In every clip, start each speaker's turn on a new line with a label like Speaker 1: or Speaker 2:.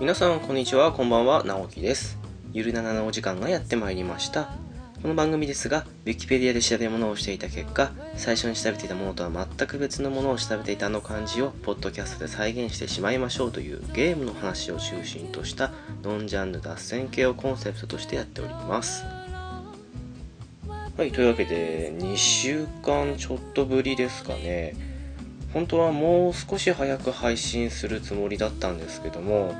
Speaker 1: 皆さんこんにちはこんばんは直樹ですゆるななのお時間がやってまいりましたこの番組ですが Wikipedia で調べ物をしていた結果最初に調べていたものとは全く別のものを調べていたあの漢字をポッドキャストで再現してしまいましょうというゲームの話を中心としたノンジャンル脱線系をコンセプトとしてやっておりますはいというわけで2週間ちょっとぶりですかね本当はもう少し早く配信するつもりだったんですけども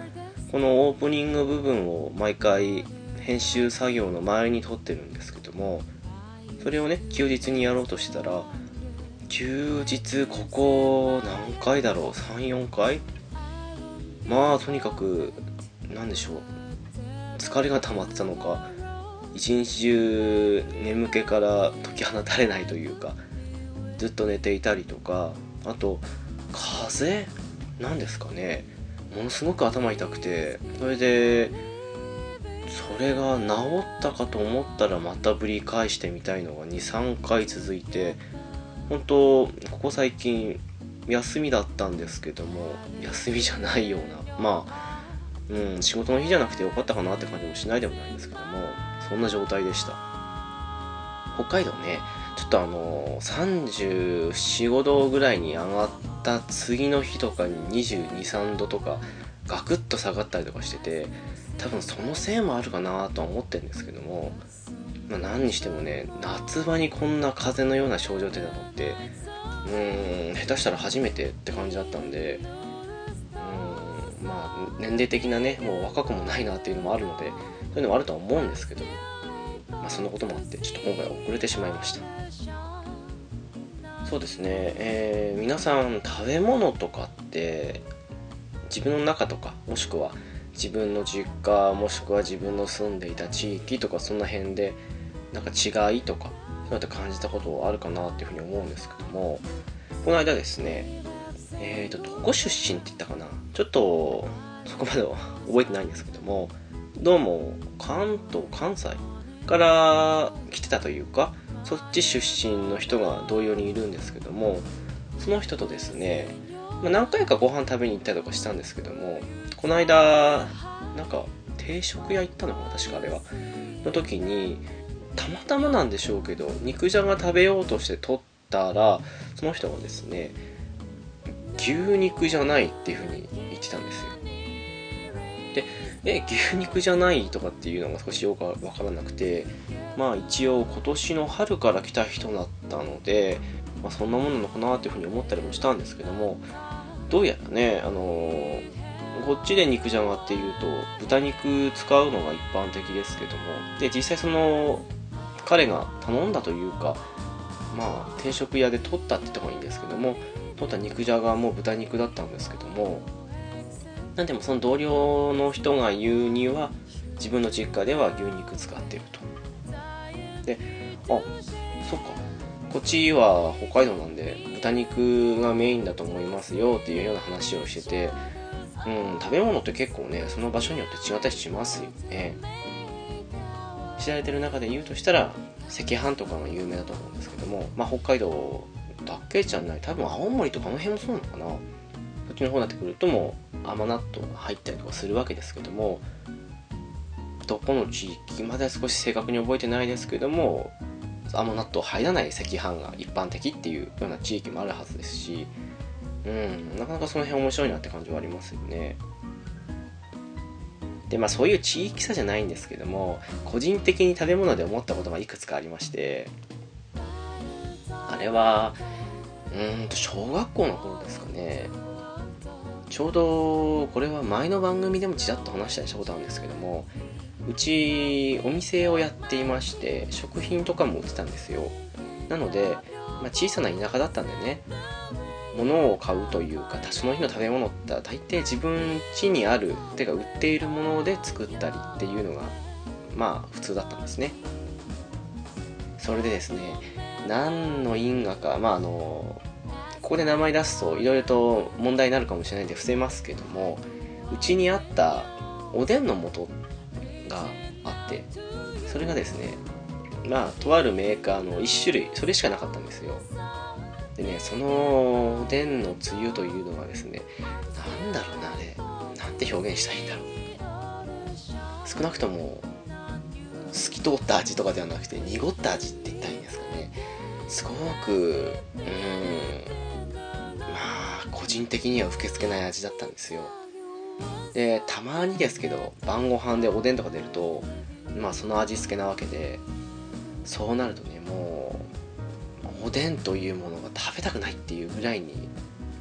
Speaker 1: このオープニング部分を毎回編集作業の前に撮ってるんですけどもそれをね休日にやろうとしてたら休日ここ何回だろう34回まあとにかく何でしょう疲れが溜まってたのか一日中眠気から解き放たれないというかずっと寝ていたりとかあと風邪なんですかねものすごく頭痛くてそれでそれが治ったかと思ったらまたぶり返してみたいのが23回続いて本当ここ最近休みだったんですけども休みじゃないようなまあうん仕事の日じゃなくてよかったかなって感じもしないでもないんですけどもそんな状態でした北海道ねちょっとあの3 4 5度ぐらいに上がった次の日とかに2 2 3度とかガクッと下がったりとかしてて多分そのせいもあるかなとは思ってるんですけども、まあ、何にしてもね夏場にこんな風邪のような症状出たのってうーん下手したら初めてって感じだったんでうーんまあ年齢的なねもう若くもないなっていうのもあるのでそういうのもあるとは思うんですけども、まあ、そんなこともあってちょっと今回遅れてしまいました。そうですね、えー皆さん食べ物とかって自分の中とかもしくは自分の実家もしくは自分の住んでいた地域とかその辺でなんか違いとかそうやって感じたことあるかなっていうふうに思うんですけどもこの間ですねえー、とどこ出身って言ったかなちょっとそこまでは覚えてないんですけどもどうも関東関西から来てたというかそっち出身の人が同様にいるんですけどもその人とですね、まあ、何回かご飯食べに行ったりとかしたんですけどもこの間なんか定食屋行ったのかな確かあれはの時にたまたまなんでしょうけど肉じゃが食べようとして取ったらその人がですね牛肉じゃないっていうふうに言ってたんですよでえ牛肉じゃないとかっていうのが少しよくわからなくてまあ一応今年の春から来た人だったので、まあ、そんなもんなのかなというふうに思ったりもしたんですけどもどうやらね、あのーこっちで肉じゃがっていうと豚肉使うのが一般的ですけどもで実際その彼が頼んだというかまあ定食屋で取ったって言った方がいいんですけども取った肉じゃがも豚肉だったんですけどもなんでもその同僚の人が言うには自分の実家では牛肉使ってるとあそっかこっちは北海道なんで豚肉がメインだと思いますよっていうような話をしてて、うん、食べ物って結構ねその場所によって違ったりしますよね知られてる中で言うとしたら赤飯とかが有名だと思うんですけども、まあ、北海道だけじゃない多分青森とかあの辺もそうなのかなこっちの方になってくるともう甘納豆が入ったりとかするわけですけどもどこの地域まで少し正確に覚えてないですけども甘納豆入らない赤飯が一般的っていうような地域もあるはずですしうんなかなかその辺面白いなって感じはありますよねでまあそういう地域差じゃないんですけども個人的に食べ物で思ったことがいくつかありましてあれはうーんと小学校の頃ですかねちょうどこれは前の番組でもちらっと話したりしたことあるんですけどもうちお店をやっていまして食品とかも売ってたんですよなので、まあ、小さな田舎だったんでね物を買うというかその日の食べ物って大抵自分家にあるてか売っているもので作ったりっていうのがまあ普通だったんですねそれでですね何の因果かまああのここで名前出すといろいろと問題になるかもしれないんで伏せますけどもうちにあったおでんの素があってそれがですねまあとあるメーカーの1種類それしかなかったんですよでねそのおでんのつゆというのがですねなんだろうなあれなんて表現したいんだろう少なくとも透き通った味とかではなくて濁った味って言ったらいいんですかねすごくうーんまあ個人的には受け付けない味だったんですよでたまにですけど晩ご飯でおでんとか出るとまあその味付けなわけでそうなるとねもうおでんというものが食べたくないっていうぐらいに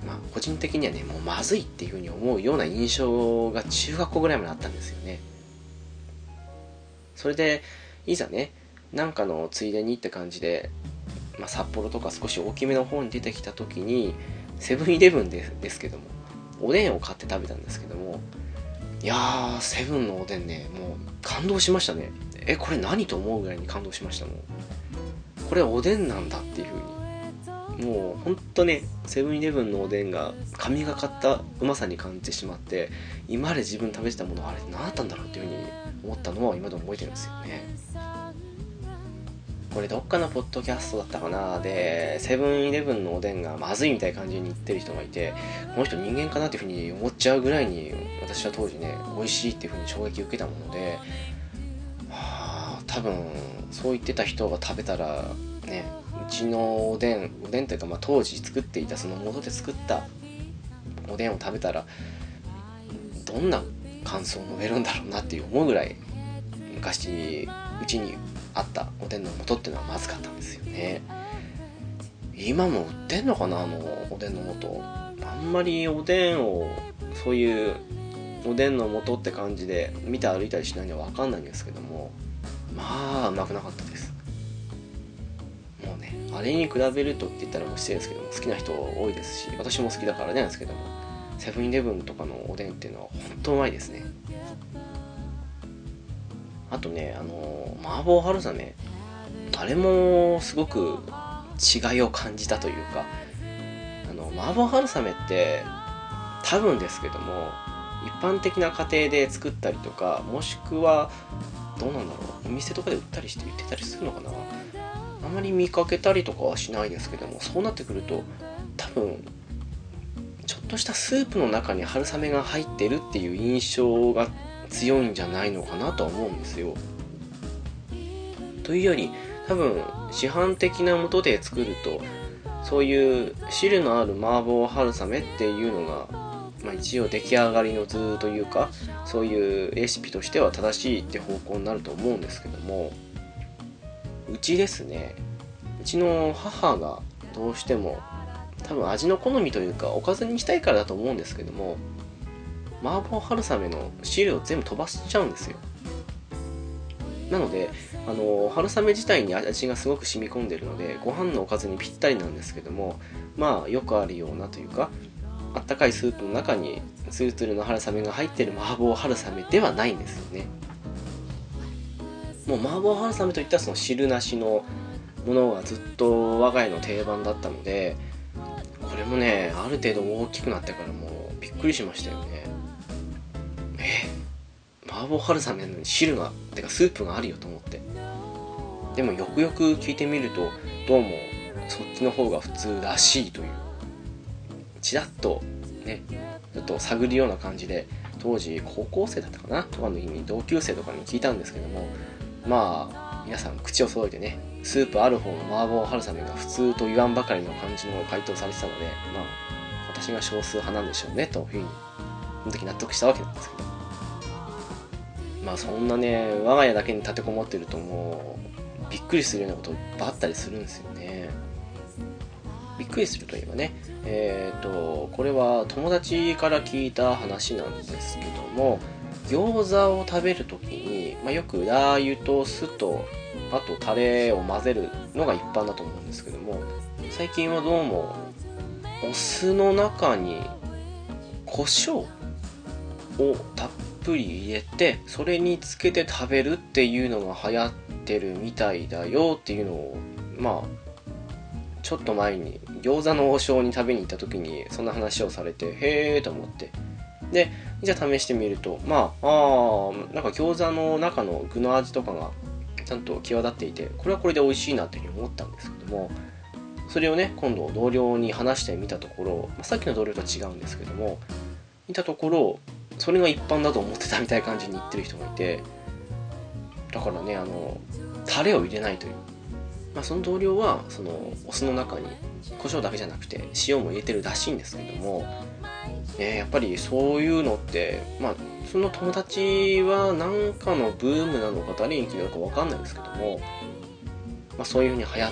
Speaker 1: まあ個人的にはねもうまずいっていうふうに思うような印象が中学校ぐらいまであったんですよねそれでいざねなんかのついでにって感じで、まあ、札幌とか少し大きめの方に出てきた時にセブンイレブンでですけどもおでんを買って食べたんですけどもいやーセブンのおでんねもう感動しましたねえこれ何と思うぐらいに感動しましたもんこれおでんなんだっていう風にもうほんとねセブンイレブンのおでんが神がかったうまさに感じてしまって今まで自分食べてたものあれ何だったんだろうっていう風に思ったのは今でも覚えてるんですよねこれどっかのポッドキャストだったかなでセブンイレブンのおでんがまずいみたいな感じに言ってる人がいてこの人人間かなっていうふうに思っちゃうぐらいに私は当時ね美味しいっていうふうに衝撃を受けたものではあ多分そう言ってた人が食べたらねうちのおでんおでんというか、まあ、当時作っていたその元で作ったおでんを食べたらどんな感想を述べるんだろうなっていう思うぐらい昔うちにあったおでんの素っていうのはまずかったんですよね今も売ってんのかなあのおでんの素あんまりおでんをそういうおでんの素って感じで見て歩いたりしないのは分かんないんですけどもまあうまくなかったですもうねあれに比べるとって言ったらもう失礼ですけども好きな人多いですし私も好きだからねなんですけどもセブンイレブンとかのおでんっていうのは本当うまいですねあとねあの麻婆春雨あれもすごく違いを感じたというかあの麻婆春雨って多分ですけども一般的な家庭で作ったりとかもしくはどうなんだろうお店とかで売ったりして売ってたりするのかなあまり見かけたりとかはしないですけどもそうなってくると多分ちょっとしたスープの中に春雨が入ってるっていう印象が強いんじゃないのかなとは思うんですよ。というより多分市販的なもとで作るとそういう汁のある麻婆春雨っていうのが、まあ、一応出来上がりの図というかそういうレシピとしては正しいって方向になると思うんですけどもうちですねうちの母がどうしても多分味の好みというかおかずにしたいからだと思うんですけども麻婆春雨の汁を全部飛ばしちゃうんですよなのであの春雨自体に味がすごく染み込んでるのでご飯のおかずにぴったりなんですけどもまあよくあるようなというかあったかいスープの中にツルツルの春雨が入ってる麻婆春雨ではないんですよねもう麻婆春雨といったらその汁なしのものがずっと我が家の定番だったのでこれもねある程度大きくなってからもうびっくりしましたよねえ麻婆春雨の汁がてかスープがあるよと思ってでもよくよく聞いてみるとどうもそっちの方が普通らしいというちらっとねちょっと探るような感じで当時高校生だったかなとかの時に同級生とかに聞いたんですけどもまあ皆さん口を揃えてねスープある方の麻婆春雨が普通と言わんばかりの感じの回答されてたのでまあ私が少数派なんでしょうねというふうにその時納得したわけなんですけどまあそんなね我が家だけに立てこもってるともうびっくりするようなことばったりするんですよねびっくりするといえばねえっ、ー、とこれは友達から聞いた話なんですけども餃子を食べる時に、まあ、よくラー油と酢とあとタレを混ぜるのが一般だと思うんですけども最近はどうもお酢の中に胡椒をたっぷり入れてそれにつけて食べるっていうのが流行ってるみたいだよっていうのをまあちょっと前に餃子の王将に食べに行った時にそんな話をされてへえと思ってでじゃあ試してみるとまああなんか餃子の中の具の味とかがちゃんと際立っていてこれはこれで美味しいなっていうふうに思ったんですけどもそれをね今度同僚に話してみたところ、まあ、さっきの同僚とは違うんですけども見たところそれが一般だと思ってたみたいな感じに言ってる人もいてだからねあのタレを入れないという、まあ、その同僚はそのお酢の中に胡椒だけじゃなくて塩も入れてるらしいんですけども、ね、やっぱりそういうのってまあその友達は何かのブームなのか誰に聞いたのか分かんないんですけども、まあ、そういうふうに流行っ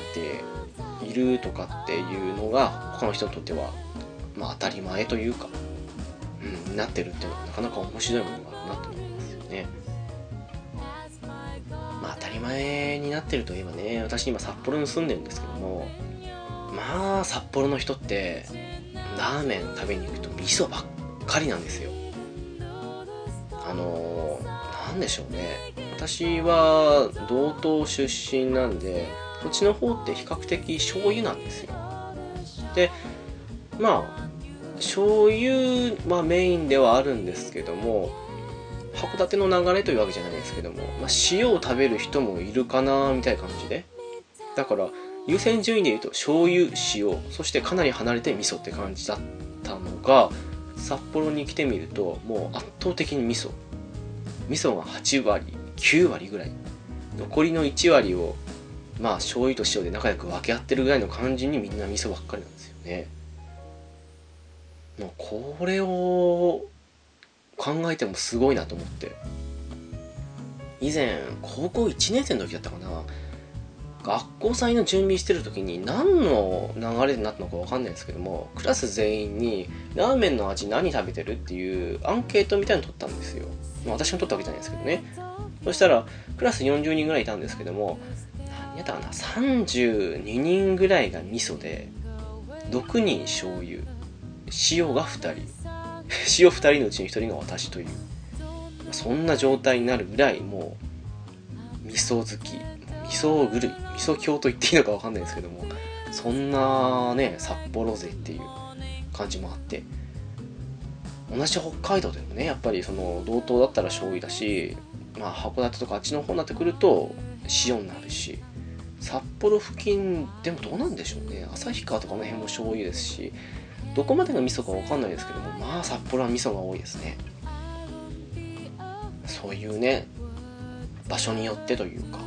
Speaker 1: ているとかっていうのが他の人にとっては、まあ、当たり前というか、うん、になってるっていうのはなかなか面白いものがあるなと思いますよね。まあ、当たり前になってるといえばね私今札幌に住んでるんですけどもまあ札幌の人ってラーメン食べに行くと味噌ばっかりなんですよあのなんでしょうね私は道東出身なんでこっちの方って比較的醤油なんですよでまあ醤油はメインではあるんですけども函館の流れというわけじゃないですけども、まあ、塩を食べる人もいるかなみたいな感じでだから優先順位で言うと醤油塩そしてかなり離れて味噌って感じだったのが札幌に来てみるともう圧倒的に味噌味噌が8割9割ぐらい残りの1割をまあ醤油と塩で仲良く分け合ってるぐらいの感じにみんな味噌ばっかりなんですよねもうこれを考えてもすごいなと思って以前高校1年生の時だったかな学校祭の準備してる時に何の流れになったのか分かんないんですけどもクラス全員にラーメンの味何食べてるっていうアンケートみたいの取ったんですよ、まあ、私が取ったわけじゃないですけどねそしたらクラス40人ぐらいいたんですけども何やったかな32人ぐらいが味噌で6人醤油塩が2人塩2人のうちに1人が私というそんな状態になるぐらいもう味噌好き味噌狂い味噌狂と言っていいのか分かんないですけどもそんなね札幌勢っていう感じもあって同じ北海道でもねやっぱりその道東だったら醤油だし、まあ、函館とかあっちの方になってくると塩になるし札幌付近でもどうなんでしょうね旭川とかの辺も醤油ですしどこまでが味噌か分かんないですけどもまあ札幌は味噌が多いですねそういうね場所によってというか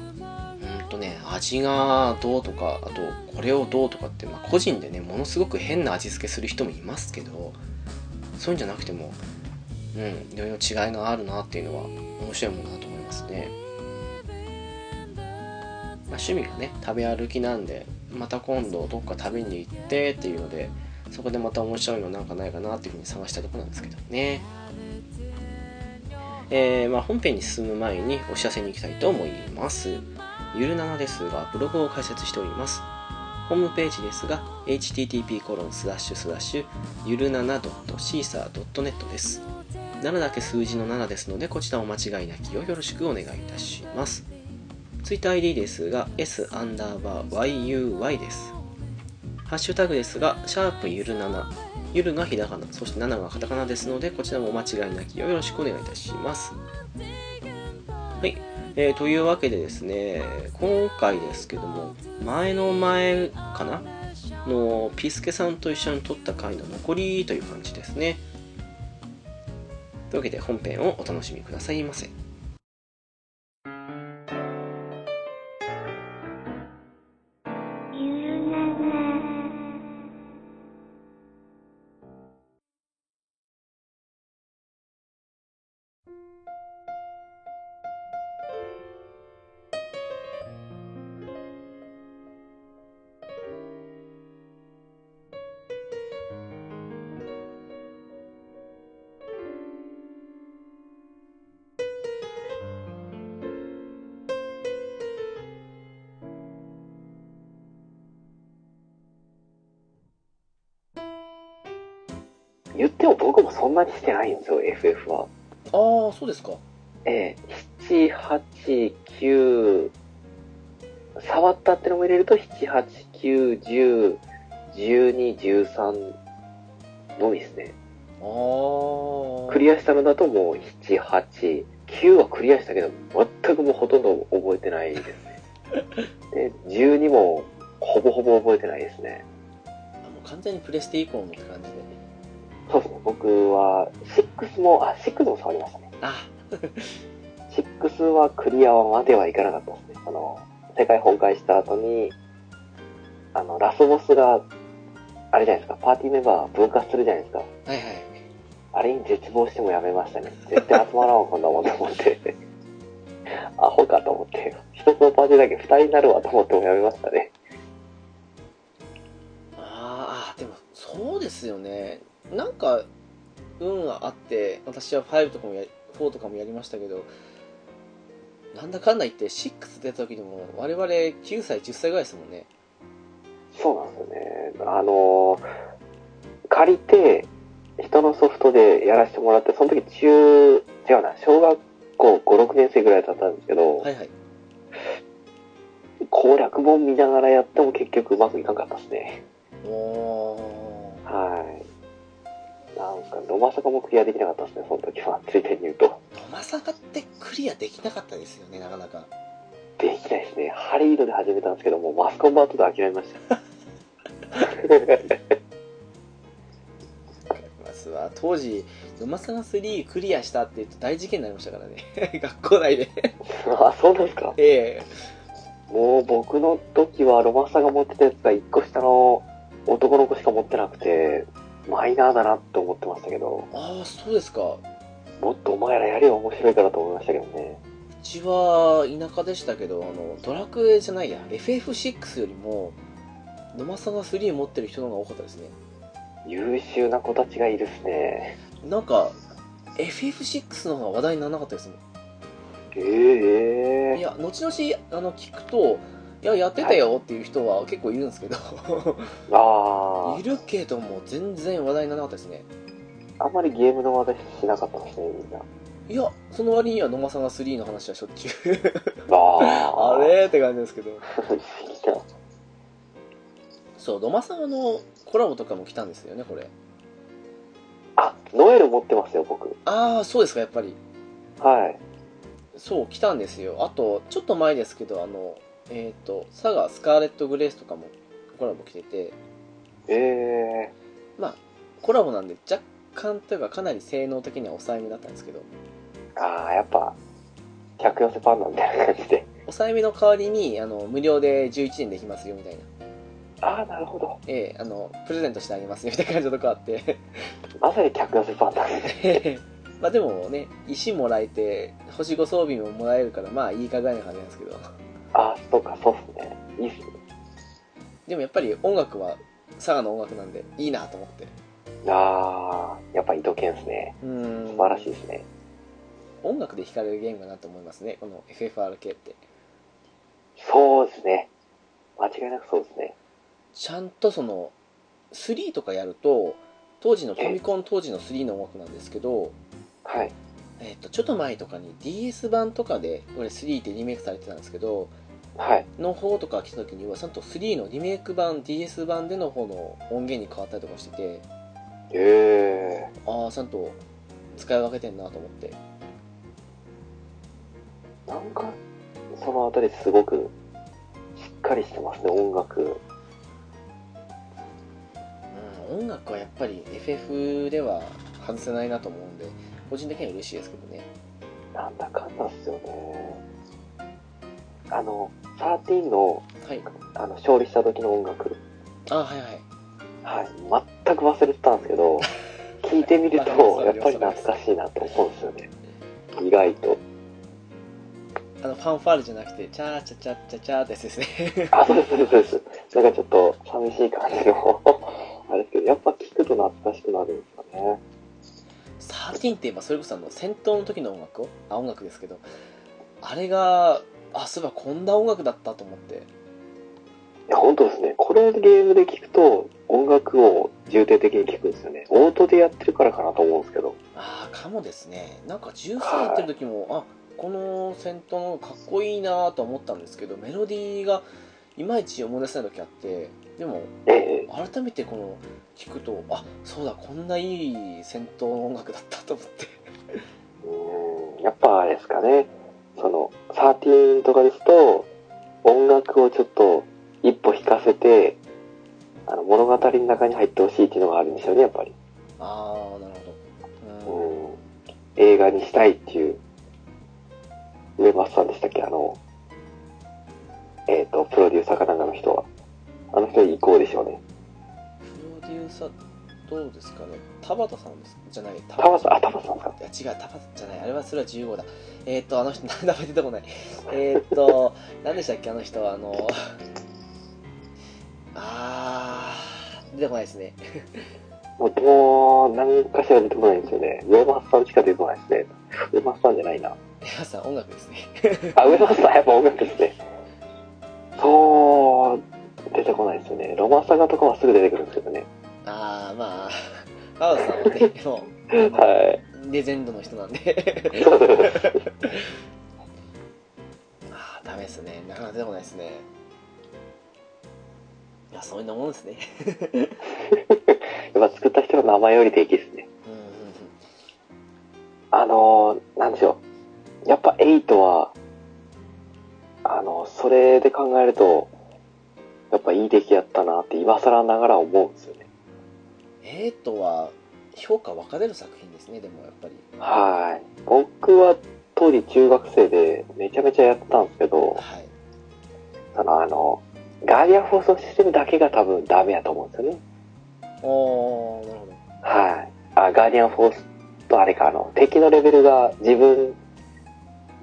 Speaker 1: うんとね味がどうとかあとこれをどうとかって、まあ、個人でねものすごく変な味付けする人もいますけどそういうんじゃなくてもうんいろいろ違いがあるなっていうのは面白いものだと思いますね、まあ、趣味がね食べ歩きなんでまた今度どっか食べに行ってっていうのでそこでまた面白いのなんかないかなっていうふうに探したいとこなんですけどね。えー、まあ本編に進む前にお知らせに行きたいと思います。ゆるななですが、ブログを開設しております。ホームページですが、http コロンスラッシュスラッシュゆるなな .caesar.net です。7だけ数字の7ですので、こちらお間違いなきをよろしくお願いいたします。TwitterID ですが、s アンダーバー yuy です。ハッシュタグですが、シャープゆる7、ゆるがひらがな、そして7がカタカナですので、こちらもお間違いなきようよろしくお願いいたします。はい、えー、というわけでですね、今回ですけども、前の前かなの、ピスケさんと一緒に撮った回の残りという感じですね。というわけで本編をお楽しみくださいませ。
Speaker 2: 言っても僕もそんなにしてないんですよ、FF は。
Speaker 1: ああ、そうですか。
Speaker 2: ええ7、8、9、触ったってのも入れると、7、8、9、10、12、13のみですね。
Speaker 1: ああ。
Speaker 2: クリアしたのだともう、7、8、9はクリアしたけど、全くもうほとんど覚えてないですね。で、12もほぼほぼ覚えてないですね。
Speaker 1: あもう完全にプレステ以降のって感じで。
Speaker 2: そうですね、僕は6も、あ、6も触りましたね。
Speaker 1: あ
Speaker 2: 6はクリアまではいかなかったですね。あの、世界崩壊した後に、あの、ラスボスが、あれじゃないですか、パーティーメンバー分割するじゃないですか。
Speaker 1: はいはい
Speaker 2: あれに絶望してもやめましたね。絶対集まらんわ、こんなもんと思って。 アホかと思って。一つのパーティーだけ二人になるわと思ってもやめましたね。
Speaker 1: あーあーでもそうですよねなんか運があって私は5とかもや4とかもやりましたけどなんだかんだ言って6出た時にも我々9歳10歳ぐらいですもんね
Speaker 2: そうなんですよね。あの借りて、人のソフトでやらせてもらって、その時中、違うな、小学校5、6年生ぐらいだったんですけど、
Speaker 1: はいはい
Speaker 2: 攻略本見ながらやっても結局うまくいかなかったですね。
Speaker 1: おー
Speaker 2: はい。なんか、ロマサカもクリアできなかったですね、その時は。ついでに言うと。
Speaker 1: 野間坂ってクリアできなかったですよねなかなか
Speaker 2: できないですね。ハリードで始めたんですけど、もうマスコンバートで諦めました。
Speaker 1: まずは当時野間坂3クリアしたって言うと大事件になりましたからね 学校内で
Speaker 2: あ、そうなんですか。
Speaker 1: ええ
Speaker 2: もう僕の時はロマサが持ってたやつが一個下の男の子しか持ってなくて、マイナーだなって思ってましたけど、
Speaker 1: ああそうですか
Speaker 2: もっとお前らやれよ面白いからと思いましたけどね。
Speaker 1: うちは田舎でしたけどあのドラクエじゃないや FF6 よりも野間さんが3持ってる人の方が多かったですね
Speaker 2: 優秀な子たちがいるっすね。
Speaker 1: なんか FF6 の方が話題にならなかったですも
Speaker 2: え
Speaker 1: んい
Speaker 2: え
Speaker 1: や後々あの聞くといややってたよっていう人は結構いるんですけど
Speaker 2: あ
Speaker 1: いるけども全然話題にならなかったですね
Speaker 2: あ、あんまりゲームの話しなかったですね、みんな。
Speaker 1: いやその割には野間さんが3の話はしょっちゅう
Speaker 2: あ
Speaker 1: あれーって感じですけど
Speaker 2: 不思議な。
Speaker 1: そう野間さんのコラボとかも来たんですよねこれ
Speaker 2: あ、ノエル持ってますよ、僕。
Speaker 1: ああそうですかやっぱり
Speaker 2: はい。
Speaker 1: そう来たんですよあとちょっと前ですけどあのえっ、と佐賀スカーレット・グレースとかもコラボ来てて
Speaker 2: ええ
Speaker 1: まあコラボなんで若干というかかなり性能的には抑えめだったんですけど
Speaker 2: ああ、やっぱ、客寄せパンダみたいな感じで。
Speaker 1: 抑えめの代わりにあの無料で11年できますよみたいな
Speaker 2: ああ、なるほど。
Speaker 1: ええあのプレゼントしてあげますよみたいな感じのとこあって
Speaker 2: まさに客寄せパンダです ね。
Speaker 1: まあでもね石もらえて星5装備ももらえるからまあいいかぐらいな感じなんですけど
Speaker 2: ああ、そうか、そうっすね。いいっすね。
Speaker 1: でもやっぱり音楽は佐賀の音楽なんでいいなと思って
Speaker 2: ああ、やっぱ井戸健っすね。
Speaker 1: うーん
Speaker 2: 素晴らしいですね。
Speaker 1: 音楽で惹かれるゲームだなと思いますねこの FFRK って
Speaker 2: そうですね。間違いなくそうですね。
Speaker 1: ちゃんとその3とかやると当時のファミコン当時の3の音楽なんですけど、
Speaker 2: はい。
Speaker 1: えっとちょっと前とかに DS 版とかでこれ3ってリメイクされてたんですけど
Speaker 2: はい。
Speaker 1: の方とか来た時にはちゃんと3のリメイク版 DS 版での方の音源に変わったりとかしてて
Speaker 2: ええ
Speaker 1: ああちゃんと使い分けてんなと思って
Speaker 2: ー。なんか、そのあたりすごく、しっかりしてますね、音楽。
Speaker 1: うん音楽はやっぱり FF では外せないなと思うんで個人的には嬉しいですけどね
Speaker 2: なんだかんだっすよね。あの、13の、
Speaker 1: はい
Speaker 2: あの、勝利した時の音楽。
Speaker 1: あはいはい
Speaker 2: はい、全く忘れてたんですけど、聞いてみると、やっぱり懐かしいなと思うんですよね。意外と。
Speaker 1: あのファンファーレじゃなくてチャーチャチャチャチャーってやつですね
Speaker 2: あ、そうです、そうですそうです。なんかちょっと寂しい感じの、 あれですけど、やっぱ聞くと懐かしくなるんですかね。
Speaker 1: 13って言えばそれこそあの戦闘の時の音楽をあ音楽ですけどあれがあそういえばこんな音楽だったと思って
Speaker 2: いや、本当ですね。これゲームで聞くと、音楽を重点的に聞くんですよね。オートでやってるからかなと思うんですけど。
Speaker 1: ああかもですねなんか13やってる時もあこの戦闘の音楽かっこいいなと思ったんですけどメロディーがいまいち思い出せない時あってでも
Speaker 2: ええ
Speaker 1: 改めてこの聞くとあそうだこんないい戦闘の音楽だったと思って
Speaker 2: うーん、やっぱあれですかね。その、13とかですと、音楽をちょっと一歩引かせて、あの、物語の中に入ってほしいっていうのがあるんでしょうね、やっぱり。
Speaker 1: ああなるほ
Speaker 2: う
Speaker 1: どうん
Speaker 2: ん。映画にしたいっていう、上松さんでしたっけあの、えっ、と、プロデューサーかなんかの人は。あの人に行こうでしょうね。
Speaker 1: プロデューサーどうですかね田畑さんですじゃない田
Speaker 2: 田畑さん、あ、田畑さんか。
Speaker 1: いや違う、タパじゃない、あれはそれは15だ。えーっと、あの人、 名前出てこない。えーっと、何でしたっけ、あの人は、あの、あー、出てこないですね。
Speaker 2: もう、もう、何かしら出てこないんですよね。上松さんしか出てこないですね。上松さんじゃないな。
Speaker 1: 皆さん、音楽ですね。
Speaker 2: あ、上松さん、やっぱ音楽ですね。そう、出てこないですよね。ロマンサガとかはすぐ出てくるんですけどね。
Speaker 1: あー、まあ、田畑さんはね、 もう、
Speaker 2: はい。
Speaker 1: レジェンドの人なんで。
Speaker 2: そう です。
Speaker 1: あー、ダメですね。なかなか出てこないですね。いや、そういうもんですね。
Speaker 2: やっぱ作った人の名前よりでいいですね。
Speaker 1: うんうんうん。
Speaker 2: あのー、なんでしょう。やっぱエイトは、あの、それで考えると、やっぱいい出来やったなって今更ながら思うんですよね。
Speaker 1: えーっとは、評価分かれる作品ですね、でもやっぱり。
Speaker 2: はい。僕は当時中学生でめちゃめちゃやってたんですけど、
Speaker 1: はい。
Speaker 2: あの、あのガーディアン放送システムだけが多分ダメやと思うんですよね。
Speaker 1: おー、なるほど。
Speaker 2: はい。あ、ガーディアンフォースとあれか、あの、敵のレベルが自分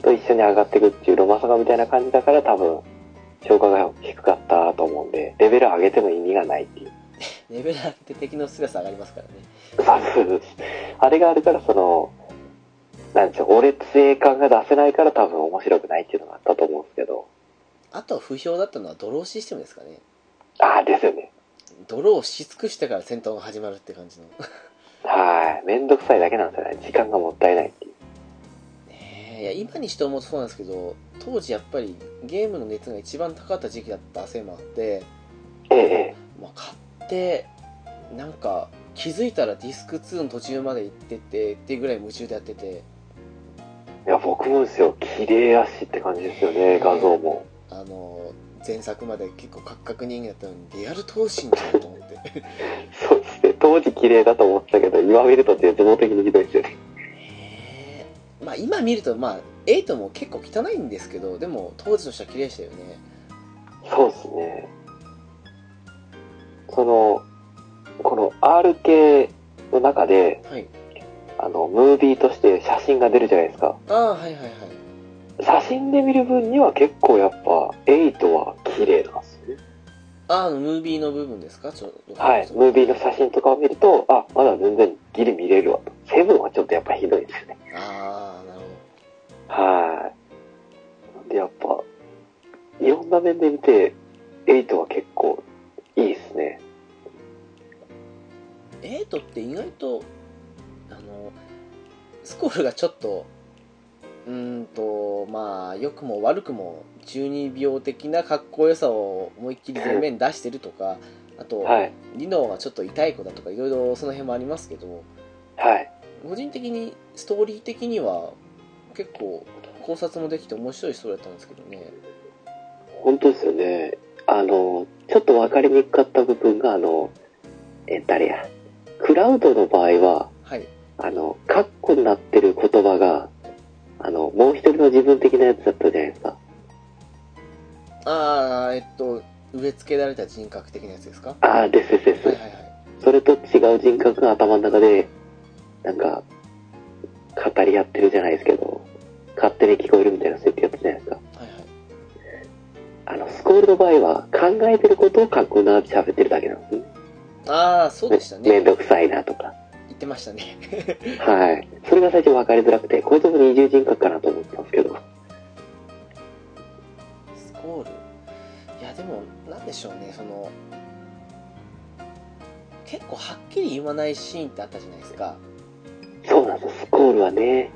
Speaker 2: と一緒に上がっていくっていうロマサガみたいな感じだから多分、評価が低かったと思うんで、レベル上げても意味がないっていう。
Speaker 1: レベル上って敵の強さ上がりますからね。
Speaker 2: そうそうそうあれがあるから、その、なんでしょう、俺強い感が出せないから多分面白くないっていうのがあったと思うんですけど、
Speaker 1: あと不評だったのはドローシステムですかね。
Speaker 2: ああ、ですよね。
Speaker 1: ドローし尽くしてから戦闘が始まるって感じの。
Speaker 2: はい。めんどくさいだけなんですよね。時間がもったいないってい う。
Speaker 1: ねえいや、今にして思うとそうなんですけど、当時やっぱりゲームの熱が一番高かった時期だったせいもあって、
Speaker 2: ええ、
Speaker 1: まあ、買って、なんか気づいたらディスク2の途中まで行っててっていうぐらい夢中でやってて、
Speaker 2: ええ。いや、僕もですよ、綺麗やしって感じですよね、画像も。
Speaker 1: あの、前作まで結構カクカク人間だったのにリアル闘神じゃんと思って。
Speaker 2: そうですね。当時綺麗だと思ってたけど、今見ると絶望的にひどいですよね。
Speaker 1: へえまあ今見るとまあ8も結構汚いんですけどでも当時としては綺麗でしたよね
Speaker 2: そうですね。その、この R 系の中で、
Speaker 1: はい
Speaker 2: あの、ムービーとして写真が出るじゃないですか。
Speaker 1: ああはいはいはい
Speaker 2: 写真で見る分には結構やっぱ、8は綺麗なんですよね。
Speaker 1: ああのムービーの部分ですかちょっと
Speaker 2: はい。ムービーの写真とかを見ると、あ、まだ全然ギリ見れるわと。7はちょっとやっぱひどいですよね。
Speaker 1: ああなるほど
Speaker 2: はい。なんでやっぱ、いろんな面で見て、8は結構いいですね。
Speaker 1: 8って意外とあのスコールがちょっとうーんとまあ良くも悪くも12秒的なかっこよさを思いっきり前面に出してるとかあと、
Speaker 2: はい。
Speaker 1: リノがちょっと痛い子だとかいろいろその辺もありますけど、
Speaker 2: はい。
Speaker 1: 個人的にストーリー的には結構考察もできて面白いストーリーだったんですけどね
Speaker 2: 本当ですよね。あの、ちょっと分かりにくかった部分が、あの、え、誰や。クラウドの場合は、
Speaker 1: はい
Speaker 2: あの、カッコになってる言葉が、あの、もう一人の自分的なやつだったじゃないですか。
Speaker 1: ああえっと植え付けられた人格的なやつですかは
Speaker 2: ああ、ですですです。
Speaker 1: いはいはい
Speaker 2: それと違う人格が頭の中で、なんか、語り合ってるじゃないですけど、勝手に聞こえるみたいな設定やったじゃないですか。
Speaker 1: はいはい
Speaker 2: あの、スコールの場合は、考えてることを書くなって喋ってるだけなんですね。
Speaker 1: ああそうでした
Speaker 2: め
Speaker 1: ね
Speaker 2: んどくさいなとか。
Speaker 1: 言ってましたね
Speaker 2: はい。それが最初分かりづらくて、こいつも二重人格かなと思ったんですけど。
Speaker 1: スコールいやでもなんでしょうねその結構はっきり言わないシーンってあったじゃないですか
Speaker 2: そうなんですよ、スコールはね。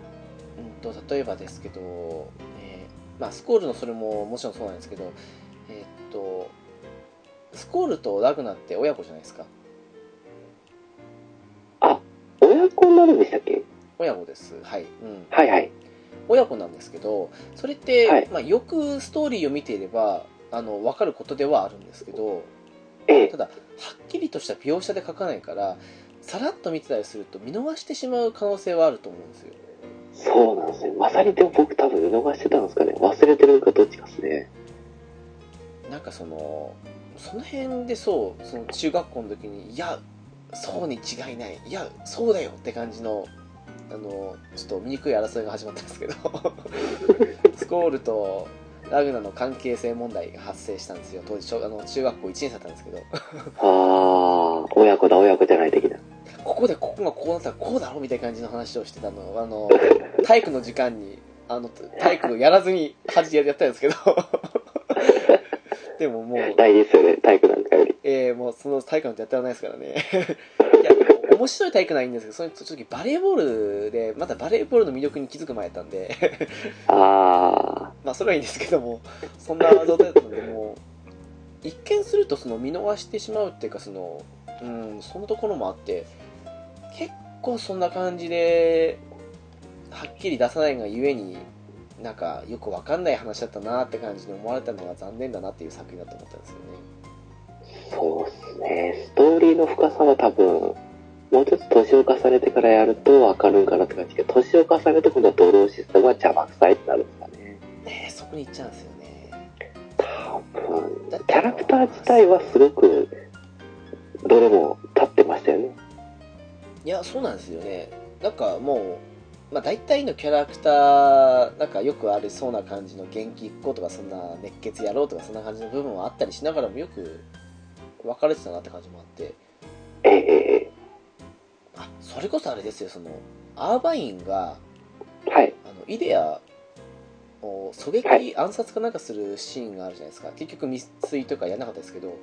Speaker 1: うんと例えばですけど、えーまあ、スコールのそれももちろんそうなんですけど、えーっとスコールとラグナって親子じゃないですか
Speaker 2: 親子になるんでしたっけ
Speaker 1: 親子ですはい、うん、
Speaker 2: はいはい。
Speaker 1: 親子なんですけどそれって、
Speaker 2: はい
Speaker 1: まあ、よくストーリーを見ていればあの分かることではあるんですけど
Speaker 2: ええ
Speaker 1: た。だはっきりとした描写で書かないからさらっと見てたりすると見逃してしまう可能性はあると思うんですよ
Speaker 2: そうなんですね。まさにでも僕多分見逃してたんですかね。忘れてるのかどっちかですね。
Speaker 1: なんかそのその辺でそうその中学校の時にいやそうに違いないいやそうだよって感じのあのちょっと醜い争いが始まったんですけどスコールとラグナの関係性問題が発生したんですよ当時小あの中学校1年生だったんですけど
Speaker 2: あー、親子だ親子じゃない的な。
Speaker 1: ここでここがこうなったらこうだろうみたいな感じの話をしてたのあの体育の時間にあの体育をやらずに恥でやったんですけど でももう
Speaker 2: 大事ですよね、体育なんかより。
Speaker 1: えー、もうその体育なんてやってられないですからね いや面白い体育ないんですけどその時バレーボールでまだバレーボールの魅力に気づく前やったんで
Speaker 2: あ
Speaker 1: まあそれはいいんですけどもそんな状態だったので もう一見するとその見逃してしまうっていうかそのうんそのところもあって結構そんな感じではっきり出さないがゆえになんかよくわかんない話だったなって感じに思われたのが残念だなっていう作品だと思ったんですよね
Speaker 2: ー、そうっすね。ストーリーの深さは多分、もうちょっと年を重ねてからやるとわかるんかなって感じですけど、年を重ねて今度はドローシステムは邪魔くさいってなるんですかね。
Speaker 1: ねえそこに行っちゃうんですよね
Speaker 2: 多分、キャラクター自体はすごく、どれも立ってましたよね。
Speaker 1: いやそうなんですよねなんかもう、まあ、大体のキャラクターなんかよくありそうな感じの元気っ子とかそんな熱血野郎とかそんな感じの部分はあったりしながらもよく分かれてたなって感じもあって
Speaker 2: えええ
Speaker 1: あそれこそあれですよそのアーバインが
Speaker 2: えはい。
Speaker 1: あのイデアを狙撃、
Speaker 2: はい
Speaker 1: 暗殺かなんかするシーンがあるじゃないですか結局未遂とかやらなかったですけど
Speaker 2: も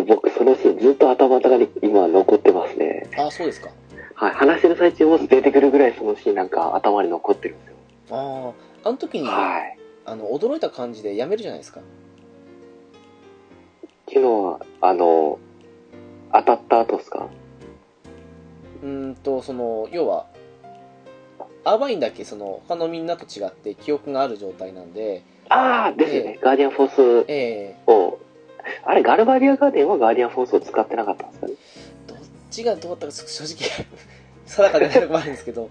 Speaker 2: う僕そのシーンずっと頭の中に今残ってますね。
Speaker 1: あそうですか
Speaker 2: はい、話してる最中も出てくるぐらいそのシーンなんか頭に残ってるんですよ。
Speaker 1: あーあの時にあ
Speaker 2: はい。
Speaker 1: の驚いた感じでやめるじゃないですか
Speaker 2: 昨日は、あの、当たった後ですか
Speaker 1: うーんとその要はアーバインだけその他のみんなと違って記憶がある状態なんで、
Speaker 2: ああ、ですよね、ガーディアンフォース
Speaker 1: え
Speaker 2: を。あれ、ガルバディアガーデンはガーディアンフォースを使ってなかったんですかね
Speaker 1: ーどっちがどうだったか正直 定かでないとこもあるんですけど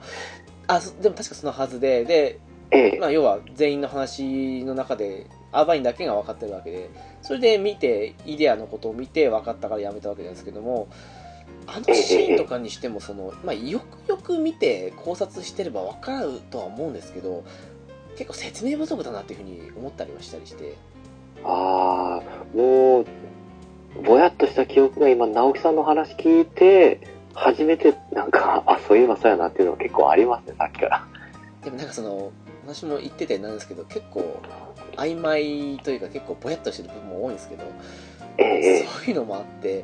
Speaker 1: あそでも確かそのはずでで、
Speaker 2: ええ。
Speaker 1: まあ、要は全員の話の中でアーバインだけが分かってるわけでそれで見てイデアのことを見て分かったからやめたわけなんですけどもあのシーンとかにしてもその、まあ、よくよく見て考察してれば分かるとは思うんですけど結構説明不足だなっていうふうに思ったりはしたりして
Speaker 2: ああ、もう、ぼやっとした記憶が今、直樹さんの話聞いて、初めてなんか、あ、そういえばそうやなっていうのが結構ありますね、さっきから。
Speaker 1: でもなんかその私も言っててなんですけど結構曖昧というか結構ぼやっとしてる部分も多いんですけど
Speaker 2: ええええ。
Speaker 1: そういうのもあって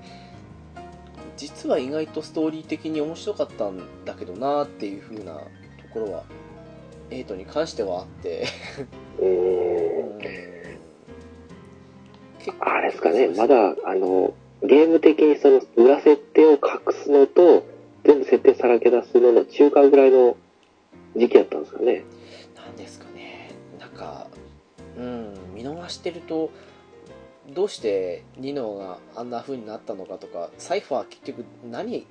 Speaker 1: 実は意外とストーリー的に面白かったんだけどなっていう風なところはエイトに関してはあって
Speaker 2: ええ
Speaker 1: うん結構
Speaker 2: あれですかね、まだ、あの、ゲーム的にその裏設定を隠すのと、全部設定さらけ出すのの中間ぐらいの時期だったんですかね。
Speaker 1: なんですかねなんかうん見逃してるとどうしてニノがあんな風になったのかとかサイファー結局何やっ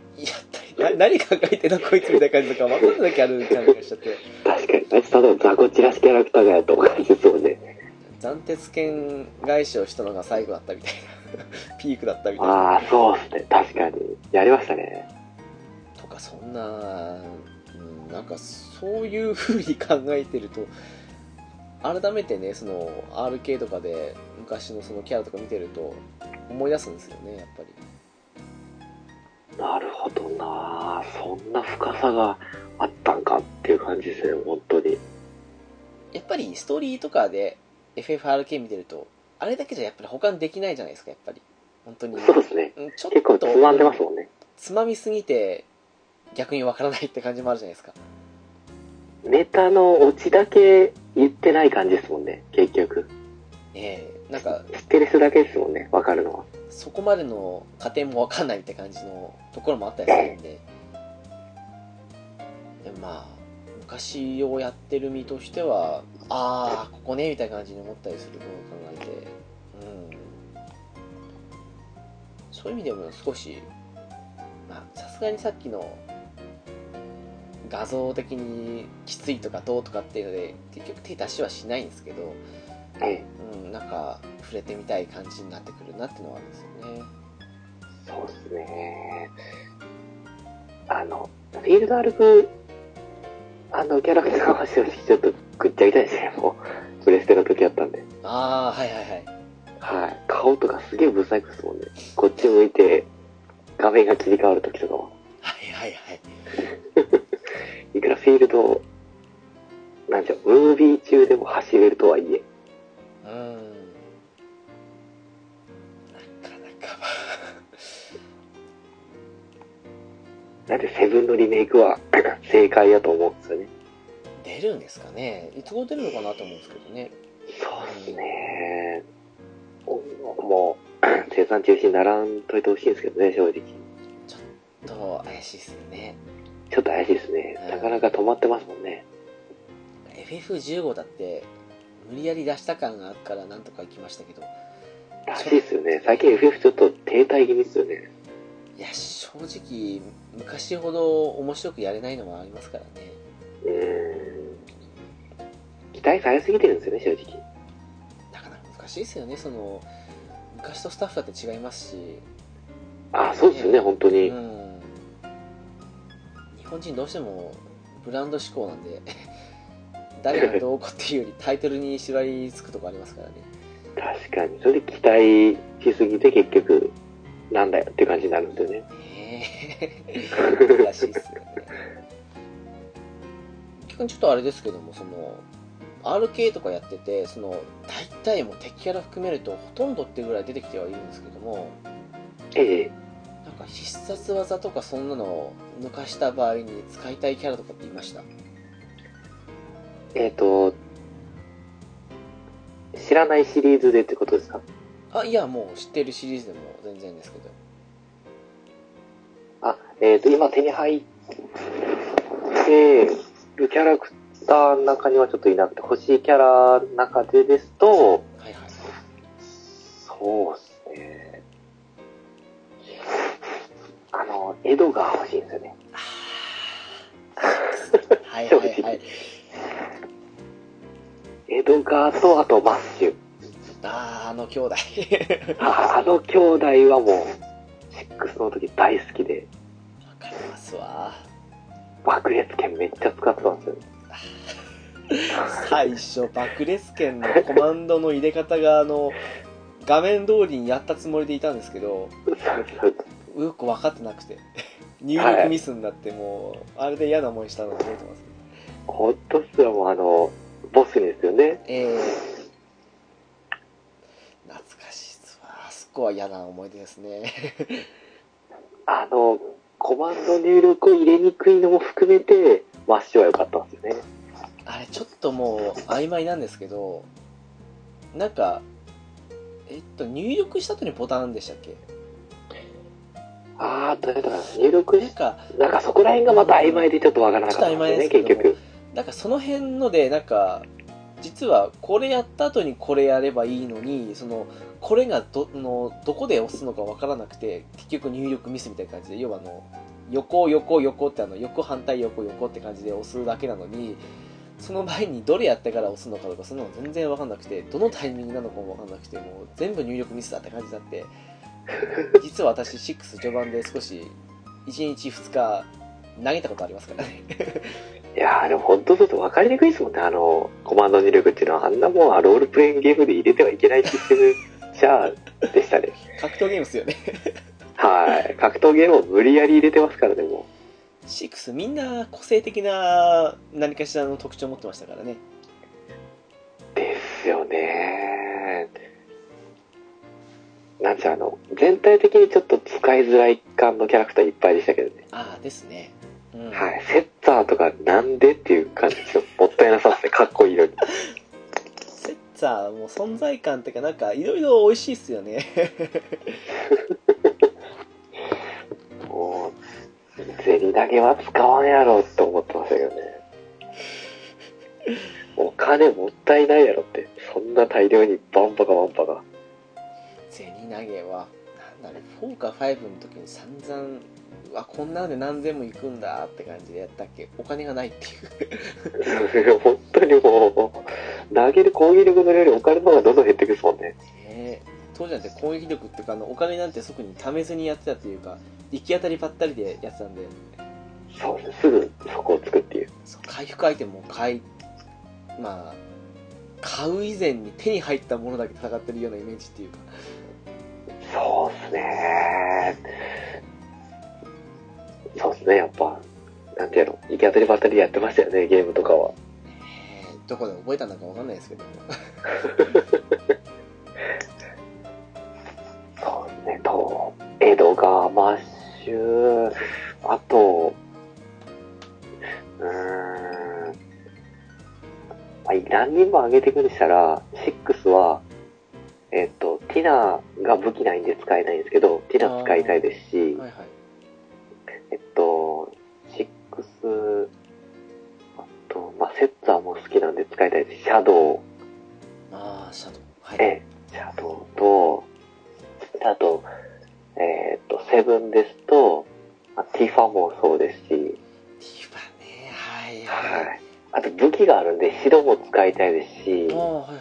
Speaker 1: たりな何考えてんのこいつみたいな感じとか分かんない時ある感じがしちゃって
Speaker 2: 確かに。あいつただの雑魚散らしキャラクターがやとおかしいですもんね。
Speaker 1: 斬鉄剣返しをしたのが最後だったみたいな ピークだったみたいな
Speaker 2: ああ、そうですね。確かに。やりましたね。
Speaker 1: とかそんな、うん、なんかそういう風に考えてると改めてねその RK とかで昔のそのキャラとか見てると思い出すんですよねやっぱり
Speaker 2: なるほどなそんな深さがあったんかっていう感じですね、本当に。
Speaker 1: やっぱりストーリーとかで FFRK 見てるとあれだけじゃやっぱり保管できないじゃないですかやっぱり本当に
Speaker 2: そうですね。
Speaker 1: うんちょ
Speaker 2: 結構
Speaker 1: っ
Speaker 2: つ
Speaker 1: と
Speaker 2: まんでますもんね。
Speaker 1: つまみすぎて逆にわからないって感じもあるじゃないですか
Speaker 2: ネタのオチだけ言ってない感じですもんね、結局。
Speaker 1: ええなんか
Speaker 2: 知ってる人だけですもんね、わかるのは。
Speaker 1: そこまでの過程もわかんないって感じのところもあったりするんででもまあ昔をやってる身としてはああここねみたいな感じに思ったりすることを考えてうんそういう意味でも少しまあさすがにさっきの画像的にきついとかどうとかっていうので結局手出しはしないんですけど、
Speaker 2: ええ、
Speaker 1: うん、なんか触れてみたい感じになってくるなっていうのはあるんですよね
Speaker 2: そうですね。あの、フィールド歩く、あの、キャラクターの話をちょっとぐっちゃぐちゃでしたね、もう。プレステの時やったんで。
Speaker 1: ああはいはいはい
Speaker 2: はい。顔とかすげえブサイクですもんね。こっち向いて、画面が切り替わる時とかも。
Speaker 1: はいはいはい
Speaker 2: いくらフィールド、なんでしょう、ムービー中でも走れるとはいえ、
Speaker 1: うーんなかなか
Speaker 2: なんでセブンのリメイクは 正解やと思うんですよね。
Speaker 1: 出るんですかねいつ頃出るのかなと思うんですけどね
Speaker 2: そうですね。もう、 生産中止にならんといてほしいんですけどね、正直。
Speaker 1: と怪しいですよね
Speaker 2: ちょっと怪しいですね
Speaker 1: うん。
Speaker 2: なかなか止まってますもんね。
Speaker 1: FF15 だって無理やり出した感があるからなんとか行きましたけど
Speaker 2: らしいですよね。最近 FF ちょっと停滞気味ですよね。
Speaker 1: いや正直昔ほど面白くやれないのもありますからね
Speaker 2: うーん。期待されすぎてるんですよね、正直。
Speaker 1: なかなか難しいですよねその昔とスタッフだって違いますし
Speaker 2: あ、そうですよね、本当に。
Speaker 1: うん日本人どうしてもブランド志向なんで 誰がどうこうっていうよりタイトルに縛りつくとこありますからね
Speaker 2: 確かに。それで期待しすぎて結局、なんだよっていう感じになるんですよね。
Speaker 1: ねえ難しいっすよね逆にちょっとあれですけどもその RK とかやっててその大体もう敵キャラ含めるとほとんどってぐらい出てきてはいるんですけども
Speaker 2: ええ。
Speaker 1: なんか必殺技とかそんなのを抜かした場合に使いたいキャラとかっていました
Speaker 2: えっ、と、知らないシリーズでってことですか
Speaker 1: あいやもう知ってるシリーズでも全然ですけど
Speaker 2: あ、えっ、と、今手に入ってるキャラクターの中にはちょっといなくて、欲しいキャラの中でですと、
Speaker 1: はいはい
Speaker 2: そうですね。あの、エドが欲しいんですよね。
Speaker 1: はいはいはい
Speaker 2: エドガーと、あとマッシュ。
Speaker 1: あーあの兄弟
Speaker 2: ああの兄弟はもう、6の時大好きで、
Speaker 1: わかりますわ
Speaker 2: 爆裂剣めっちゃ使ってたんですよ。
Speaker 1: 最初爆裂剣のコマンドの入れ方があの画面通りにやったつもりでいたんですけどよく分かってなくて入力ミスになってもうあれで嫌な思いしたのを覚えてます
Speaker 2: ほんとっすらもうあの、ボスにですよね。
Speaker 1: ええ懐かしいっすわあそこは嫌な思い出ですね
Speaker 2: あの、コマンド入力を入れにくいのも含めて、マッシュは良かったんですよね。
Speaker 1: あれちょっともう曖昧なんですけどなんかえっと入力した後にボタンでしたっけ
Speaker 2: ああ、どうやったかな。入力
Speaker 1: なん
Speaker 2: し、
Speaker 1: か
Speaker 2: なんかそこら辺がまた曖昧でちょっとわからなかったんですよね、
Speaker 1: ちょっと曖昧
Speaker 2: 結
Speaker 1: ですけど
Speaker 2: 局。
Speaker 1: なんかその辺のでなんか実はこれやった後にこれやればいいのにそのこれがどのどこで押すのかわからなくて結局入力ミスみたいな感じで要はあの横横横ってあの横反対横横って感じで押すだけなのにその前にどれやってから押すのかとかそんなの全然わかんなくてどのタイミングなのかもわかんなくてもう全部入力ミスだって感じになって実は私6序盤で少し1日2日投げたことありますからね
Speaker 2: いやー、でも本当ちょっとわかりにくいですもんね、あの、コマンド入力っていうのは、あんなもんはロールプレイングゲームで入れてはいけないシステム、じゃあ、でしたね。
Speaker 1: 格闘ゲームですよね
Speaker 2: はい。格闘ゲームを無理やり入れてますからね、も
Speaker 1: 6みんな個性的な何かしらの特徴を持ってましたからね
Speaker 2: う。ですよねなんちゃあの、全体的にちょっと使いづらい感のキャラクターいっぱいでしたけどね。
Speaker 1: ああですね、うん
Speaker 2: はい、セッターとかなんでっていう感じですよ。もったいなさですね。かっこいいのに。
Speaker 1: セッツァーもう存在感っていうかなんかいろいろ美味しいっすよね
Speaker 2: もう、ゼリだけは使わんやろって思ってましたけどね。お金もったいないやろって。そんな大量にバンパカバンパカ。
Speaker 1: 銭投げはなんだろう4か5の時に散々うわこんなんで何千も行くんだって感じでやったっけお金がないっていう
Speaker 2: 本当にもう、投げる攻撃力のよりお金の方がどんどん減っていくですもん ね。
Speaker 1: ねえ当時なんて攻撃力っていうかあのお金なんて即に貯めずにやってたというか行き当たりばったりでやってたんで
Speaker 2: そうですね。すぐそこをつくっていう。
Speaker 1: そう回復アイテムを買いまあ買う以前に手に入ったものだけ戦ってるようなイメージっていうか
Speaker 2: そうですね。そうですね、やっぱ。なんていうの、行き当たりばったりでやってましたよね、ゲームとかは。
Speaker 1: えーどこで覚えたのかわかんないですけども
Speaker 2: そうですね、と、江戸川マッシュ、あと、うーん、まあ、何人も上げていくんでしたら、6は、えっと、ティナが武器ないんで使えないんですけど、ティナ使いたいですし、
Speaker 1: はいはい
Speaker 2: えっと、6、あと、まあ、セッツァーも好きなんで使いたいです。シャドウ、
Speaker 1: まあシャドウはい、
Speaker 2: ええ、シャドウと、あと、えーっと、セブンですと、あティファもそうですし、
Speaker 1: ティファねはいはい、
Speaker 2: はい。あと武器があるんで、白も使いたいですし
Speaker 1: あ、あはいはい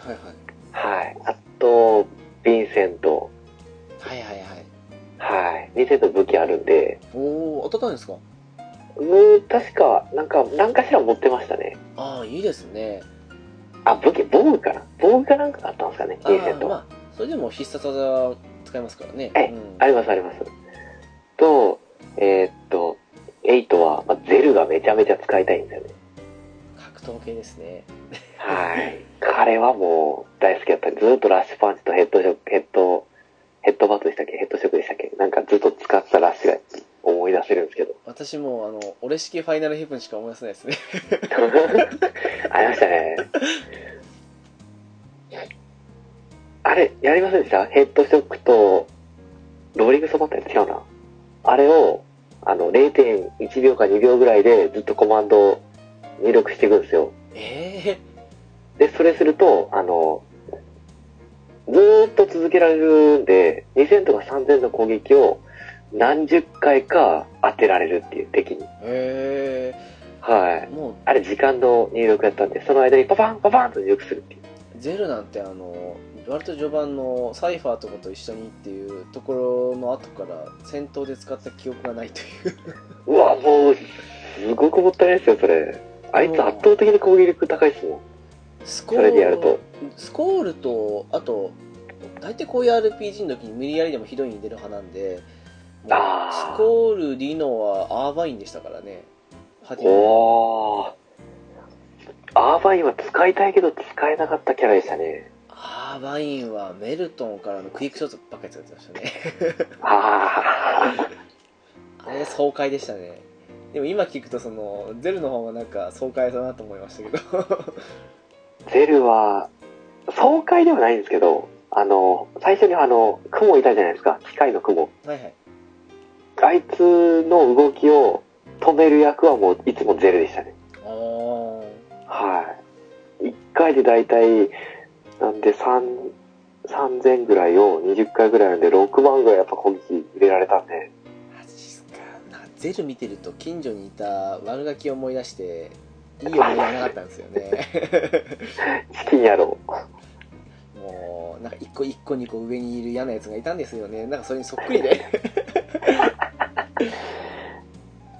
Speaker 1: はい
Speaker 2: はい。あと、ヴィンセント、
Speaker 1: はいはいはい
Speaker 2: はい。ヴィンセント武器あるんで、
Speaker 1: おお当たったんですか
Speaker 2: うん、確か、なんか、何かしら持ってましたね。
Speaker 1: ああいいですね
Speaker 2: あ、武器、防具かな防具かなんかあったんですかね、
Speaker 1: あ
Speaker 2: ヴィンセン
Speaker 1: あ
Speaker 2: ト。
Speaker 1: まあそれでも必殺技使えますからね
Speaker 2: ええ
Speaker 1: うん
Speaker 2: ありますあります。と、えーっと、エイトは、まあ、ゼルがめちゃめちゃ使いたいんですよね。
Speaker 1: 格闘系ですね
Speaker 2: はい。彼はもう大好きだった。ずっとラッシュパンチとヘッドショック、ヘッド、ヘッドバットでしたっけヘッドショックでしたっけなんかずっと使ってたラッシュが思い出せるんですけど。
Speaker 1: 私もうあの俺式ファイナルヘブンしか思い出せないですね
Speaker 2: ありましたね。あれ、やりませんでしたヘッドショックと、ローリングソバったやつ違うな。あれを、あの、0.1秒か2秒ぐらいでずっとコマンドを入力していくんですよ。
Speaker 1: え
Speaker 2: で、それすると、あの、ずーっと続けられるんで、2000とか3000の攻撃を何十回か当てられるっていう敵に。
Speaker 1: え え
Speaker 2: はい
Speaker 1: え。もう
Speaker 2: あれ時間の入力やったんで、その間にパパンパパンと入力するっていう。
Speaker 1: ゼルなんてあの割と序盤のサイファーとかと一緒にっていうところの後から戦闘で使った記憶がないという
Speaker 2: うわ、もう、すごくもったいないですよ、それ。あいつ圧倒的に攻撃力高いっすもん。
Speaker 1: スコ
Speaker 2: それでやる
Speaker 1: ー
Speaker 2: と
Speaker 1: ル。スコールとあと大体こういう RPG の時に無理やりでもひどいに出る派なんでもう
Speaker 2: あー
Speaker 1: スコールリノはアーバインでしたからね初め
Speaker 2: おー。アーバインは使いたいけど使えなかったキャラでしたね。
Speaker 1: アーバインはメルトンからのクイックショットばっかり使ってましたね
Speaker 2: あー。
Speaker 1: あれ爽快でしたねでも今聞くとそのゼルの方がなんか爽快だなと思いましたけど
Speaker 2: ゼルは、爽快ではないんですけど、あの、最初にあの、雲いたじゃないですか。機械の雲。
Speaker 1: はいはい
Speaker 2: あいつの動きを止める役はもういつもゼルでしたね。
Speaker 1: あ
Speaker 2: はい。1回で大体、なんで3、3000ぐらいを20回ぐらいなんで、6万ぐらいやっぱ攻撃入れられたんで。
Speaker 1: マジっすかなゼル見てると近所にいた悪ガキを思い出していい思い出がなかったんですよね
Speaker 2: チキン野郎。
Speaker 1: もうなんか一個一個二個上にいる嫌なやつがいたんですよねなんかそれにそっくりで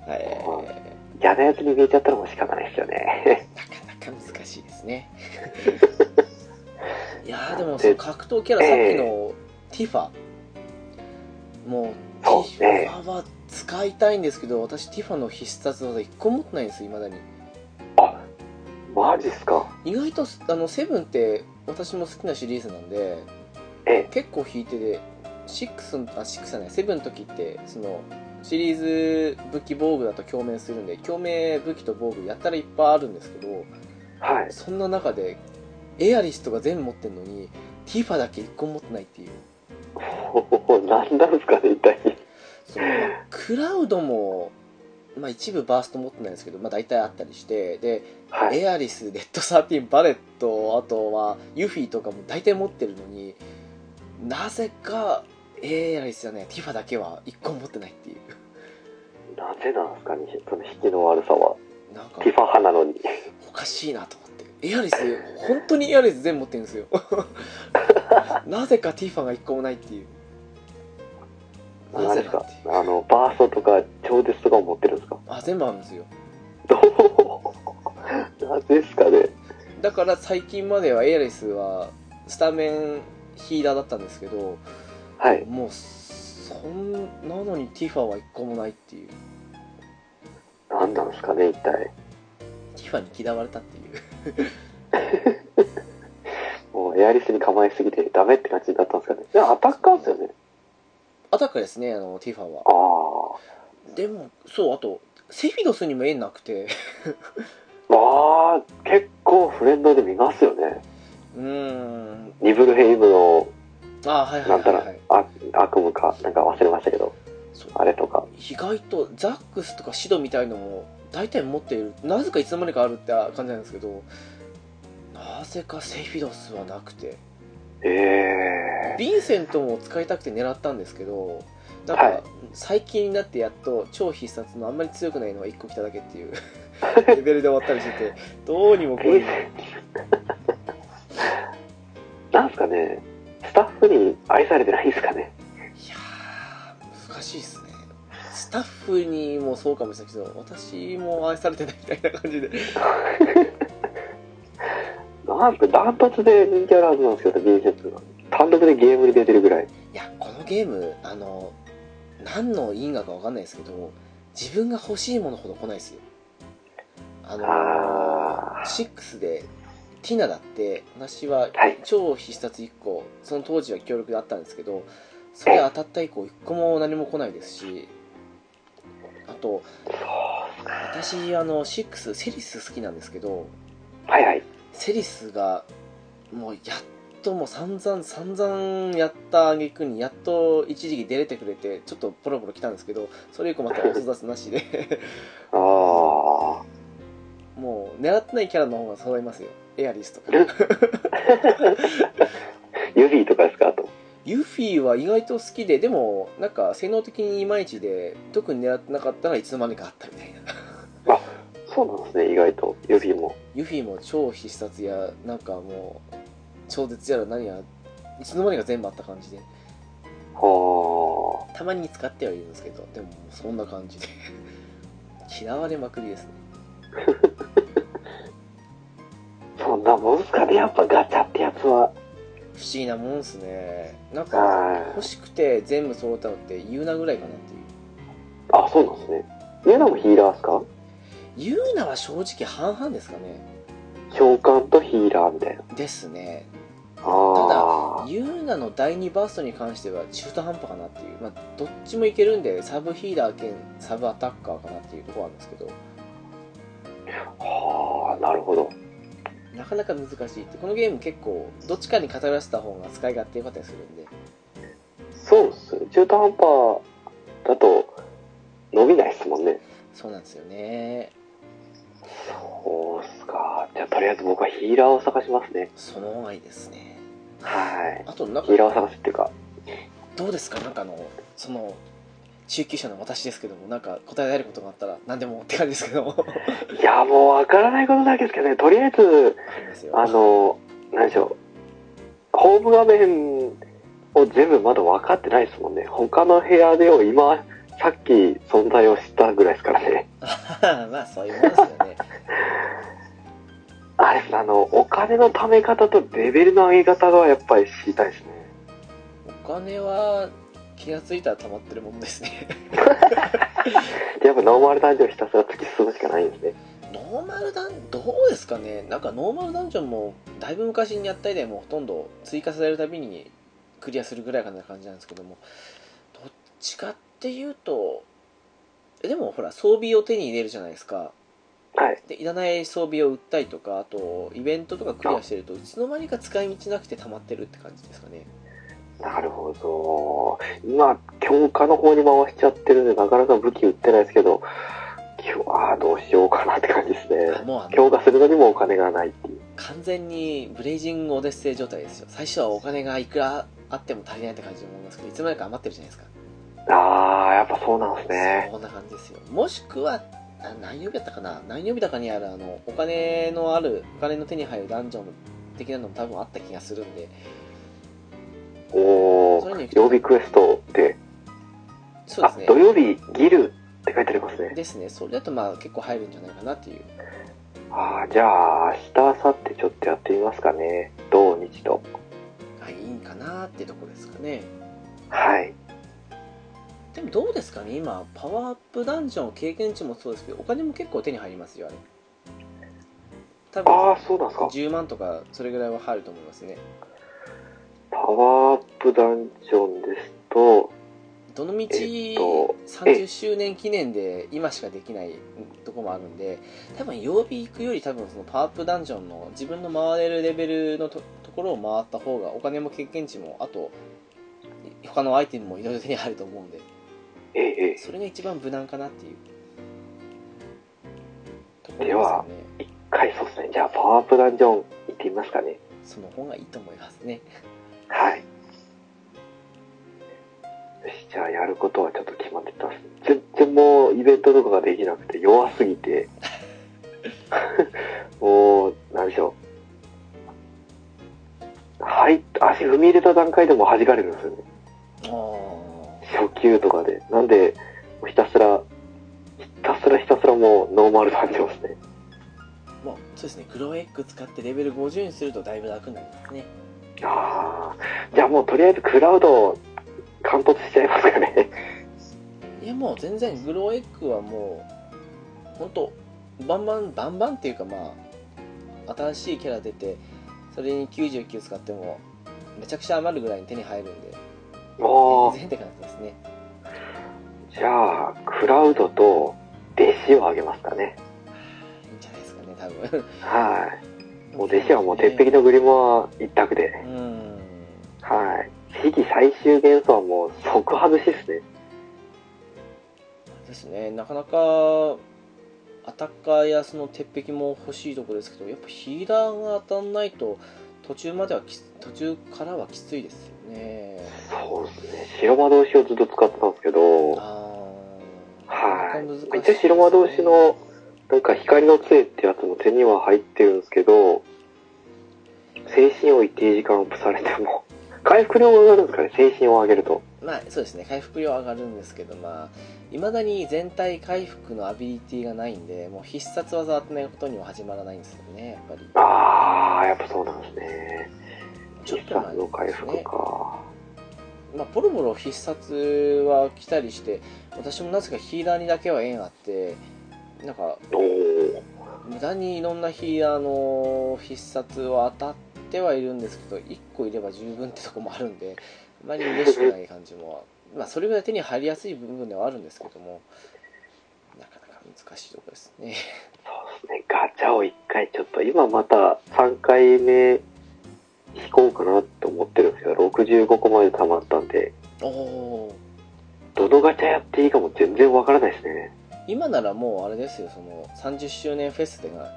Speaker 1: はい
Speaker 2: 嫌なやつに見えちゃったらもう仕方ないですよね。
Speaker 1: なかなか難しいですね いやーでもその格闘キャラさっきのティファ、もうテ
Speaker 2: そうですね
Speaker 1: ィファは使いたいんですけど私ティファの必殺技一個も持ってないんですいまだに
Speaker 2: あ、マジっすか。
Speaker 1: 意外とあのセブンって私も好きなシリーズなんで
Speaker 2: え
Speaker 1: 結構引いてで6のあ6じゃないセブンの時ってそのシリーズ武器防具だと共鳴するんで共鳴武器と防具やったらいっぱいあるんですけど
Speaker 2: はい。
Speaker 1: そんな中でエアリスとか全部持ってるのにティファだけ1個も持ってないっていう
Speaker 2: おーなんなんですかね、一体。
Speaker 1: そのクラウドも、まあ、一部バースト持ってないんですけど、まあ、大体あったりしてで
Speaker 2: はい。
Speaker 1: エアリス、レッドサーティーン、バレット、あとはユフィとかも大体持ってるのに、なぜかエアリスじゃない、ティファだけは1個も持ってないっていう。
Speaker 2: なぜなんですかね、その引きの悪さは。
Speaker 1: なんか
Speaker 2: ティファ派なのに。
Speaker 1: おかしいなと思ってエアレス本当にエアレス全部持ってるんですよ なぜかティファが一個もないっていうな
Speaker 2: 何
Speaker 1: ぜ
Speaker 2: です
Speaker 1: か
Speaker 2: か
Speaker 1: っていう
Speaker 2: あの、バーストとか超絶とかを持ってるんですか
Speaker 1: あ全部あるんですよ
Speaker 2: どうなぜですかね
Speaker 1: だから最近まではエアレスはスタメンヒーラーだったんですけど
Speaker 2: はい。
Speaker 1: もうそんなのにティファは一個もないっていう
Speaker 2: 何なんですかね、一体。
Speaker 1: ティファに嫌われたっていう
Speaker 2: もうエアリスに構えすぎてダメって感じになったんですかね。いや、アタッカーですよね。
Speaker 1: アタックですねあのティファは
Speaker 2: あ
Speaker 1: でもそうあとセフィドスにも縁なくて
Speaker 2: あ。ああ、結構フレンドで見ますよね。
Speaker 1: うーん
Speaker 2: ニブルヘイムの、
Speaker 1: あはいは
Speaker 2: ないんた
Speaker 1: はい、
Speaker 2: ら
Speaker 1: はい、、
Speaker 2: あ悪夢か、なんか忘れましたけど、
Speaker 1: そう
Speaker 2: あれとか。
Speaker 1: 意外とザックスとかシドみたいのも大体持っているなぜかいつの間にかあるって感じなんですけどなぜかセフィドスはなくて
Speaker 2: ええ
Speaker 1: ヴィンセントも使いたくて狙ったんですけどなんか
Speaker 2: はい
Speaker 1: 最近になってやっと超必殺のあんまり強くないのが1個来ただけっていう レベルで終わったりしててどうにもこう にも
Speaker 2: なんですかね、スタッフに愛されてないんですかね。
Speaker 1: いやー難しいですねスタッフにもそうかもしれないけど私も愛されてないみたいな感じで
Speaker 2: なんかダントツで人気あるはずなんですけど、ビンセントが。単独でゲームに出てるぐらい。
Speaker 1: いやこのゲームあの何の因果か分かんないですけど自分が欲しいものほど来ないですよあの
Speaker 2: あー
Speaker 1: 6でティナだって私は
Speaker 2: はい
Speaker 1: 超必殺1個その当時は強力だったんですけどそれ当たった以降1個も何も来ないですしあと私あの6セリス好きなんですけど
Speaker 2: はいはい。
Speaker 1: セリスがもうやっともう散々散々やった挙句にやっと一時期出れてくれてちょっとポロポロ来たんですけどそれ以降また音出すなしで
Speaker 2: ああ。
Speaker 1: もう狙ってないキャラの方が揃いますよエアリスとか
Speaker 2: えユビーとかですかあと。
Speaker 1: ユフィは意外と好きででもなんか性能的にいまいちで特に狙ってなかったらいつの間にかあったみたいな
Speaker 2: そうなんですね、意外と。ユビーも。
Speaker 1: ユフィも超必殺やなんかもう超絶やら何やいつの間にか全部あった感じで
Speaker 2: は
Speaker 1: たまに使ってはいるんですけどでももうそんな感じで 嫌われまくりですね
Speaker 2: あ。そんなもんすかね、やっぱガチャってやつは。
Speaker 1: 不思議なもんですねなんか
Speaker 2: は
Speaker 1: 欲しくて全部揃ったのってユーナぐらいかなっていう
Speaker 2: い。あ、そうなんですね。ユナもヒーラーですか
Speaker 1: ユーナは正直半々ですかね
Speaker 2: 召喚とヒーラーみたいな。
Speaker 1: ですね
Speaker 2: ああ。
Speaker 1: ユーナの第2バーストに関しては中途半端かなっていうまあどっちもいけるんでサブヒーラー兼サブアタッカーかなっていうところなんですけど
Speaker 2: はあ、なるほど。
Speaker 1: なかなか難しいってこのゲーム結構どっちかに偏らせた方が使い勝手良かったりするんで
Speaker 2: そうっすね。中途半端だと伸びないっすもんね。
Speaker 1: そうなんですよね
Speaker 2: そうっすか。じゃあ、とりあえず僕はヒーラーを探しますね。
Speaker 1: その方がいいですね
Speaker 2: はい。
Speaker 1: あとなん
Speaker 2: ヒーラーを
Speaker 1: か
Speaker 2: 探すっていうか、
Speaker 1: どうですかなんかあのその中級者の私ですけどもなんか答えられることがあったら何でもって感じですけども
Speaker 2: いや、もうわからないことだらけですけどね、とりあえず、
Speaker 1: ありますよ
Speaker 2: あの、何でしょう、ホーム画面を全部まだ分かってないですもんね。他の部屋でを今、さっき存在を知ったぐらいですからね。
Speaker 1: まあそういうもんですよね
Speaker 2: あれですねあの、お金の貯め方とレベルの上げ方がやっぱり知りたいですね。
Speaker 1: お金は気がついたら溜まってるものですね
Speaker 2: やっぱノーマルダンジョンひたすら突き進むしかないんですね。
Speaker 1: ノーマルダンどうですかねなんかノーマルダンジョンもだいぶ昔にやった以来もうほとんど追加されるたびにクリアするぐらいかな感じなんですけどもどっちかっていうとえでもほら装備を手に入れるじゃないですか
Speaker 2: はい。
Speaker 1: でいらない装備を売ったりとかあとイベントとかクリアしてるといつの間にか使い道なくて溜まってるって感じですかね
Speaker 2: なるほど。今、強化の方に回しちゃってるんで、なかなか武器売ってないですけど、今日はどうしようかなって感じですね。
Speaker 1: もうあの
Speaker 2: 強化するのにもお金がないっていう。
Speaker 1: 完全にブレイジングオデッセイ状態ですよ最初はお金がいくらあっても足りないって感じのものですけどいつの間にか余ってるじゃないですか
Speaker 2: ああ、やっぱそうなんですね。
Speaker 1: そんな感じですよもしくはあ何曜日だったかな何曜日だかにあるあのお金のあるお金の手に入るダンジョン的なのも多分あった気がするんで
Speaker 2: お
Speaker 1: そういうの
Speaker 2: ー
Speaker 1: 行、くと
Speaker 2: 曜日クエストって、
Speaker 1: そうで
Speaker 2: あ
Speaker 1: すね、
Speaker 2: 土曜日ギルって書いてありますね。
Speaker 1: ですねそれだとまあ結構入るんじゃないかなっていう
Speaker 2: ああ、じゃあ、明日、明後日ちょっとやってみますかね。土日と。
Speaker 1: あいいんかなってとこですかね
Speaker 2: はい。
Speaker 1: でもどうですかね今パワーアップダンジョン経験値もそうですけどお金も結構手に入りますよあれ多
Speaker 2: あ
Speaker 1: 分
Speaker 2: あ、そうなんですか。
Speaker 1: 10万とかそれぐらいは入ると思いますね
Speaker 2: パワーアップダンジョンですと、
Speaker 1: どの道
Speaker 2: えっと
Speaker 1: 30周年記念で今しかできないとこもあるんで多分曜日行くより多分そのパワーアップダンジョンの自分の回れるレベルのとところを回った方がお金も経験値もあと他のアイテムもいろいろ手に入ると思うんで
Speaker 2: ええ、え
Speaker 1: それが一番無難かなっていうところ
Speaker 2: では
Speaker 1: ですよね
Speaker 2: え、一回そうですね。じゃあ、パワーアップダンジョン行ってみますかね。
Speaker 1: その方がいいと思いますね
Speaker 2: はい。よし、じゃあやることはちょっと決まってたっす。全然もうイベントとかができなくて弱すぎて。 もう、なんでしょう。はい、足踏み入れた段階でも弾かれるんですよね。
Speaker 1: ああ
Speaker 2: 初級とかで。なんで、もうひたすら、ひたすらひたすらもうノーマル感じますね。
Speaker 1: まあそうですね黒エッグ使ってレベル50にするとだいぶ楽になりますね
Speaker 2: ああ。じゃあもうとりあえずクラウドを貫突しちゃいますかね。
Speaker 1: いやもう全然グローエッグはもうほんとバンバンバンバンっていうかまあ新しいキャラ出てそれに99使ってもめちゃくちゃ余るぐらいに手に入るんで
Speaker 2: もう
Speaker 1: 全。然って感じですね
Speaker 2: じゃあ、クラウドと弟子をあげますかね。
Speaker 1: いいんじゃないですかね多分
Speaker 2: はい。もう弟子はもう鉄壁のグリモア一択で。
Speaker 1: うん
Speaker 2: はい。次期最終元素はもう即外しですね。
Speaker 1: ですねなかなかアタッカーやその鉄壁も欲しいとこですけどやっぱヒーラーが当たんないと途中まではき途中からはきついですよね
Speaker 2: そうですね。白魔同士をずっと使ってたんですけど、は
Speaker 1: ああ
Speaker 2: い。一応白魔同士の、なんか光の杖ってやつも手には入ってるんですけど、精神を一定時間アップされても、 回復量が上がるんですかね、精神を上げると。
Speaker 1: まあそうですね回復量上がるんですけどまあいまだに全体回復のアビリティがないんでもう必殺技当てないことには始まらないんですよねやっぱり
Speaker 2: あー、やっぱそうなんですね。
Speaker 1: ちょっ
Speaker 2: 必
Speaker 1: と前
Speaker 2: 殺
Speaker 1: で
Speaker 2: の
Speaker 1: す
Speaker 2: 回復
Speaker 1: ね
Speaker 2: か。
Speaker 1: まあボロボロ必殺は来たりして私もなぜかヒーラーにだけは縁あってなんか
Speaker 2: おお。
Speaker 1: 無駄にいろんなヒーラーの必殺は当たってはいるんですけど1個いれば十分ってとこもあるんであまり嬉しくない感じもまあそれぐらい手に入りやすい部分ではあるんですけどもなかなか難しいとこですね
Speaker 2: そうですね。ガチャを一回ちょっと、今また3回目引こうかなと思ってるんですけど、65個まで溜まったんで、
Speaker 1: おおー
Speaker 2: どのガチャやっていいかも全然わからないですね。
Speaker 1: 今ならもうあれですよその30周年フェスでが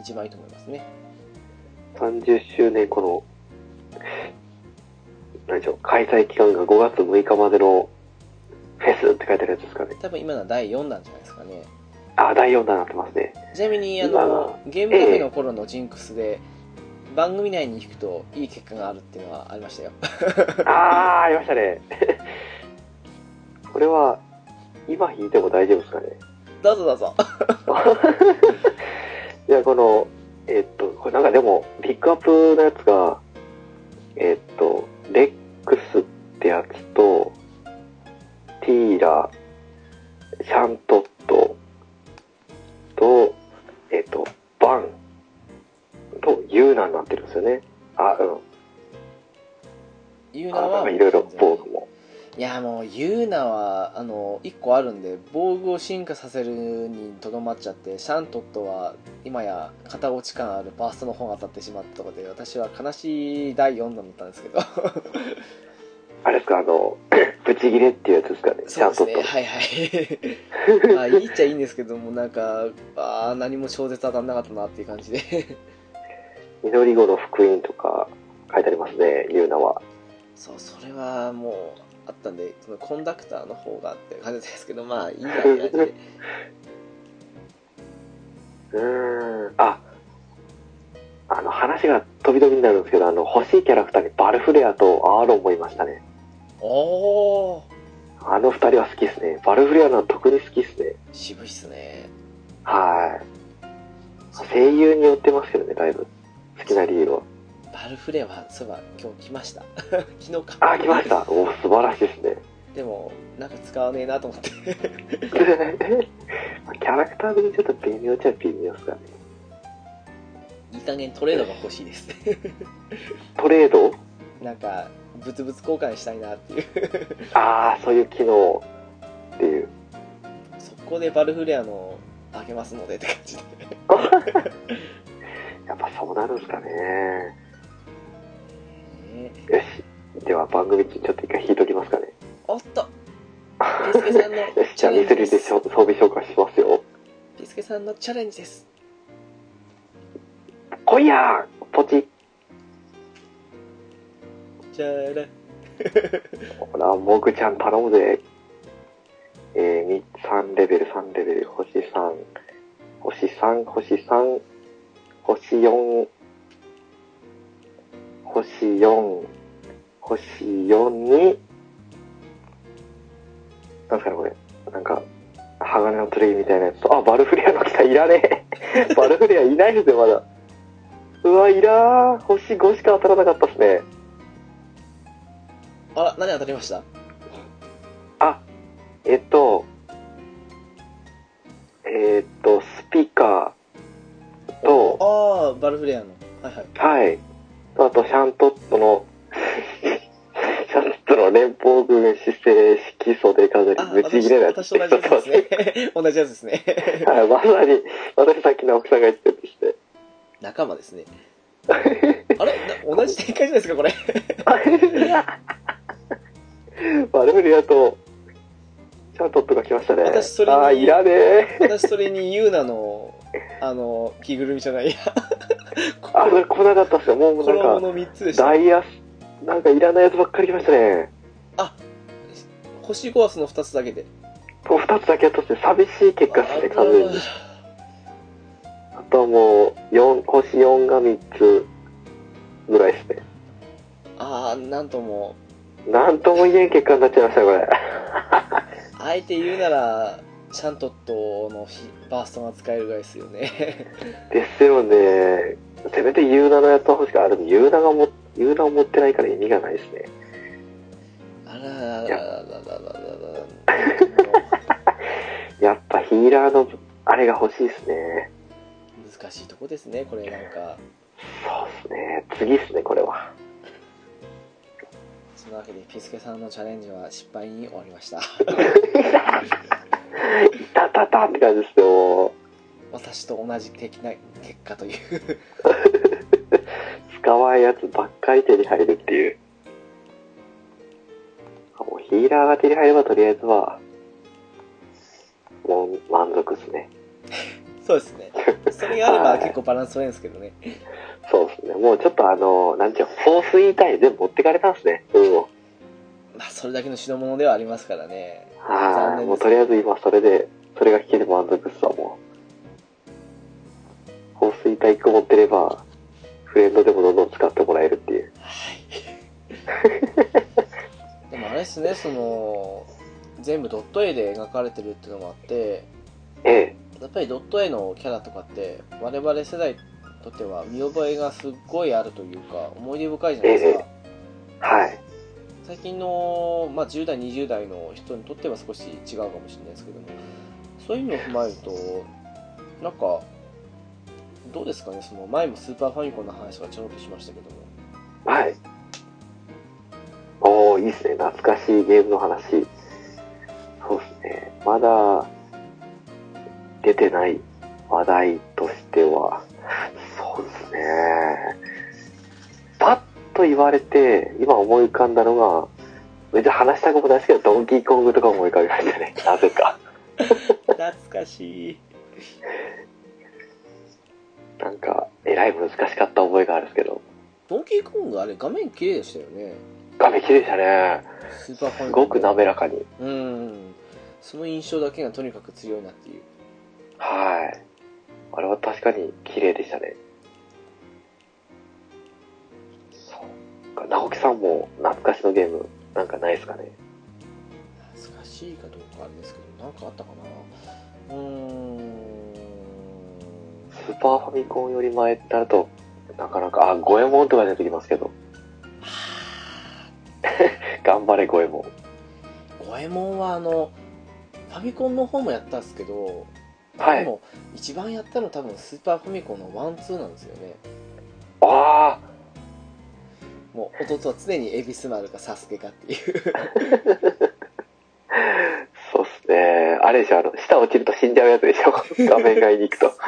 Speaker 1: 一番いいと思いますね
Speaker 2: 30周年この、何でしょう、開催期間が5月6日までのフェスって書いてあるやつですかね。
Speaker 1: 多分今のは第4弾じゃないですかね
Speaker 2: あ、第4弾になってますね。
Speaker 1: ちなみにあ
Speaker 2: 今は
Speaker 1: のゲームカフェの頃のジンクスで番組内に引くといい結果があるっていうのはありましたよ
Speaker 2: あー、ありましたね。 これは、今引いても大丈夫ですかね。
Speaker 1: どうぞどうぞ
Speaker 2: いや、この、えっと、これなんかでも、ピックアップのやつが、えっと、レックスってやつと、ティーラ、シャントットと、えっと、バンとユーナになってるんですよね。あ、う
Speaker 1: ユー
Speaker 2: ん。
Speaker 1: ナ
Speaker 2: あなん
Speaker 1: は
Speaker 2: かいろいろ防具も。
Speaker 1: いやもうユーナはあの1個あるんで防具を進化させるにとどまっちゃってシャントットは今や片落ち感あるバーストの方が当たってしまったところで私は悲しい第4弾だったんですけど
Speaker 2: あれですか、あの、 ブチ切れっていうやつですかね、 シ
Speaker 1: そ
Speaker 2: ャ
Speaker 1: う
Speaker 2: ン
Speaker 1: で
Speaker 2: ト
Speaker 1: す
Speaker 2: ット
Speaker 1: ね。はいはいまあいいっちゃいいんですけどもなんかあー何も小説当たんなかったなっていう感じで
Speaker 2: 緑子の福音とか書いてありますね、ユーナは。
Speaker 1: そうそれはもうあったんでそのコンダクターの方がって感じですけどまあいいやって感じ で
Speaker 2: うーん、あ、あの、話が飛び飛びになるんですけど、あの、欲しいキャラクターにバルフレアとアーロンもいましたね。
Speaker 1: おー
Speaker 2: あの二人は好きですね。バルフレアのは特に好きですね。
Speaker 1: 渋いっすね
Speaker 2: はい。声優によってますけどね、だいぶ。好きな理由は。
Speaker 1: バルフレアはそういえば今日来ました 昨日か
Speaker 2: あ、来ました。お素晴らしいですね。
Speaker 1: でもなんか使わねえなと思って
Speaker 2: キャラクター的にちょっと微妙っちゃ微妙ですかね。
Speaker 1: いい加減トレードが欲しいです
Speaker 2: トレード
Speaker 1: なんか物々交換したいなっていう
Speaker 2: ああ、そういう機能っていう。
Speaker 1: 速攻でバルフレアのあげますのでって感じで
Speaker 2: やっぱそうなるんですかね。
Speaker 1: ね
Speaker 2: よし。では番組ちょっと一回引いときますかね。
Speaker 1: おっとピスケさんの
Speaker 2: よし、
Speaker 1: チ
Speaker 2: じゃ
Speaker 1: ャ
Speaker 2: あ
Speaker 1: レ
Speaker 2: ミ
Speaker 1: ンジ
Speaker 2: スリ
Speaker 1: で
Speaker 2: ーですしょ装備紹介しますよ。
Speaker 1: ピスケさんのチャレンジです
Speaker 2: 来いやーポチ
Speaker 1: チャラ
Speaker 2: ほら、モグちゃん頼むぜ。えー、み3レベル、3レベル、星3、星3、星3、星4、星4、星4に、なんすかね、これ。なんか、鋼のトレイみたいなやつと、あ、バルフレアの機体いらねえ。 バルフレアいないですよ、まだ。うわ、いらー。星5しか当たらなかったっすね。
Speaker 1: あら何当たりました
Speaker 2: あ、えっと、えっと、スピカーと、
Speaker 1: ああバルフレアのはいはい
Speaker 2: はい。あと、シャントットの、シャントットの連邦軍姿勢色素で飾り、
Speaker 1: あ
Speaker 2: ぶち切れない
Speaker 1: 私と同じやつですね 同じやつですね
Speaker 2: はい、まさに、私さっきの奥さんが言ってるとして。
Speaker 1: 仲間ですねあれな同じ展開じゃないですかこれ
Speaker 2: バルフリアと、シャントットが来ましたね。
Speaker 1: 私それに
Speaker 2: あー、いらねえ。
Speaker 1: 私それにユーナのあの着ぐるみじゃないや
Speaker 2: あ、それ来なかったっすよ。もうなん
Speaker 1: 衣
Speaker 2: か、
Speaker 1: の3つでした
Speaker 2: ダイヤス、なんかいらないやつばっかり来ましたね。
Speaker 1: 星5はその2つだけで
Speaker 2: もう二つだけやったって寂しい結果ですね、完全に。あとはもう、四星4が3つぐらいですね。
Speaker 1: あーなんとも
Speaker 2: なんとも言えん結果になっちゃいましたよ、これ。
Speaker 1: あえて言うならシャントットのひバーストが使えるぐらいですよね
Speaker 2: ですよね。せめて U7 のやった方しかあるの、U7 がも、U7 を持ってないから意味がないですね。
Speaker 1: あらららららららら
Speaker 2: やっぱヒーラーの、あれが欲しいですね。
Speaker 1: 難しいとこですねこれなんか
Speaker 2: そうですね。次ですね、これは。
Speaker 1: そんなわけでピスケさんのチャレンジは失敗に終わりました
Speaker 2: いたたたって感じですよ。
Speaker 1: 私と同じ的な結果という
Speaker 2: 使わんやつばっかり手に入るっていう。もうヒーラーが手に入ればとりあえずは、もう満足っすね。
Speaker 1: そうですねそれがあれば結構バランス取れるんですけどね
Speaker 2: そうっすね。もうちょっとあの、なんちゅうの、総帥単位全部持ってかれたんすね。うん。
Speaker 1: まあそれだけの代物ではありますからね残念
Speaker 2: は
Speaker 1: で
Speaker 2: い。
Speaker 1: す
Speaker 2: もうとりあえず今それで、それが聞けて満足っすわ、もう。放水体1個持ってれば、フレンドでもどんどん使ってもらえるっていう。
Speaker 1: はい。でもあれですね、その、全部ドット絵で描かれてるっていうのもあって、
Speaker 2: ええ。
Speaker 1: やっぱりドット絵のキャラとかって、我々世代にとっては見覚えがすっごいあるというか、思い出深いじゃないですか。
Speaker 2: はい。
Speaker 1: 最近の、まあ、10代、20代の人にとっては少し違うかもしれないですけども、そういうのを踏まえると、なんか、どうですかね、その前もスーパーファミコンの話とかちょろっとしましたけども、
Speaker 2: はい。おー、いいっすね。懐かしいゲームの話。そうっすね。まだ、出てない話題としては、そうですね。パッと言われて、今思い浮かんだのが、別に話したことないですけど、ドンキーコングとか思い浮かびましたね。 なぜか。
Speaker 1: 懐かしい。
Speaker 2: なんか、えらい難しかった覚えがあるんですけど。
Speaker 1: ドンキーコングあれ画面綺麗でしたよね
Speaker 2: 画面綺麗でしたね。
Speaker 1: スーパーファン
Speaker 2: すごく滑らかに。
Speaker 1: うんその印象だけがとにかく強いなっていう
Speaker 2: はい。あれは確かに綺麗でしたね。そうか。直樹さんも懐かしのゲームなんかないですかね。
Speaker 1: 懐かしいかどうかあれですけどなんかあったかなうーん
Speaker 2: スーパーファミコンより前になると、なかなか、あ、五右衛門とか出てきますけど。 頑張れ五右衛門。
Speaker 1: 五右衛門はあのファミコンの方もやったんですけど、
Speaker 2: はい
Speaker 1: で。も一番やったの多分スーパーファミコンのワンツーなんですよね
Speaker 2: あ
Speaker 1: もう弟は常に恵比寿丸かサスケかっていう
Speaker 2: あ、そうっすね。あれでしょ、あの、下落ちると死んじゃうやつでしょ。 画面外に行くと。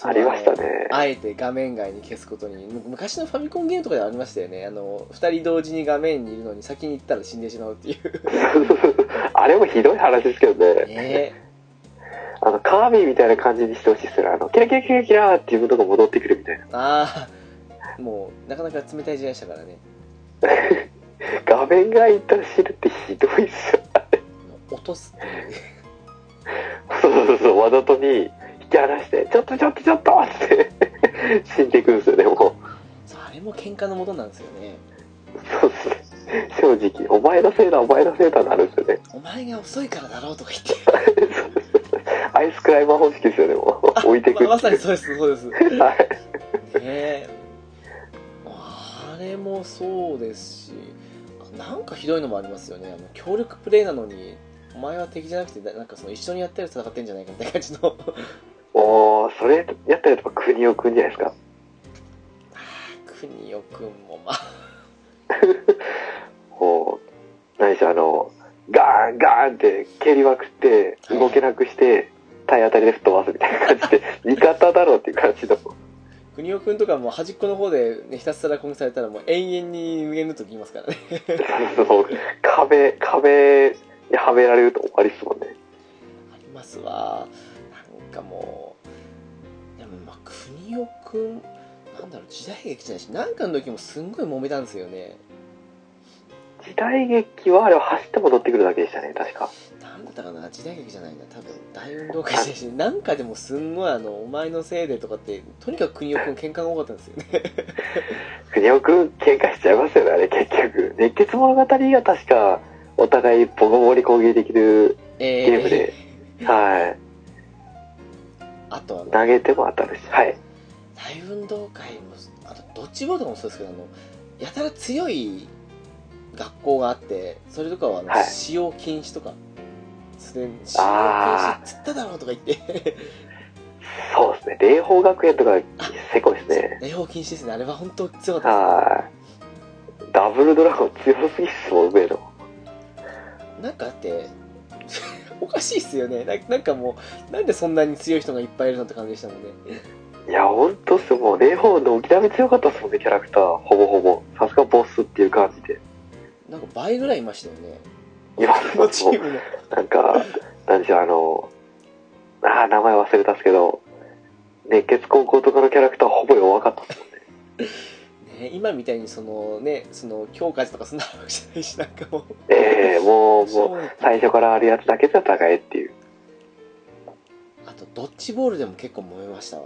Speaker 2: ありましたね。
Speaker 1: あえて画面外に消すことにむ昔のファミコンゲームとかではありましたよねあの2人同時に画面にいるのに先に行ったら死んでしまうっていう
Speaker 2: あれもひどい話ですけどね。
Speaker 1: ね
Speaker 2: あの、カービィみたいな感じにしてほしいですよね。あの、キラキラキラキラーって自分のとこ戻ってくるみたいな。
Speaker 1: ああもうなかなか冷たい時代でしたからね
Speaker 2: 画面がいたら知るってひどいっすよ。
Speaker 1: 落とすっていう
Speaker 2: そうそうそうそう、わざとに引き離して、ちょっとちょっとちょっとって死んでいくんですよね、も
Speaker 1: そうあれも喧嘩のもとなんですよね
Speaker 2: う。そうっすね。正直、お前のせいだ、お前のせいだなるんですよね。
Speaker 1: お前が遅いからだろうとか言って
Speaker 2: アイスクライマー方式ですよね、もう。置いてくってい
Speaker 1: ま
Speaker 2: う
Speaker 1: まさにそうですそうですね
Speaker 2: はい。
Speaker 1: えあれもそうですしあなんかひどいのもありますよねあの協力プレイなのにお前は敵じゃなくてななんかその一緒にやったやつ戦ってんじゃないかみたいな感じの
Speaker 2: おー、それやったらやっぱ国を組んじゃないですか。
Speaker 1: 国尾くんもまあ
Speaker 2: こう、何でしょう、あの、ガーンガーンって蹴りまくって、
Speaker 1: はい
Speaker 2: 動けなくして、体当たりで吹っ飛ばすみたいな感じで、味方だろうっていう感じの。
Speaker 1: 国尾くんとかも端っこの方で、ね、ひたすら攻撃されたらもう延々に無限ルートきますからね
Speaker 2: そう壁、壁にはめられると終わりっすもんね。
Speaker 1: ありますわなんかもうでもまあ国尾くんなんだろう時代劇じゃないしなんかの時もすんごい揉めたんですよね
Speaker 2: 時代劇はあれは走って戻ってくるだけでしたね、確か。
Speaker 1: なんだったかな時代劇じゃないな多分大運動会だしなんかでもすんごいあのお前のせいでとかってとにかく国尾くん喧嘩が多かったんですよね
Speaker 2: 国尾くん喧嘩しちゃいますよね、あれ結局。熱血物語が確か、お互いボコボコに攻撃できる
Speaker 1: え
Speaker 2: ゲームで、はい。
Speaker 1: あとあの
Speaker 2: 投げても当たるし、はい。
Speaker 1: 大運動会もあとドッジボールとかもそうですけどあのやたら強い学校があってそれとかはあの、
Speaker 2: はい
Speaker 1: 使用禁止とかそれ使用禁
Speaker 2: あ
Speaker 1: 止っつっただろうとか言って
Speaker 2: そうですね、霊峰学園とか、せこいです ね。
Speaker 1: 内容禁止ですねあれは本当強かった
Speaker 2: はい。ダブルドラゴン強すぎっすもん、上野。
Speaker 1: ですなんかだって おかしいっすよねななんかもうなんでそんなに強い人がいっぱいいるのって感じでしたもんね
Speaker 2: いや、ほんとっすよ、もう、霊峰の沖縄強かったっすもんね、キャラクター。ほぼほぼ。さすがボスっていう感じで。
Speaker 1: なんか倍ぐらいいましたよね。
Speaker 2: います
Speaker 1: このチームの。
Speaker 2: なんか、なんでしょう、あの、あー名前忘れたっすけど、熱血高校とかのキャラクターほぼ弱かったっすもんね。
Speaker 1: ね、今みたいにそのね、その強化とかそんな話じゃないし、なんかもう。
Speaker 2: ええもう、もう、
Speaker 1: そう
Speaker 2: 最初からあるやつだけじゃ高いっていう。
Speaker 1: あと、ドッジボールでも結構揉めましたわ。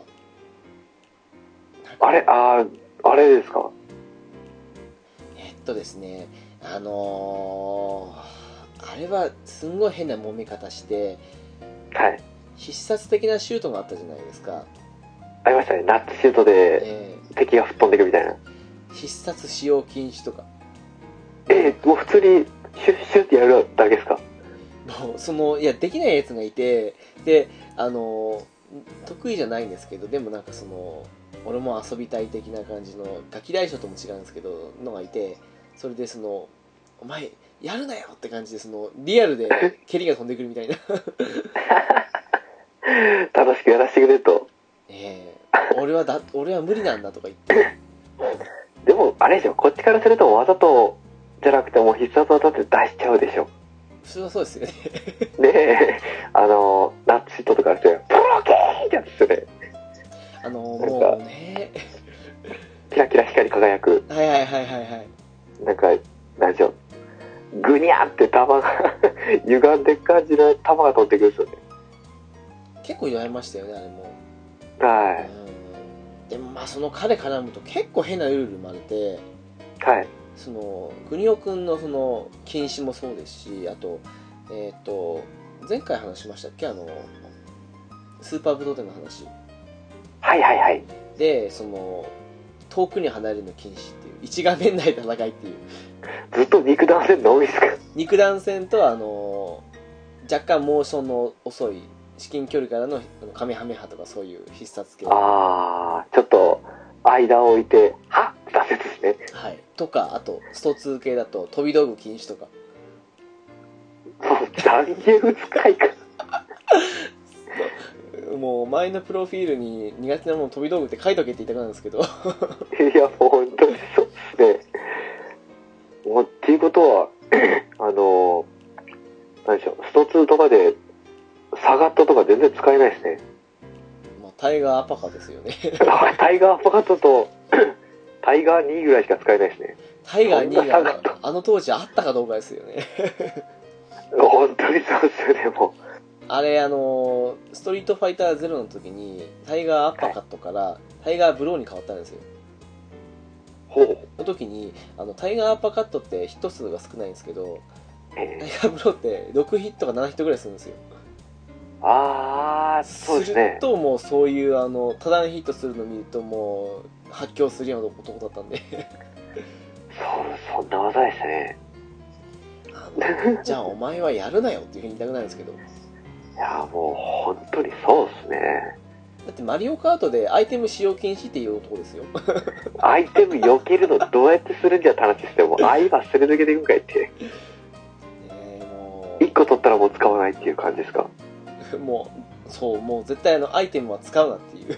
Speaker 1: なんか
Speaker 2: あれ、ああ、あれですか
Speaker 1: えっとですね、あのーあれはすんごい変な揉め方して、
Speaker 2: はい。
Speaker 1: 必殺的なシュートがあったじゃないですか。
Speaker 2: ありましたね。ナッツシュートで
Speaker 1: え
Speaker 2: 敵が吹っ飛んでいくみたいな。
Speaker 1: ー必殺使用禁止とか。
Speaker 2: ええもう普通にシュッシュッってやるだけですか
Speaker 1: もうその いやできないやつがいてであの得意じゃないんですけどでもなんかその俺も遊びたい的な感じのガキ大将とも違うんですけどのがいてそれでその「お前やるなよ!」って感じでそのリアルで蹴りが飛んでくるみたいな
Speaker 2: 楽しくやらせてくれと。
Speaker 1: ええ俺はだ俺は無理なんだとか言って
Speaker 2: でも、あれでしょ、こっちからするとわざとじゃなくてもう必殺技って出しちゃうでしょ。
Speaker 1: 普通はそうですよね
Speaker 2: ねえ、 あの、ナッツシュートとかあると、プロケーンってやつですよね。
Speaker 1: あの
Speaker 2: な
Speaker 1: も
Speaker 2: ん
Speaker 1: うね
Speaker 2: キラキラ光り輝く。
Speaker 1: はいはいはいはいはい
Speaker 2: なんか、なんでしょう。ぐにゃって玉が、 歪んでく感じの玉が飛んでくるんですよね。
Speaker 1: 結構言われましたよねあれも、
Speaker 2: は
Speaker 1: うんでもまあその彼絡むと結構変なルール生まれて
Speaker 2: い。はい。
Speaker 1: その国尾君のその禁止もそうですしあとえっ、と前回話しましたっけあのスーパーブドウ展の話
Speaker 2: はいはいはい。
Speaker 1: でその遠くに離れるの禁止っていう一画面内戦いっていう
Speaker 2: ずっと肉弾戦の多いですか
Speaker 1: 肉弾戦とあの若干モーションの遅い至近距離からのあのカメハメハとかそういう必殺系は
Speaker 2: あー、ちょっと、間を置いて、はっ挫折ですね。
Speaker 1: いとかあとスト2系だと飛び道具禁止とか
Speaker 2: もう、残留使いか。
Speaker 1: もう前のプロフィールに苦手なもの飛び道具って書いとけって言いたくなるんですけど
Speaker 2: いや、もう本当にそうですね。もう、っていうことは、 あの、何でしょう、スト2とかで、下がったとか全然使えないですね。
Speaker 1: まあタイガーアパカですよね
Speaker 2: あタイガーアッパカットと、 タイガー2ぐらいしか使えないですね。
Speaker 1: タイガー2
Speaker 2: そんな差
Speaker 1: が
Speaker 2: が
Speaker 1: あの当時あったかどうかですよね
Speaker 2: 本当にそうですよね、も
Speaker 1: あれあのストリートファイターゼロの時にタイガーアパカットからタイガーブローに変わったんですよ
Speaker 2: う。ほう。
Speaker 1: の時にあのタイガーアッパーカットってヒット数が少ないんですけど
Speaker 2: え
Speaker 1: タイガ
Speaker 2: ー
Speaker 1: ーブローって6ヒットか7ヒットぐらいするんですよ
Speaker 2: あー、そうです
Speaker 1: る
Speaker 2: ね。
Speaker 1: ともうそういうあの多段ヒットするの見るともう発狂するような男だったんで
Speaker 2: そう、そんな技でしたね。
Speaker 1: あのじゃあお前はやるなよっていうふうに言いたくないんですけどだ
Speaker 2: いや、もう本当にそうですね。
Speaker 1: ってマリオカートでアイテム使用禁止っていう男ですよ
Speaker 2: アイテム避けるのどうやってするんじゃって話しても、あ、今すり抜けていくんかいって。
Speaker 1: ねえも
Speaker 2: 1個取ったらもう使わないっていう感じですか
Speaker 1: うもうそうもう絶対あのアイテムは使うなっていう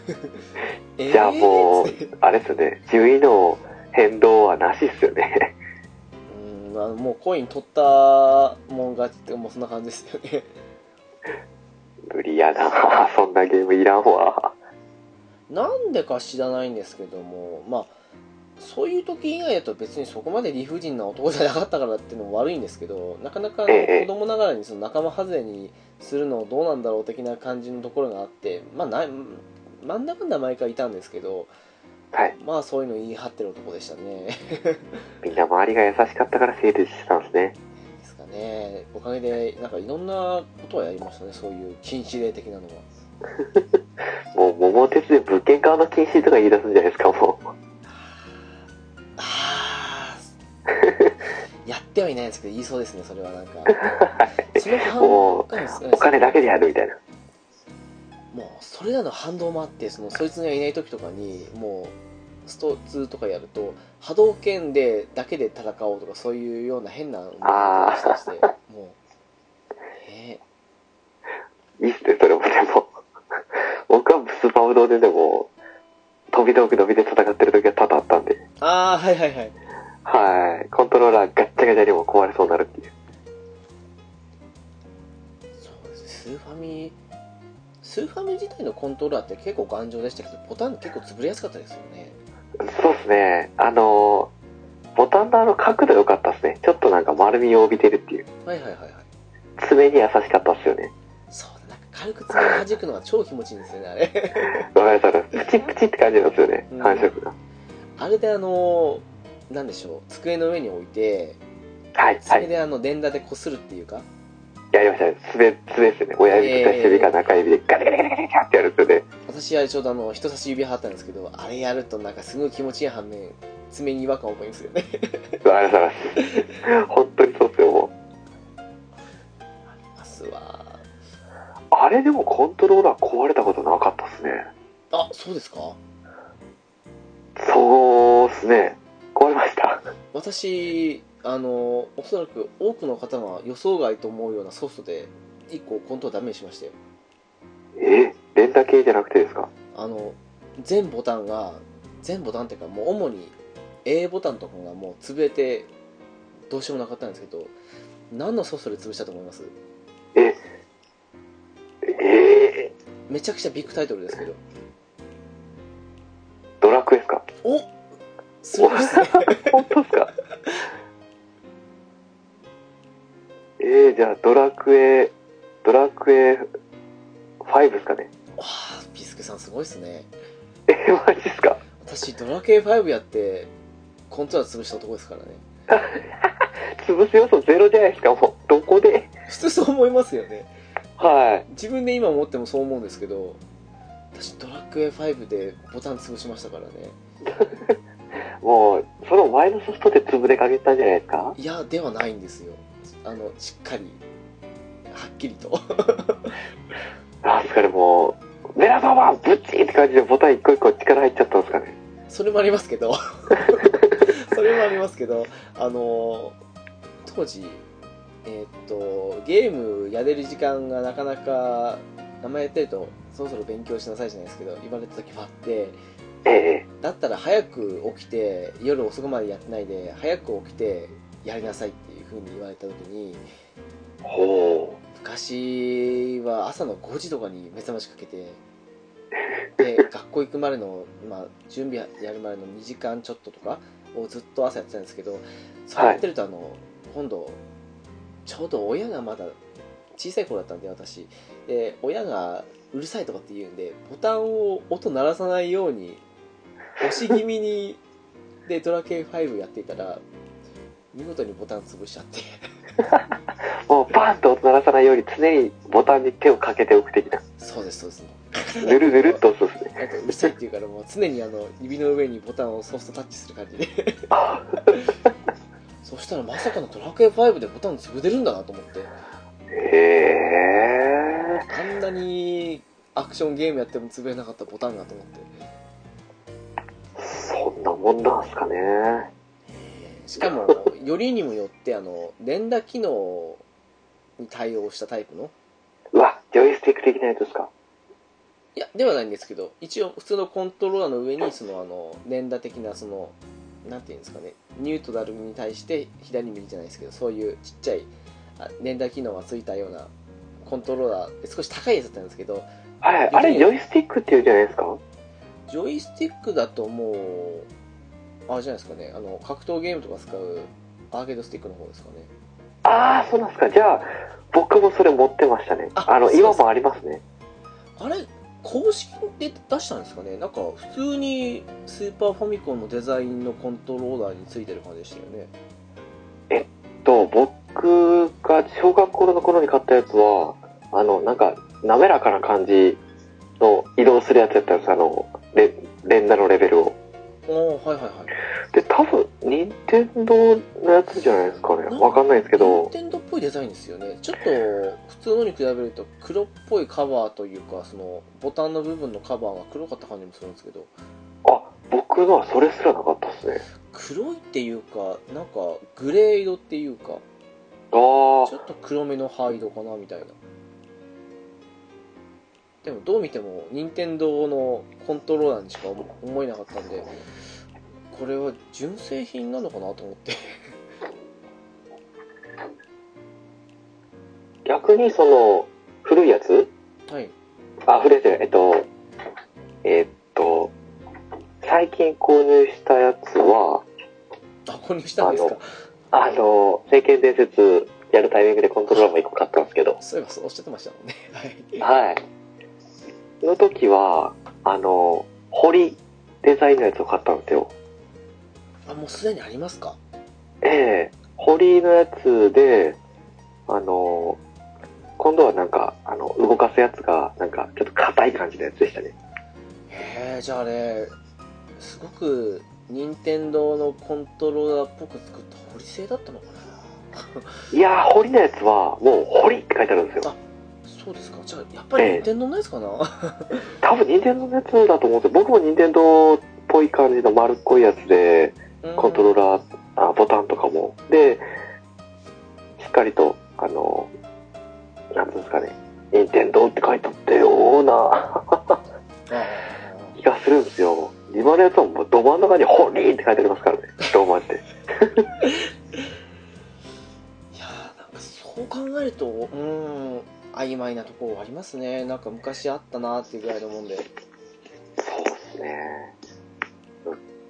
Speaker 1: え
Speaker 2: じゃあもう
Speaker 1: ーっつって
Speaker 2: あれですよね順位の変動はなしっすよね
Speaker 1: うんあのもうコイン取ったもん勝ちってもうそんな感じですよね
Speaker 2: 無理やなそんなゲームいらんわ
Speaker 1: なんでか知らないんですけどもまあそういう時以外だと別にそこまで理不尽な男じゃなかったからっていうのも悪いんですけどなかなかあの
Speaker 2: え
Speaker 1: 子
Speaker 2: え
Speaker 1: 供ながらにその仲間外れにするのどうなんだろう的な感じのところがあってまあない真ん中んだ毎回いたんですけど
Speaker 2: はい
Speaker 1: まあそういうの言い張ってる男でしたね
Speaker 2: みんな周りが優しかったから成立してたんですね
Speaker 1: ですかねおかげでなんかいろんなことはやりましたねそういう禁止令的なのは
Speaker 2: もう桃鉄で物件側の禁止とか言い出すんじゃないですかも
Speaker 1: あーやってはいないんですけど言いそうですねそれは なんかその
Speaker 2: う
Speaker 1: 反
Speaker 2: も
Speaker 1: うん
Speaker 2: うお金だけでやるみたいな
Speaker 1: もうそれらの反動もあってそのそいつがいない時とかにもうスト2とかやると波動拳でだけで戦おうとかそういうような変な動き
Speaker 2: あー
Speaker 1: をしてもうね
Speaker 2: いいっすねそれもでも 僕はスーパーブドウででも飛び道具伸びで戦ってる時は多々あったんで
Speaker 1: ああはいはいはい
Speaker 2: はいコントローラーガッチャガチャにも壊れそうになるっていう
Speaker 1: そうですスーファミスーファミ自体のコントローラーって結構頑丈でしたけどボタン結構潰れやすかったですよね
Speaker 2: そうですね。あの、ボタンのあの角度良かったですね。ちょっとなんか丸みを帯びてるっていう。
Speaker 1: はいはいはいはい
Speaker 2: 爪に優しかったっすよね。
Speaker 1: そうだなんか軽く爪を弾くのが超気持ちいいんですよねあれ
Speaker 2: わかりますわかります。プチプチって感じなんですよね
Speaker 1: う。ん
Speaker 2: 感触が。
Speaker 1: あれであのなんでしょう机の上に置いて
Speaker 2: はい、
Speaker 1: そ
Speaker 2: は
Speaker 1: れ
Speaker 2: い。
Speaker 1: であの連打でこするっていうか、
Speaker 2: やりましたね。爪、爪ですよね。親指と人差し指か中指でガチャガチャガチャガチャってやるんですよね。
Speaker 1: 私はちょうどあの人差し指貼ったんですけどあれやるとなんかすごい気持ちいい反面爪に違和感を覚えるんですよね
Speaker 2: わかりますわかります。本当にそうっすよ、もう。
Speaker 1: 明日は
Speaker 2: あれでもコントローラー壊れたことなかったっすね。
Speaker 1: あそうですか
Speaker 2: そうっすね。壊れました。
Speaker 1: 私あのおそらく多くの方が予想外と思うようなソフトで1個コントロールダメにしましたよ
Speaker 2: え連打系じゃなくてですか
Speaker 1: あの全ボタンが全ボタンっていうかもう主に A ボタンとかがもう潰れてどうしようもなかったんですけど何のソフトで潰したと思います
Speaker 2: えー、
Speaker 1: めちゃくちゃビッグタイトルですけど
Speaker 2: ドラクエですか
Speaker 1: おすごいですね
Speaker 2: 本当ですかえー、じゃあドラクエ、ドラクエ5ですかね。
Speaker 1: わあピースケさんすごいっすね
Speaker 2: えー、マジっすか
Speaker 1: 私ドラケイ5やってコントラ潰したとこですからね
Speaker 2: 潰す要素ゼロじゃないですか、もう。どこで
Speaker 1: 普通そう思いますよね
Speaker 2: はい。
Speaker 1: 自分で今思ってもそう思うんですけど私ドラクエ5でボタン潰しましたからね
Speaker 2: もう、その前のソフトで潰れかけたんじゃないですか
Speaker 1: いやではないんですよあのしっかりはっきりと
Speaker 2: なんすかね、もう、皆様、ブチーって感じでボタン一個一個力入っちゃったんですかね。
Speaker 1: それもありますけど それもありますけどあの当時えーっとゲームやれる時間がなかなか名前やってるとそろそろ勉強しなさいじゃないですけど言われた時もあって
Speaker 2: ええ
Speaker 1: だったら早く起きて夜遅くまでやってないで早く起きてやりなさいっていう風に言われた時に
Speaker 2: ほ
Speaker 1: 昔は朝の5時とかに目覚ましかけてで学校行くまでの、まあ、準備やるまでの2時間ちょっととかをずっと朝やってたんですけどそれやってるとあの、今度ちょうど親がまだ小さい頃だったんで私で親がうるさいとかって言うんでボタンを音鳴らさないように押し気味にでドラケイ5やっていたら見事にボタン潰しちゃって
Speaker 2: う。もう、バーンと音鳴らさないように常にボタンに手をかけておく的な。
Speaker 1: そうですそうです
Speaker 2: ぬるぬるっと押すんですね。
Speaker 1: あとうるさいっていうからもう常にあの指の上にボタンをソフトタッチする感じで
Speaker 2: あ
Speaker 1: そしたらまさかのドラクエ5でボタン潰れるんだなと思って
Speaker 2: へえ
Speaker 1: あんなにアクションゲームやっても潰れなかったボタンがと思って、
Speaker 2: そんなもんなんすかね。
Speaker 1: しかもよりにもよってあの連打機能に対応したタイプの
Speaker 2: うわ、ジョイスティック的なやつですか
Speaker 1: いやではないんですけど一応普通のコントローラーの上にそのあの連打的なそのなんていうんですかねニュートラルに対して左右じゃないですけどそういうちっちゃいあ連打機能がついたようなコントローラーで少し高いやつだったんですけど
Speaker 2: はい、あれジョイスティックって言うじゃないですか
Speaker 1: ジョイスティックだともうあれじゃないですかねあの格闘ゲームとか使うアーケードスティックの方ですかね
Speaker 2: ああ、そうなんですか。じゃあ、僕もそれ持ってましたね。
Speaker 1: あ
Speaker 2: あの、
Speaker 1: そうそう
Speaker 2: 今もありますね。
Speaker 1: あれ公式で出したんですかねなんか普通にスーパーファミコンのデザインのコントローラーについてる感じでしたよね
Speaker 2: と、僕が小学校の頃に買ったやつは、あの、なんか、滑らかな感じの移動するやつやったんです。あの、レ連打のレベルを。
Speaker 1: おーはいはいはい
Speaker 2: で、多分、任天堂のやつじゃないですかね。わかんないですけ
Speaker 1: 任
Speaker 2: ど、
Speaker 1: 天堂っぽいデザインですよねちょっと普通のに比べると黒っぽいカバーというかそのボタンの部分のカバーが黒かった感じもするんですけど
Speaker 2: あ、僕のはそれすらなかったですね。
Speaker 1: 黒いっていうかなんかグレー色っていうか
Speaker 2: ああ
Speaker 1: ちょ、っと黒めの灰色かなみたいなでもどう見ても任天堂のコントローラーにしか思思えなかったんでこれは純正品なのかなと思って
Speaker 2: 逆にその、古いやつ
Speaker 1: はい
Speaker 2: あ、古いやつじゃないえっと、えっと、最近購入したやつは、
Speaker 1: あ購入したんですか
Speaker 2: あの、聖剣伝説やるタイミングでコントローラーも1個買ったんですけど、
Speaker 1: そういえばそうおっしゃってましたもんねはい
Speaker 2: はい。の時は、あの、堀デザインのやつを買ったんですよ。
Speaker 1: あもうすでにありますか
Speaker 2: ええ堀のやつで、あの、今度はなんか、あの、動かすやつが、なんか、ちょっと硬い感じのやつでしたね。
Speaker 1: へえじゃああれすごく任天堂のコントローラーっぽく作った堀製だったのかない
Speaker 2: やー、堀のやつは、もう、堀って書いてあるんですよ。
Speaker 1: そうですかじゃあやっぱり任天堂のやつかな、
Speaker 2: 多分、任天堂のやつだと思うんですよ。僕も任天堂っぽい感じの丸っこいやつで、
Speaker 1: うん
Speaker 2: コントローラー、あボタンとかも。で、しっかりと、あの、なんていうんですかね、任天堂って書いてあったような
Speaker 1: ああ
Speaker 2: 気がするんですよ。今のやつはもうど真ん中にホリーって書いてありますからね。ローマ字で。
Speaker 1: いやーなんかそう考えるとうーん曖昧なところありますねなんか昔あったなーっていうぐらいのもんで
Speaker 2: そうですね。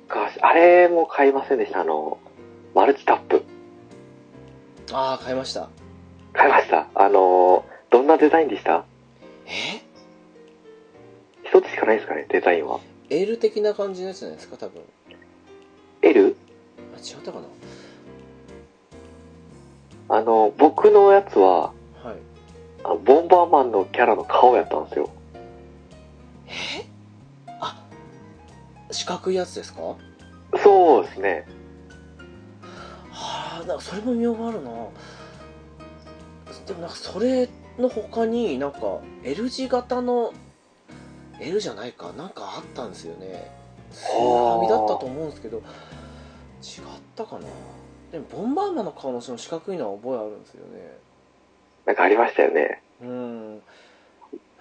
Speaker 2: 昔、あれも買いませんでした。あの、マルチタップ。
Speaker 1: ああ買いました
Speaker 2: 買いました。あのーどんなデザインでした
Speaker 1: え
Speaker 2: 一つしかないですかね、デザインは。
Speaker 1: L 的な感じのやつじゃないですか多分
Speaker 2: L?
Speaker 1: あ違ったかな
Speaker 2: あのー僕のやつは、
Speaker 1: はい
Speaker 2: あのボンバーマンのキャラの顔やったんですよ。
Speaker 1: えあ四角いやつですか
Speaker 2: そうですね。
Speaker 1: はあなんかそれも見覚えあるなでもなんかそれの他になんか L 字型の L じゃないかなんかあったんですよねスーハミだったと思うんですけど違ったかなでもボンバーマンの顔のその四角いのは覚えあるんですよね
Speaker 2: なんかありましたよね。
Speaker 1: うん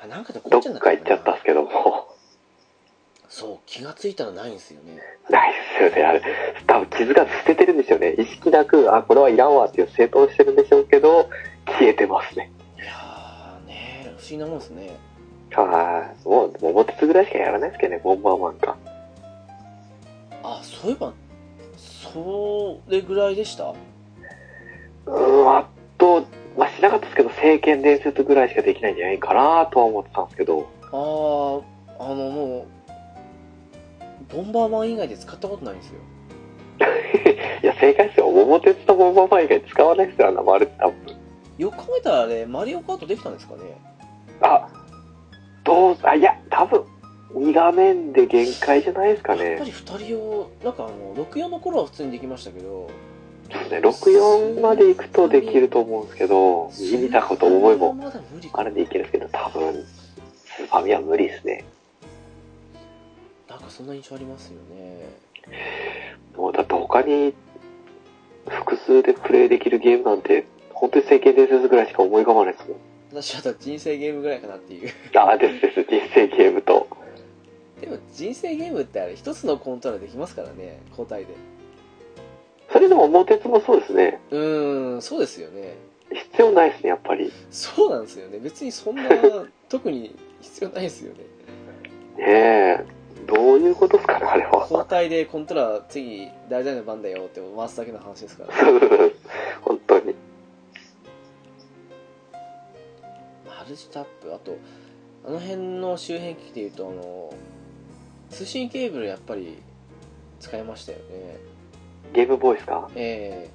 Speaker 1: あなんかで
Speaker 2: ど
Speaker 1: こ
Speaker 2: っか行っちゃったっすけども。
Speaker 1: そう気がついたらないんですよね
Speaker 2: ないっすよね、あれ。多分気づかず捨ててるんでしょうね。意識なく、あ、これはいらんわっていう整頓してるんでしょうけど、消えてますね。
Speaker 1: いやーね不思議なもんですね
Speaker 2: はい。もう、桃鉄ぐらいしかやらないですけどね、ボンバーマンか。
Speaker 1: あそういえばそれぐらいでした
Speaker 2: うーん、あと、まあ、しなかったですけど、聖剣伝説ぐらいしかできないんじゃないかなとは思ってたんですけど、
Speaker 1: あ ーあのもうボンバーマン以外で使ったことないんですよ
Speaker 2: いや、正解ですよ。桃鉄とボンバーマン以外使わないですよ、あんな丸って多分。
Speaker 1: よく考えたらあれマリオカートできたんですかね
Speaker 2: あ、どう、あ、いや、多分、2画面で限界じゃないですか
Speaker 1: やっぱ
Speaker 2: ね。
Speaker 1: り2人用なんかあの64の頃は普通にできましたけど
Speaker 2: そうですね、64まで行くとできると思うんですけど、見たこと覚えも
Speaker 1: まだ無理か
Speaker 2: あれでいけるんですけど、多分、スーパーミは無理ですね。
Speaker 1: なんかそんな印象ありますよね
Speaker 2: もうだって他に複数でプレイできるゲームなんて、本当に聖剣伝説ぐらいしか思い浮かばないですもん。
Speaker 1: 私はただ人生ゲームぐらいかなっていう
Speaker 2: あ、ですです、人生ゲームと。
Speaker 1: でも人生ゲームってあれ一つのコントローラーできますからね交代で
Speaker 2: それでも桃鉄もそうですね。
Speaker 1: うーんそうですよね
Speaker 2: 必要ないですね、やっぱり。
Speaker 1: そうなんですよね別にそんな特に必要ないですよね
Speaker 2: ねえ。どういうことですかね、あれは。
Speaker 1: 交代でコントローラー次大事な番だよって回すだけの話ですから
Speaker 2: 本当に。
Speaker 1: マルチタップあとあの辺の周辺機器でいうとあの通信ケーブルやっぱり使いましたよね
Speaker 2: ゲームボーイですか
Speaker 1: え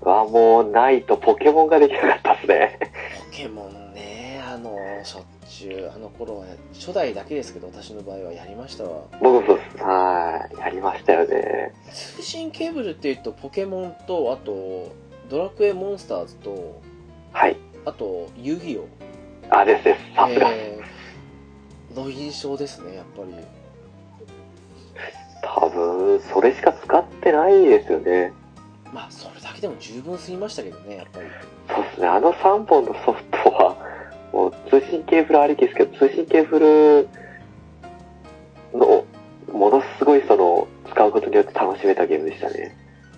Speaker 2: はもうないとポケモンができなかったですね。
Speaker 1: えポケモンねあのしょっちゅうあの頃は初代だけですけど私の場合はやりましたわ
Speaker 2: 僕もそうです。はい。やりましたよね。
Speaker 1: 通信ケーブルっていうとポケモンとあとドラクエモンスターズと
Speaker 2: はい。
Speaker 1: あと遊戯王
Speaker 2: あ、ですです。さすが。
Speaker 1: えーの印象ですねやっぱり
Speaker 2: 多分、それしか使ってないですよね。
Speaker 1: まあそれだけでも十分すぎましたけどねやっぱり
Speaker 2: そうですね。あの3本のソフトは、もう通信ケーブルありきですけど、通信ケーブルの、ものすごいその、使うことによって楽しめたゲームでしたね。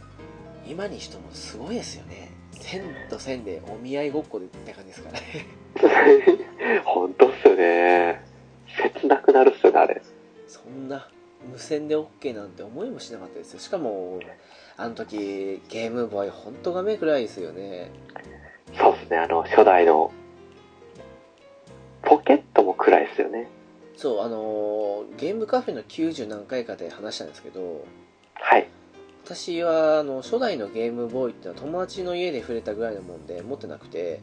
Speaker 1: 今にしてもすごいですよね線と線でお見合いごっこでって感じですかね
Speaker 2: 本当っすよね。切なくなるっすよね、あれ。
Speaker 1: そんな無線で OK なんて思いもしなかったですよしかもあの時ゲームボーイほんと画面暗いですよね
Speaker 2: そうですね、あの、初代の、ポケットも暗いっすよね。
Speaker 1: そうあのーゲームカフェの90何回かで話したんですけど
Speaker 2: はい。
Speaker 1: 私はあの初代のゲームボーイってのは友達の家で触れたぐらいのもんで持ってなくて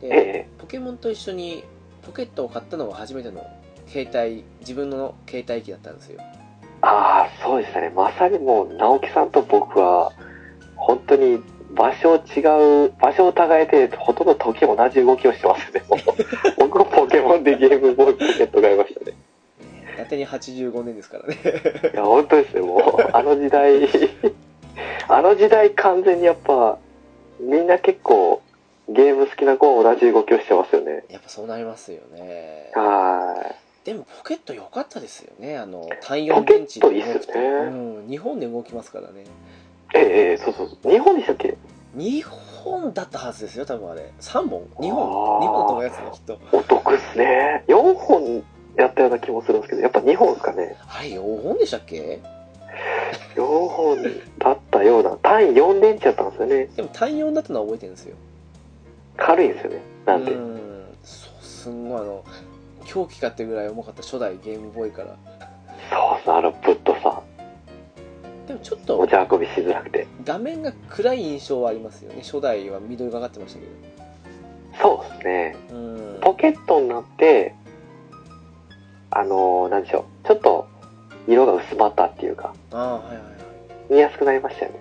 Speaker 1: で、
Speaker 2: え
Speaker 1: ポケモンと一緒にポケットを買ったのが初めての携帯自分の携帯機だったんですよ
Speaker 2: えああ、そうでしたね。まさにもう、直樹さんと僕は、本当に場所を違う、場所を互えて、ほとんど時同じ動きをしてますね。もう僕もポケモンでゲームボーイポケット買いましたね。
Speaker 1: ね伊達に85年ですからね
Speaker 2: いや、本当ですね、もう、あの時代、 あの時代完全にやっぱ、みんな結構、ゲーム好きな子は同じ動きをしてますよね。
Speaker 1: やっぱそうなりますよね
Speaker 2: は
Speaker 1: でもポケット良かったですよねあの単
Speaker 2: ポ
Speaker 1: 4
Speaker 2: ケ
Speaker 1: 電池
Speaker 2: ットいいっすよね
Speaker 1: うん、日本で動きますからね
Speaker 2: ーい。ええええ、そうそうそう。日本でしたっけ
Speaker 1: 日本だったはずですよ多分あれ3本2本2
Speaker 2: あー
Speaker 1: 本だと思いますねきっと
Speaker 2: お得っすね。4本やったような気もするんですけど、やっぱ2本ですかね。
Speaker 1: あれ4本でしたっけ
Speaker 2: 4本だったような、単位4電池だったんですよね。
Speaker 1: でも単4だったのは覚えてるんですよ
Speaker 2: 軽いんですよね。なんで。
Speaker 1: うんそうすんごいあの狂気かってぐらい重かった初代ゲームボーイから
Speaker 2: そうそう、あのぶっとさ、
Speaker 1: でもちょっ
Speaker 2: 持
Speaker 1: と
Speaker 2: ち運びしづらくて。
Speaker 1: 画面が暗い印象はありますよね初代は緑がかってましたけ
Speaker 2: そうですね。
Speaker 1: どうん
Speaker 2: ポケットになって、あのー、なんでしょう。ちょっと、色が薄まったっていうか、
Speaker 1: ああはいはいはい
Speaker 2: 見やすくなりましたよね。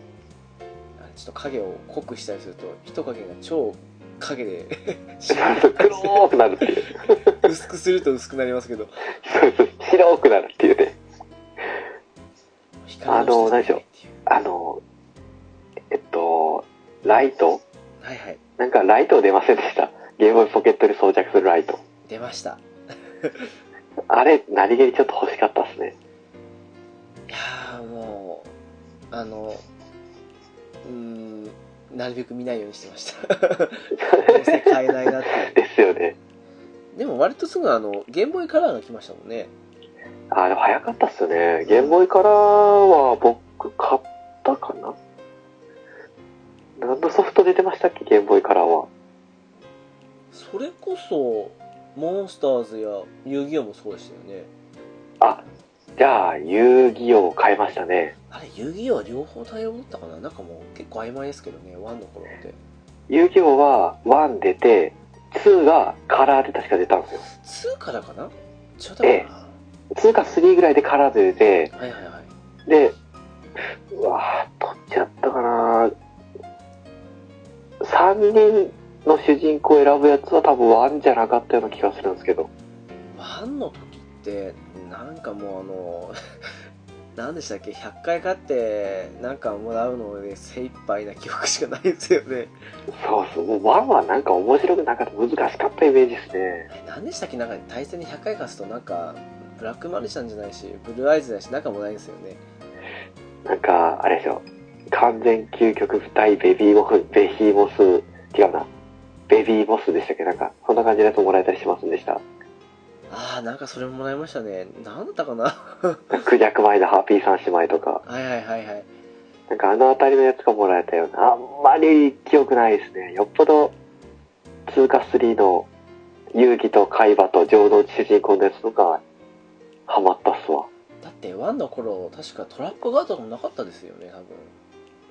Speaker 1: あちょっと影を濃くしたりすると人影が超影で
Speaker 2: そう黒ーくなるっていう。
Speaker 1: 薄くすると薄くなりますけど
Speaker 2: そうそう白くなるっていうね。
Speaker 1: 光の下に入っていう
Speaker 2: あのー、えっと、ライト
Speaker 1: はいはい
Speaker 2: なんかライト出ませんでした。ゲームボーイポケットに装着するライト。
Speaker 1: 出ました
Speaker 2: あれ、何気にちょっと欲しかったですね。
Speaker 1: いやーもうあのうーんなるべく見ないようにしてました どうせ買えないなっていう
Speaker 2: ですよね。
Speaker 1: でも割とすぐあのゲームボーイカラーが来ましたもんね
Speaker 2: あれ早かったっすよね。ゲームボーイカラーは僕買ったかな何のソフト出てましたっけゲームボーイカラーは。
Speaker 1: それこそモンスターズや遊戯王もそうでしたよね
Speaker 2: あ、じゃあ、遊戯王を買いましたね。
Speaker 1: あれ遊戯王は両方対応だったかななんかもう結構曖昧ですけどね1の頃って
Speaker 2: 遊戯王は1出て、2がカラーで確か出たんですよ。
Speaker 1: 2からかな違ったかな、
Speaker 2: え2か3ぐらいでカラーで出て、
Speaker 1: はいはいはい
Speaker 2: で、うわぁ、どっちやったかな3人の主人公を選ぶやつは多分ワンじゃなかったような気がするんですけど。
Speaker 1: 1の時ってなんかもうあの 何でしたっけ100回勝ってなんかもらうので精一杯な記憶しかないですよね
Speaker 2: そうそう、もうワンはなんか面白くなかった、難しかったイメージですね。
Speaker 1: え何でしたっけなんか対戦に100回勝つとなんかブラックマルシャンじゃないしブルーアイズだし仲もないんですよね
Speaker 2: なんか、あれでしょ、完全究極舞台ベビーモス、ベヒーモス、違うな、ベビーモスでしたっけなんか、そんな感じのやつもらえたりしませんでした。
Speaker 1: ああなんかそれもらいましたね何だったかな
Speaker 2: クジャク前のハーピー三姉妹とか、
Speaker 1: はいはいはいはい
Speaker 2: なんかあのあたりのやつがもらえたような、あんまり記憶ないですね。よっぽど、通過3の遊戯と海馬と浄土主人公のやつとか、ハマったっすわ。
Speaker 1: だって1の頃確かトラップガードもなかったですよね多分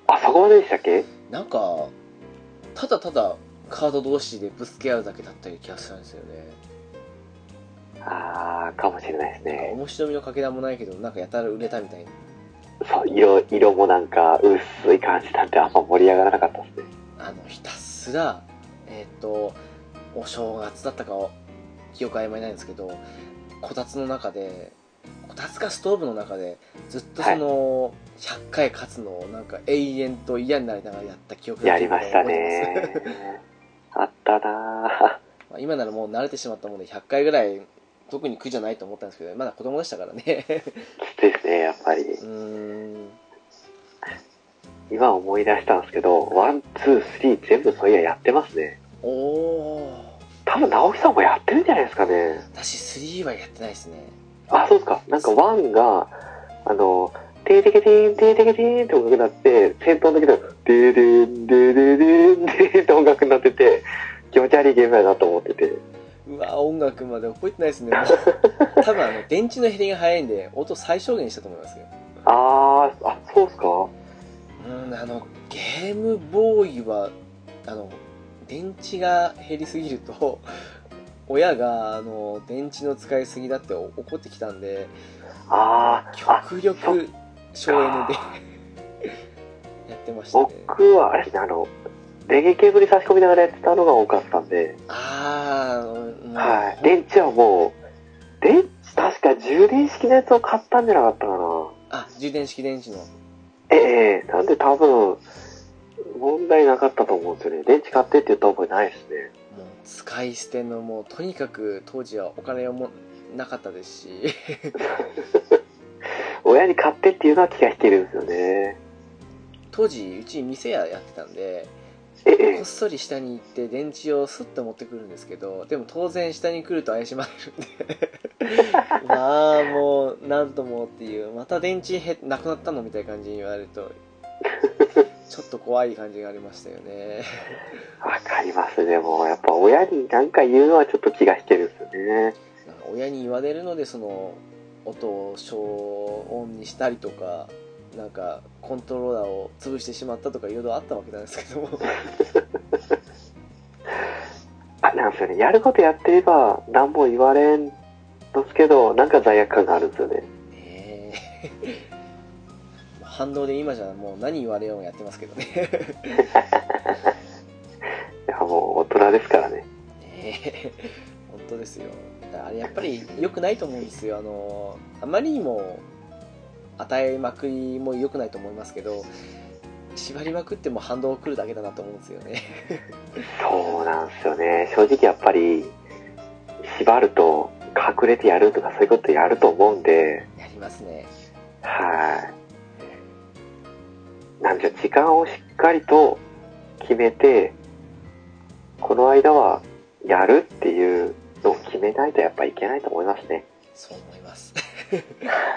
Speaker 2: あ、そこまででしたっけ
Speaker 1: なんかただただカード同士でぶつけ合うだけだったような気がするんですよね
Speaker 2: あー、かもしれないです
Speaker 1: なんか
Speaker 2: ね。
Speaker 1: 面白みのかけらもないけどなんかやたら売れたみたいな
Speaker 2: そう、色、色もなんか薄い感じなんであんま盛り上がらなかったですね。
Speaker 1: あのひたすらえっ、とお正月だったかを記憶曖昧なんですけどこたつの中でこたつかストーブの中でずっとその、100回勝つのをなんか永遠と嫌になりながらやった記憶が
Speaker 2: やりました
Speaker 1: 覚えてます
Speaker 2: ね。あったな
Speaker 1: まあ今ならもう慣れてしまったもんで100回ぐらい特に苦じゃないと思ったんですけどまだ子供でしたからね
Speaker 2: ぁ。きついですね、やっぱり。
Speaker 1: うーん
Speaker 2: 今思い出したんですけど、ワン、ツー、スリー全部そういややってますね。
Speaker 1: おお
Speaker 2: 多分直樹さんもやってるんじゃないですかね。
Speaker 1: 私3はやってないですね
Speaker 2: あ、そうですか。なんかワンが、あの、てーてけてーん、てーてけてーんって音楽になって、戦闘の時の、てーでーん、でーでーでーん、でーって音楽になってて、気持ち悪いゲームやなと思ってて。
Speaker 1: うわ音楽まで覚えてないです ねもう多分あの電池の減りが早いんで音最小限にしたと思いますよ
Speaker 2: あー、あ、そうっす
Speaker 1: う
Speaker 2: か
Speaker 1: んあのゲームボーイはあの電池が減りすぎると 親があの電池の使いすぎだって怒ってきたんで
Speaker 2: あー、あ、
Speaker 1: 極力省エネでやってましたね
Speaker 2: 僕は、あれですね、あの、電源ケーブルに差し込みながらやってたのが多かったんで、
Speaker 1: ああうん
Speaker 2: はい。電池はもう、電池、確か充電式のやつを買ったんじゃなかったかな。
Speaker 1: あ充電式電池の
Speaker 2: ええなんで多分、問題なかったと思うんですよね。電池買ってって言った覚えないですね。
Speaker 1: もう使い捨てのもうとにかく当時はお金もなかったですし
Speaker 2: 親に買ってっていうのは気が引けるんですよね。
Speaker 1: 当時うち店屋やってたんで
Speaker 2: え
Speaker 1: こ
Speaker 2: え
Speaker 1: っそり下に行って電池をスッと持ってくるんですけどでも当然下に来ると怪しまれるんでまあもうなんともっていうまた電池へなくなったのみたいな感じに言われるとちょっと怖い感じがありましたよね。
Speaker 2: わかります。でも、やっぱ親に何か言うのはちょっと気が引けるんですよね。
Speaker 1: なんか親に言われるのでその音を消音にしたりとかなんかコントローラーを潰してしまったとかいろいろあったわけなんですけども
Speaker 2: あ、なんですよね。やることやってれば、何も言われんですけど、なんか罪悪感があるんですよね。
Speaker 1: ねえ 反動で今じゃもう何言われようもやってますけどね
Speaker 2: いや、もう大人ですからね。
Speaker 1: ねえ本当ですよだからあれやっぱり良くないと思うんですよあのあまりにも与えまくりも良くないと思いますけど縛りまくっても反動をくるだけだなと思うんですよね
Speaker 2: そうなんですよね。正直やっぱり、縛ると、隠れてやるとかそういうことやると思うんで、
Speaker 1: やりますね
Speaker 2: はい。なんじゃ、時間をしっかりと決めて、この間はやるっていうのを決めないとやっぱいけないと思いますね。
Speaker 1: そう思います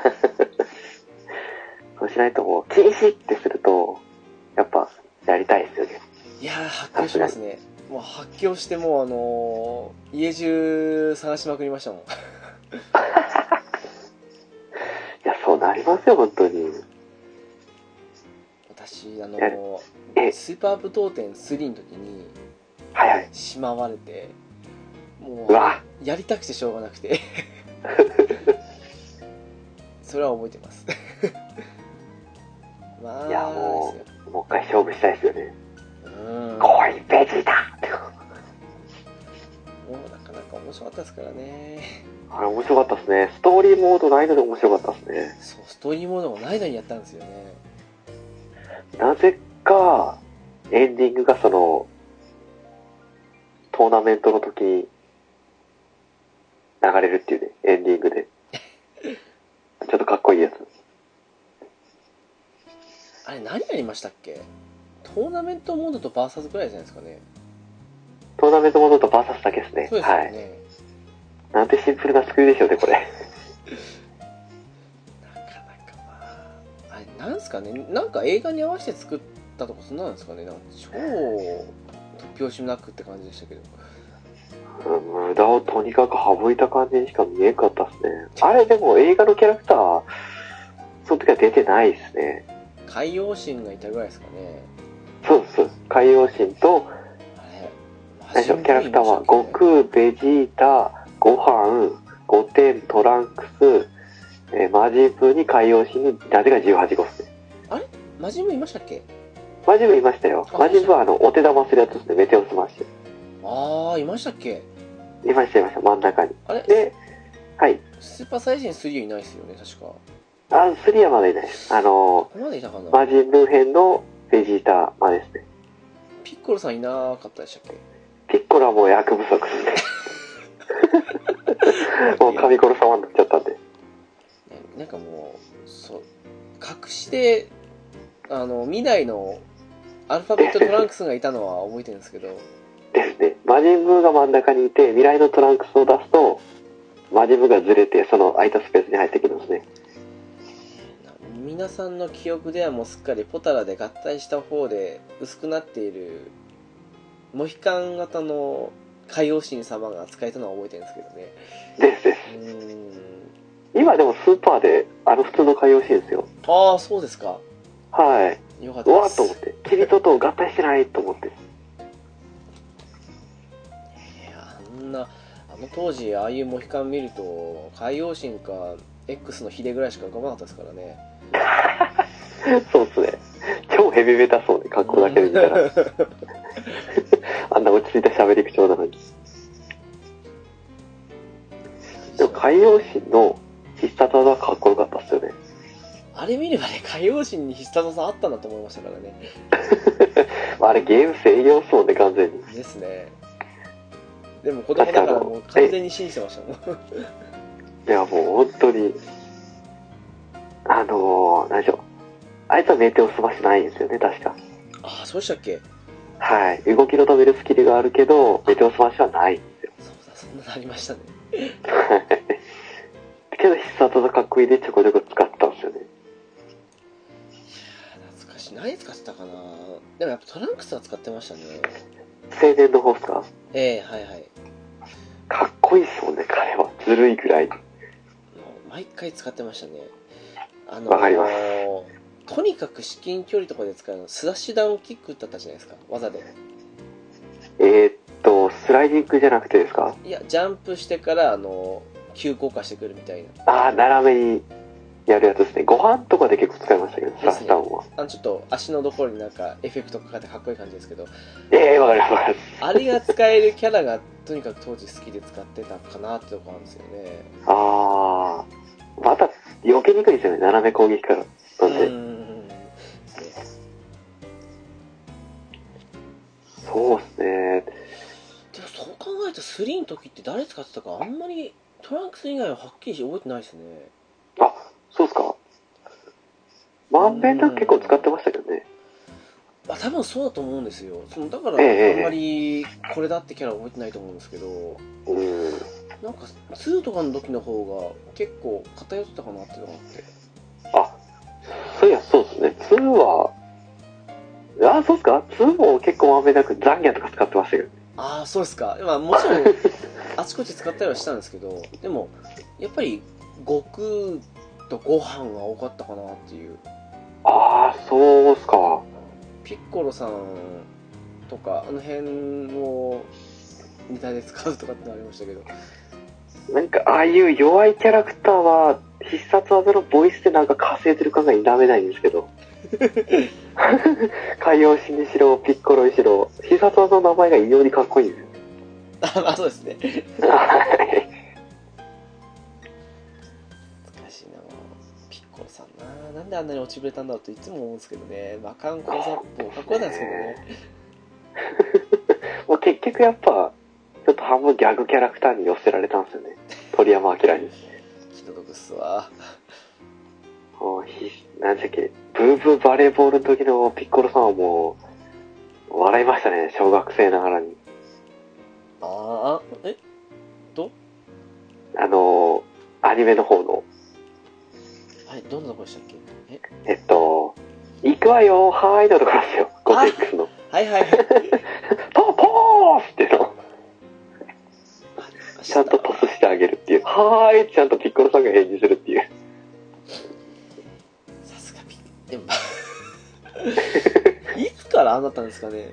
Speaker 2: そうしないともう、禁止ってすると、やっぱやりたいですよね。
Speaker 1: いやー発狂しますねもう発狂してもうあのー家中探しまくりましたもん
Speaker 2: いや、そうなりますよ、本当に。
Speaker 1: 私あの
Speaker 2: え
Speaker 1: ー
Speaker 2: え
Speaker 1: スーパー武闘展3の時に
Speaker 2: はいはい。
Speaker 1: しまわれても
Speaker 2: うわ
Speaker 1: うやりたくてしょうがなく てそれは覚えてます まあ
Speaker 2: いやも
Speaker 1: ですよ
Speaker 2: もう一回勝負したいですよね。
Speaker 1: うんも
Speaker 2: 来い、ベジータ
Speaker 1: うなかなか面白かったですからね
Speaker 2: あれ面白かったですね。ストーリーモードないので面白かったですね。
Speaker 1: そうストーリーモードもないのにやったんですよね
Speaker 2: なぜか、エンディングがその、トーナメントの時に流れるっていうね、エンディングで。ちょっとかっこいいやつ。
Speaker 1: あれ何やりましたっけトーナメントモードとバーサスぐらいじゃないですかね。
Speaker 2: トーナメントモードとバーサスだけですね。
Speaker 1: そうですよ
Speaker 2: はい。
Speaker 1: ね。
Speaker 2: なんてシンプルな作りでしょうね、これ。
Speaker 1: なかなかまあ、あれなんですかね、なんか映画に合わせて作ったとかそんなんですかね、なんか超突拍子もなくって感じでしたけど。
Speaker 2: うん無駄をとにかく省いた感じにしか見えんかったですね。あれでも映画のキャラクター、その時は出てないですね。
Speaker 1: 海洋神がいたぐらいですかね。
Speaker 2: そうですそうです。海洋神と、
Speaker 1: あれ、
Speaker 2: 最初のキャラクターは、
Speaker 1: ご
Speaker 2: 悟空、ベジータ、ご飯、ゴテン、トランクス、えーマジープに海洋神に、なぜか18号ですね。
Speaker 1: マジムいましたっけ
Speaker 2: マジープいましたよ。マジープはあの、お手玉するやつですね。メテオスマッシ
Speaker 1: ああ、いましたっけ
Speaker 2: ュ。いましたいました、真ん中に。
Speaker 1: あれ、
Speaker 2: で、はい。
Speaker 1: スーパーサイジン3いないですよね、確か。こ
Speaker 2: あ、スリはまだいないです。あの
Speaker 1: こまでいたかな
Speaker 2: ー、マジープ編のベジータまでですね。
Speaker 1: ピッコロさんいなかったでしたっけ
Speaker 2: ピッコラもう役不足ですね。もう神殺様になっちゃったんで。
Speaker 1: ねなんかもう、そう、隠して、あの、未来のアルファベットトランクスがいたのは覚えてるんですけど、
Speaker 2: ですね。魔人ブーが真ん中にいて、未来のトランクスを出すと、魔人ブーがずれて、その空いたスペースに入ってきますね。
Speaker 1: な皆さんの記憶ではもうすっかりポタラで合体した方で薄くなっている、モヒカン型の海王神様が扱えたのは覚えてるんですけどね。
Speaker 2: ですです。
Speaker 1: うーん。
Speaker 2: 今でもスーパーで、あの普通の海洋シーンですよ。
Speaker 1: ああ、そうですか。
Speaker 2: はい。
Speaker 1: よかっ
Speaker 2: う
Speaker 1: た
Speaker 2: わ
Speaker 1: で
Speaker 2: っと
Speaker 1: す。
Speaker 2: 思って。キリトと合体してないと思って。
Speaker 1: いやあんなあの当時ああいうモヒカン見ると海洋神か X のヒデぐらいしか浮かばなかったですからね
Speaker 2: そうっすね。超ヘビメタそうで、格好だけで見 たら。あんな落ち着いた喋り口調なのに。でも海洋シーンの必殺技はかっこよかったっすよね。
Speaker 1: あれ見ればね海洋神に必殺技あったなと思いましたからね
Speaker 2: あれゲーム専用っすもんね、完全に。
Speaker 1: ですねでも子供だからもう完全に信じてましたもん
Speaker 2: いや、もう本当に、あのー、何でしょう。あいつは名店を済ましてないんですよね、確か。
Speaker 1: ああそうでしたっけ
Speaker 2: はい。動きの止めるスキルがあるけど、名店を済ましはないんですよ。
Speaker 1: そうだそんなのありましたね
Speaker 2: はいけど、必殺のかっこいいでちょこちょこ使ってたんですよね。
Speaker 1: いやー懐か昔何使ってたかなでもやっぱトランクスは使ってましたね
Speaker 2: 青年のホースか
Speaker 1: ええはいはい
Speaker 2: かっこいいっすもんね、彼は。ずるいぐらい。
Speaker 1: もう毎回使ってましたねあの
Speaker 2: わかります
Speaker 1: とにかく至近距離とかで使うのスラッシュダウンキックだったじゃないですか技で
Speaker 2: えーっと、スライディングじゃなくてですか
Speaker 1: いやジャンプしてからあの急降下してくるみたいな
Speaker 2: ああ、斜めにやるやつですね。ご飯とかで結構使いましたけど、スラスタウンは。
Speaker 1: あのちょっと足のところになんかエフェクトかかってかっこいい感じですけど
Speaker 2: ええー、わかりますわかります。
Speaker 1: あれが使えるキャラがとにかく当時好きで使ってたかなってとこなんですよね
Speaker 2: ああ、また避けにくいですよね、斜め攻撃から。なんで、
Speaker 1: うん
Speaker 2: そうですね。
Speaker 1: でもそう考えると3の時って誰使ってたかあんまりトランクス以外ははっきりして覚えてないですね
Speaker 2: あ、そうですか。マンペンダー結構使ってましたけどね。
Speaker 1: まあ多分そうだと思うんですよそのだから
Speaker 2: ええ
Speaker 1: あんまりこれだってキャラ覚えてないと思うんですけど
Speaker 2: うん。
Speaker 1: なんか2とかの時の方が結構偏ってたかなっていうのがあって
Speaker 2: あ、そういや、そうですね。2は、あ、そうですか ?2 も結構マンペンダーくザンギャとか使ってましたけど。
Speaker 1: ああそうですかまあもちろん あちこち使ったりはしたんですけどでもやっぱり悟空とご飯が多かったかなっていう
Speaker 2: ああ、そうですか。
Speaker 1: ピッコロさんとかあの辺をネタで使うとかってのありましたけど
Speaker 2: なんか、ああいう弱いキャラクターは、必殺技のボイスでなんか稼いでる感が否めないんですけど。 海洋神にしろ、ピッコロにしろ、必殺技の名前が異様にかっこいいんですよ。
Speaker 1: あまあそうですね
Speaker 2: はい
Speaker 1: 難しいなピッコロさんななんであんなに落ちぶれたんだろうといつも思うんですけどね魔漢講座っぽかっこよかったんですけどね
Speaker 2: もう結局やっぱ、ちょっと半分ギャグキャラクターに寄せられたんですよね。鳥山明に。
Speaker 1: 気の毒っすわ
Speaker 2: もうひ、なんでしたっけ、ブーブーバレーボールの時のピッコロさんはもう、笑いましたね、小学生ながらに。
Speaker 1: ああえ
Speaker 2: あの、アニメの方の、
Speaker 1: はいどんなとこでしたっけえ
Speaker 2: えっと、行くわよ、はーいのところですよ、ゴテックスの。
Speaker 1: はいはい はい
Speaker 2: ポーポーっていうのをち
Speaker 1: ち
Speaker 2: ゃんとトスしてあげるっていう。はーい、ちゃんとピッコロさんが返事するっていう。
Speaker 1: さすがピッでも いつからあんなったんですかね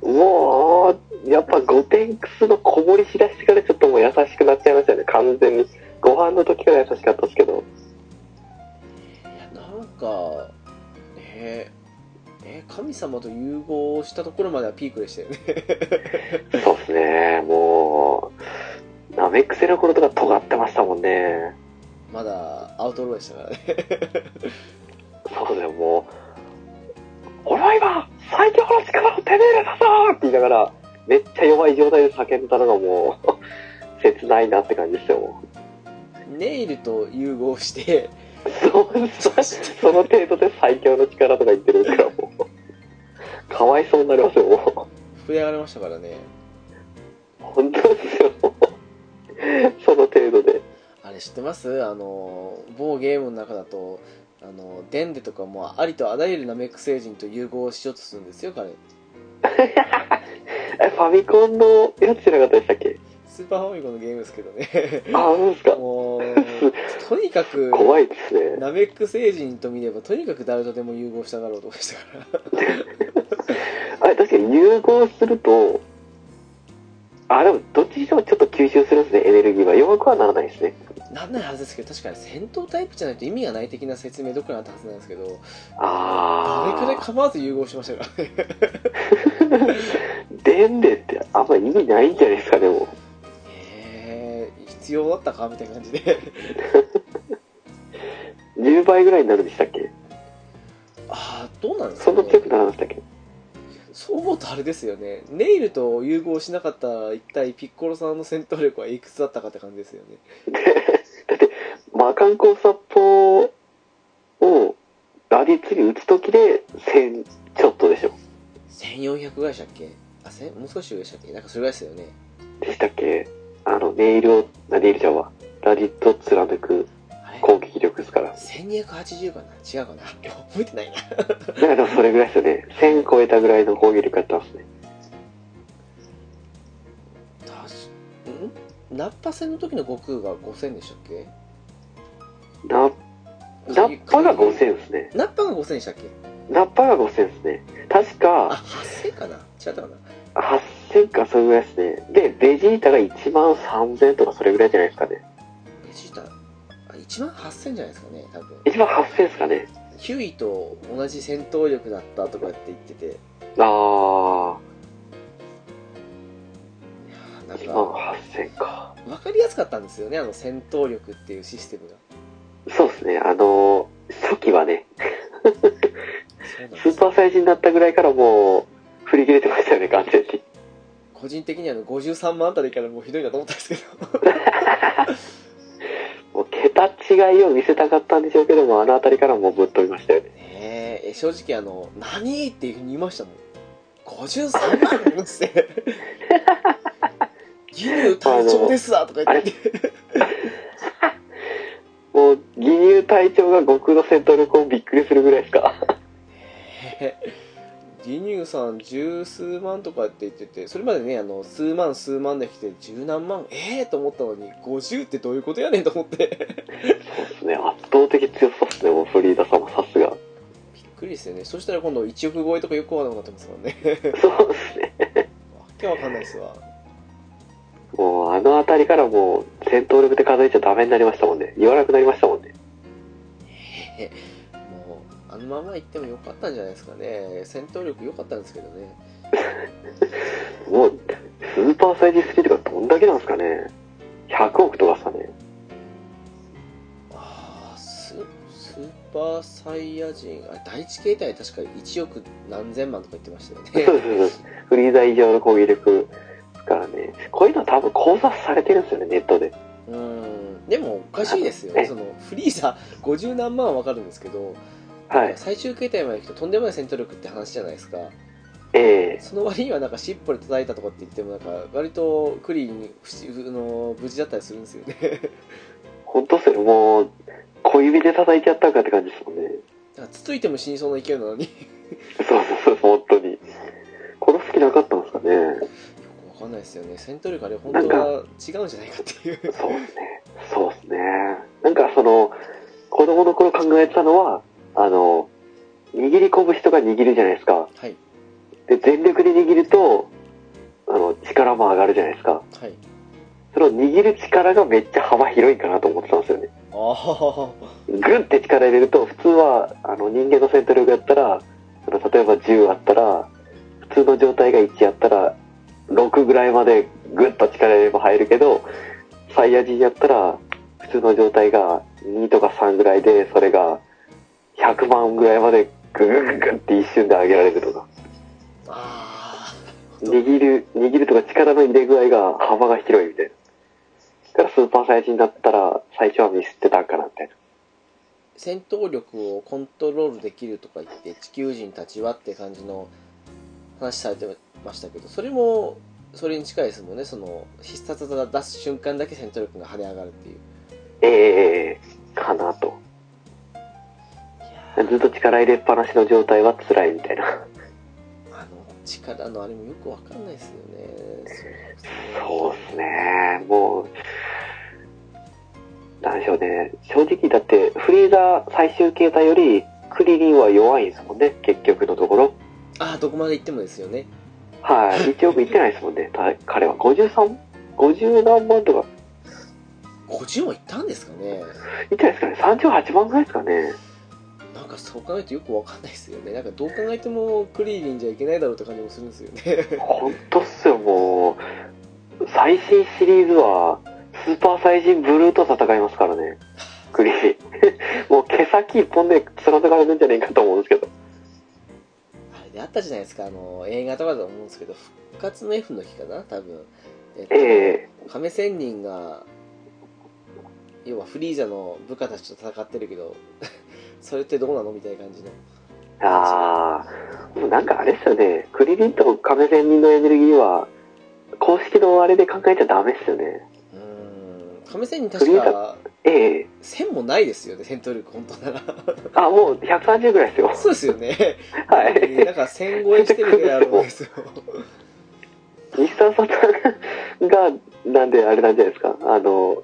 Speaker 2: もう、やっぱゴテックスのこぼりしだしてからちょっともう優しくなっちゃいましたよね、完全に。ご飯の時から優しかったですけど。
Speaker 1: なんかえー、えー神様と融合したところまではピークでしたよね
Speaker 2: そうですね、もう、ナメック星の頃とか尖ってましたもんね。
Speaker 1: まだアウトローでしたからね
Speaker 2: そうだよ、もう、俺は今、最強の力を手に入れたぞって言いながら、めっちゃ弱い状態で叫んだのがもう、 切ないなって感じですよ、も
Speaker 1: ネイルと融合して
Speaker 2: う。そう
Speaker 1: そして
Speaker 2: その程度で最強の力とか言ってるから、もう、かわいそうになりますよ、も
Speaker 1: 膨れ上がりましたからね
Speaker 2: う。本当ですよ、もう。その程度で。
Speaker 1: あれ知ってますあの某ゲームの中だとあのデンデとかもありとあらゆるナメック星人と融合しようとするんですよ彼
Speaker 2: え、ファミコンのやつじゃなかったでしたっけ
Speaker 1: スーパーファミコンのゲームですけどね
Speaker 2: あ、うんですか。
Speaker 1: もうとにか く
Speaker 2: 怖いですね。
Speaker 1: ナメック星人と見ればとにかく誰とでも融合したがろうとでしたから
Speaker 2: あれ、確かに融合すると、あ、でも、どっちにしてもちょっと吸収するんですね、エネルギーは。弱くはならないですね。
Speaker 1: なんないはずですけど確かに戦闘タイプじゃないと意味がない的な説明どっかにあったはずなんですけどあれくらい
Speaker 2: あ
Speaker 1: 構わず融合しましたから ね
Speaker 2: ー。でんでって、あんま意味ないんじゃないですか、でも。
Speaker 1: えー、必要だったかみたいな感じで
Speaker 2: 10倍ぐらいになるんでしたっけ
Speaker 1: ああどうなんです
Speaker 2: そ
Speaker 1: か、
Speaker 2: んな
Speaker 1: ね、
Speaker 2: 強くならなかったっけ
Speaker 1: そう思うとあれですよねネイルと融合しなかったら一体ピッコロさんの戦闘力はいくつだったかって感じですよね
Speaker 2: だって、魔漢光殺法を、ラディツに打つときで、1000ちょっとでしょ。
Speaker 1: 1400ぐらいでしたっけあ1000もう少し上でしたっけなんかそれぐらいですよね
Speaker 2: でしたっけあの、ネイルを、あネイルちゃんは、ラディットを貫く
Speaker 1: あれ
Speaker 2: 攻撃引力ですから。
Speaker 1: 1280かな違うかな 覚えてないな
Speaker 2: なんかでもそれぐらいですよね。1000超えたぐらいの攻撃力やったんですね。
Speaker 1: たしんナッパ戦の時の悟空が5000でしたっけ
Speaker 2: ナナッパが5000ですね。
Speaker 1: ナッパが5000でしたっけ
Speaker 2: ナッパが5000ですね。確
Speaker 1: あ
Speaker 2: か、
Speaker 1: 8000かな違ったかな
Speaker 2: 8000かそれぐらいですね。で、ベジータが1万3000とかそれぐらいじゃないですかね。
Speaker 1: ベジータあ1万8000じゃないですかね多分
Speaker 2: 1万8000ですかね。
Speaker 1: ヒューイと同じ戦闘力だったとかって言ってて
Speaker 2: あ
Speaker 1: なん
Speaker 2: ー、1万
Speaker 1: か
Speaker 2: 8000か。
Speaker 1: 分かりやすかったんですよねあの戦闘力っていうシステムが
Speaker 2: そうですね。あのー、初期はね、
Speaker 1: そうなんです
Speaker 2: スーパーサイジになったぐらいからもう、振り切れてましたよね、完全に。
Speaker 1: 個人的にはあの53万あたりからもうひどいなと思ったんですけど
Speaker 2: もう桁違いを見せたかったんでしょうけども、あの辺りからもうぶっ飛びましたよね。
Speaker 1: ねええ正直あの「何?」っていうふうに言いましたもん53万なんですねギニュー隊長ですわとか言って
Speaker 2: もう、義乳隊長が悟空の戦闘力をびっくりするぐらいですか。
Speaker 1: ギニューさん十数万とかって言っててそれまでねあの数万数万で来て十何万ええと思ったのに50ってどういうことやねんと思って
Speaker 2: そうですね。圧倒的強さですね、もうフリーダ様、さすが。
Speaker 1: びっくりですよねそしたら今度1億超えとかよくわからなくなってますもんね
Speaker 2: そうですね。
Speaker 1: わけわかんないですわ
Speaker 2: もう、あの辺りからもう、戦闘力で数えちゃダメになりましたもんね。言わなくなりましたもんね。
Speaker 1: もうあのまま行ってもよかったんじゃないですかね戦闘力良かったんですけどね
Speaker 2: もう、スーパーサイジ3とかどんだけなんですかね。100億とかですかね。
Speaker 1: ああススーパーサイヤ人あ第一形態確か1億何千万とか言ってましたよね
Speaker 2: そう ですそうフリーザ以上の攻撃力ですからね。こういうのは多分考察されてるんですよね、ネットで。
Speaker 1: うーんでもおかしいですよねそのフリーザ50何万は分かるんですけど、
Speaker 2: はい。
Speaker 1: 最終形態まで行くととんでもない戦闘力って話じゃないですか
Speaker 2: ええ
Speaker 1: その割にはなんか尻尾で叩いたとかって言ってもなんか割とクリーンに不思あの無事だったりするんですよね
Speaker 2: 本当っすよね。もう、小指で叩いちゃったかって感じですもんね。
Speaker 1: だからつついても死にそうな勢いなのによ
Speaker 2: そうそうそう、本当に。殺す気なかったんですかね。
Speaker 1: く分かんないですよね戦闘力あれ本当は違うんじゃないかっていう
Speaker 2: そうですね。そうですね。なんかその、子供の頃考えてたのは、あの、握り拳とか握るじゃないですか。
Speaker 1: はい
Speaker 2: で、全力で握ると、あの、力も上がるじゃないですか。
Speaker 1: はい
Speaker 2: その握る力がめっちゃ幅広いかなと思ってたんですよね。
Speaker 1: ああ
Speaker 2: グンって力入れると、普通は、あの、人間の戦闘力やったら、その例えば10あったら、普通の状態が1やったら、6ぐらいまでグッと力入れれば入るけど、サイヤ人やったら、普通の状態が2とか3ぐらいで、それが100万ぐらいまでグググググって一瞬で上げられるとか。
Speaker 1: あ
Speaker 2: 握る、握るとか力の入れ具合が幅が広いみたいな。だからスーパーサイヤ人だったら最初はミスってたんかなみたいな。
Speaker 1: 戦闘力をコントロールできるとか言って地球人たちはって感じの話されてましたけどそれもそれに近いですもんねその必殺技出す瞬間だけ戦闘力が跳ね上がるっていう
Speaker 2: ええかなと。ずっと力入れっぱなしの状態は辛いみたいな。
Speaker 1: あの力のあれもよくわかんないですよね
Speaker 2: そうですね。もう、なんでしょうね。正直だって、フリーザ最終形態よりクリリンは弱いんですもんね。結局のところ。
Speaker 1: ああどこまで行ってもですよね
Speaker 2: はい。1億いってないですもんね。た彼は 53?50 何万とか。
Speaker 1: 50も行ったんですかね
Speaker 2: いってないですかね。38万ぐらいですかね。
Speaker 1: なんかそう考えるとよくわかんないですよねなんかどう考えてもクリーリンじゃいけないだろうって感じもするんですよね
Speaker 2: 本当っすよ、もう。最新シリーズは、スーパーサイジンブルーと戦いますからね。クリリン。 もう毛先一本で貫かれるんじゃねえかと思うんですけど。
Speaker 1: あれであったじゃないですかあの映画とかだと思うんですけど復活の F の日かな多分えっと
Speaker 2: え
Speaker 1: 亀仙人が要はフリーザの部下たちと戦ってるけど それってどうなのみたいな感じの
Speaker 2: えああ、もうなんかあれっすよね。クリリンと亀仙人のエネルギーは、公式のあれで考えちゃダメっすよね。
Speaker 1: うーん亀仙人確か
Speaker 2: ええ
Speaker 1: 1000もないですよね戦闘力本当なら
Speaker 2: あ、もう130ぐらいですよ。
Speaker 1: そうですよね
Speaker 2: は
Speaker 1: なん
Speaker 2: い。
Speaker 1: か1000超えしてるぐらいあるんですよ
Speaker 2: 日産さんが、なんであれなんじゃないですか。あの、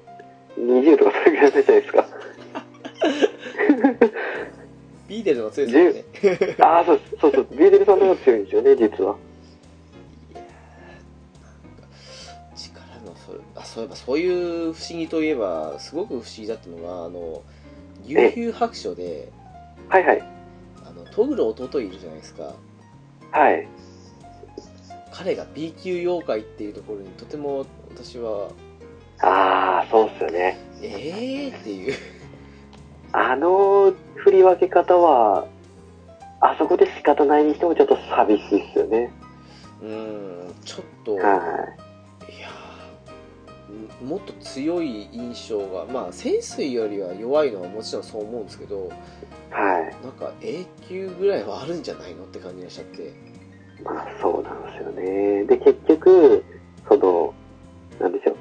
Speaker 2: 20とかそれぐらいじゃないですか。
Speaker 1: ビーデルの強いですよね
Speaker 2: ああ、そうですそうそう。ビーデルさんの方が強いんですよね、実は。
Speaker 1: 力のそれあそういえばそういう不思議といえばすごく不思議だったのがあの悠々白書で
Speaker 2: はいはい。
Speaker 1: あのトグル弟いるじゃないですか
Speaker 2: はい。
Speaker 1: 彼が B 級妖怪っていうところにとても私は
Speaker 2: ああ、そうっすよね。
Speaker 1: ええー、っていう
Speaker 2: あの振り分け方は、あそこで仕方ないにしてもちょっと寂しいっすよね。
Speaker 1: うーんちょっといや
Speaker 2: は
Speaker 1: ーんもっと強い印象がまあ潜水よりは弱いのはもちろんそう思うんですけど
Speaker 2: い。は
Speaker 1: なんか A 級ぐらいはあるんじゃないのって感じがしちゃって
Speaker 2: い。まあそうなんですよね。で、結局、その、なんでしょう。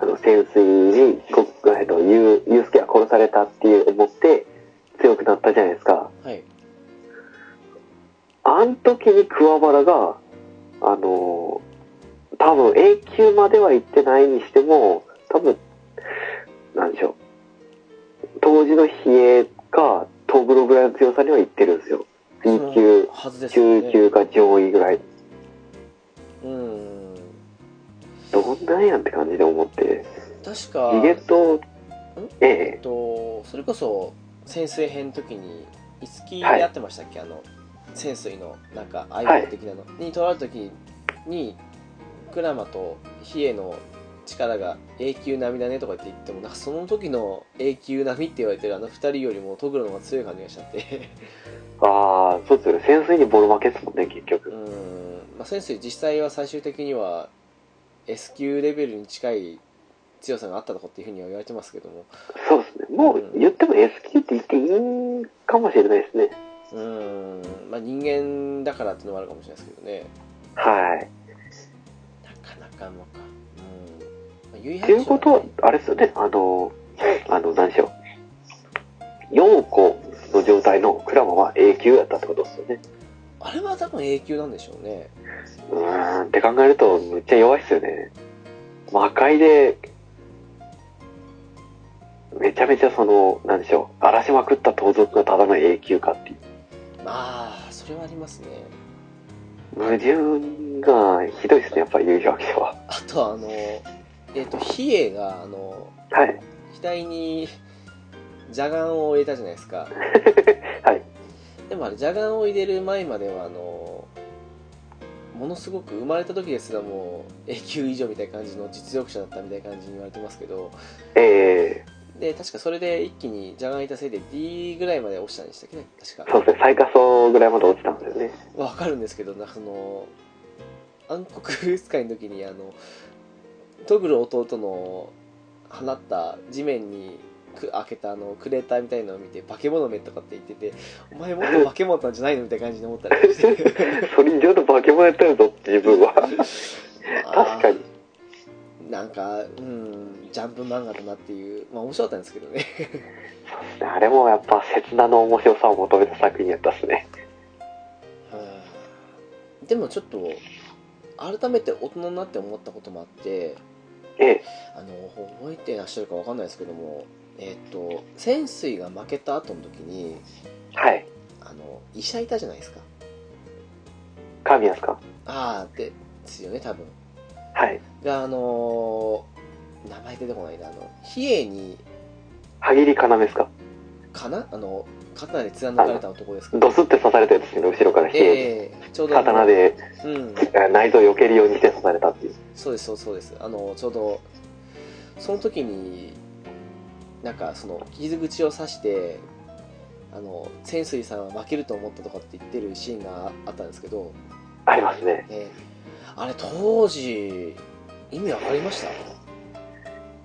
Speaker 2: あの、潜水に、こえっと、ゆう、ゆうすけが殺されたっていう思って、強くなったじゃないですか。
Speaker 1: はい
Speaker 2: あん時に桑原が、あのー多分 A 級までは行ってないにしても、多分、なんでしょう。当時の比叡か、トグロぐらいの強さには行ってるんですよ。B 級、
Speaker 1: はずですよ
Speaker 2: 中
Speaker 1: ね
Speaker 2: 級か上位ぐらい。
Speaker 1: うーん
Speaker 2: どんなんやんって感じで思って。
Speaker 1: 確か
Speaker 2: 逃げと、え
Speaker 1: えっ
Speaker 2: え、
Speaker 1: と、それこそ潜水編の時に五木やってましたっけ、あの潜水のなんか相棒的なの、に取られた時にクラマと比叡の力が永久並みだねとか言って言ってもなんかその時の永久並みって言われてるあの二人よりもトグロの方が強い感じがしちゃって
Speaker 2: ああ、そうですよね。潜水にボロ負けっすもんね、結
Speaker 1: う
Speaker 2: 局。
Speaker 1: ん、まあ、潜水実際は最終的には S 級レベルに近い強さがあったとかっていうふうには言われてますけども
Speaker 2: そうですね。もう、言っても S 級って言っていいかもしれないですね。
Speaker 1: うーんまあ人間だからっていうのもあるかもしれないですけどね
Speaker 2: はい。
Speaker 1: なかなかのかうん、まあ、言い
Speaker 2: っていうことは、あれですよね、あの、あの、何でしょう。4個の状態のクラマは永久やったってことですよね。
Speaker 1: あれは多分永久なんでしょうね
Speaker 2: うーん、って考えると、めっちゃ弱いっすよね。魔界で、めちゃめちゃその、何でしょう、荒らしまくった盗賊がただの永久かっていう。
Speaker 1: まあそれはありますね
Speaker 2: 矛盾がひどいですね、やっぱり優勝者は。
Speaker 1: あと はあのえっ、と比叡があの
Speaker 2: はい。
Speaker 1: 額に邪眼を入れたじゃないです か
Speaker 2: はい
Speaker 1: でもあれ邪眼を入れる前まではあのものすごく生まれた時ですらもう永久以上みたいな感じの実力者だったみたいな感じに言われてますけど
Speaker 2: え
Speaker 1: で確かそれで一気に邪眼いたせいで D ぐらいまで落ちたんでしたっけね確
Speaker 2: ー、
Speaker 1: か
Speaker 2: そうですね、最下層ぐらいまで落ちたんですよね。
Speaker 1: わかるんですけどなんかその暗黒使いの時にあのトグル弟の放った地面にく開けたあのクレーターみたいのを見て「化け物め」とかって言ってて「お前もっと化け物なんじゃないの?」みたいな感じに思ったりして
Speaker 2: それ以上の化け物やったよぞ、自分は。 確かに。
Speaker 1: なんかうんジャンプ漫画だなっていうまあ面白かったんですけどね
Speaker 2: あれもやっぱ刹那の面白さを求めた作品やったっすね。
Speaker 1: うんでもちょっと改めて大人になって思ったこともあって
Speaker 2: ええ、
Speaker 1: あの覚えてらっしゃるかわかんないですけどもえっ、と潜水が負けた後の時に
Speaker 2: はい。
Speaker 1: あの医者いたじゃないですか
Speaker 2: 神谷ですか
Speaker 1: ああですよね多分
Speaker 2: はい。
Speaker 1: があのー名前出てこないなあの比叡に
Speaker 2: 萩り要ですか
Speaker 1: かなあの刀で貫かれた男ですけど
Speaker 2: ドスって刺されたやつですね、後ろから冷えに。
Speaker 1: ええちょうどあの
Speaker 2: 刀で
Speaker 1: うん
Speaker 2: え内臓を避けるようにして刺されたっていう。
Speaker 1: そうですそうですそうですあのちょうどその時になんかその傷口を刺してあの潜水さんは負けると思ったとかって言ってるシーンがあったんですけど、
Speaker 2: ありますね。
Speaker 1: ねあれ当時意味わかりました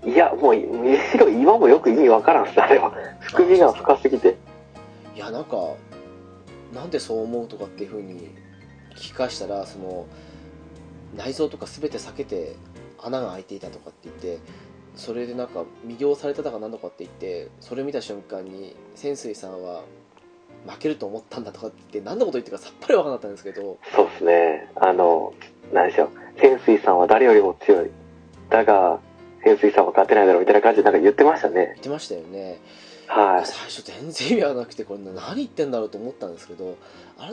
Speaker 2: いや、もう、むしろ今もよく意味わからんっす、あれは。含みが深すぎて。
Speaker 1: いやなんかなんでそう思うとかっていうふうに聞き返したらその内臓とか全て避けて穴が開いていたとかって言ってそれでなんか魅了されただかなんだかって言ってそれ見た瞬間に潜水さんは負けると思ったんだとかって何のこと言ってるかさっぱり分かんなかったんですけど
Speaker 2: そうですね。あの、何でしょう。潜水さんは誰よりも強い。だが、潜水さんは勝てないだろうみたいな感じでなんか言ってましたね。
Speaker 1: 言ってましたよね
Speaker 2: は
Speaker 1: 最初全然意味がなくてこれ何言ってんだろうと思ったんですけど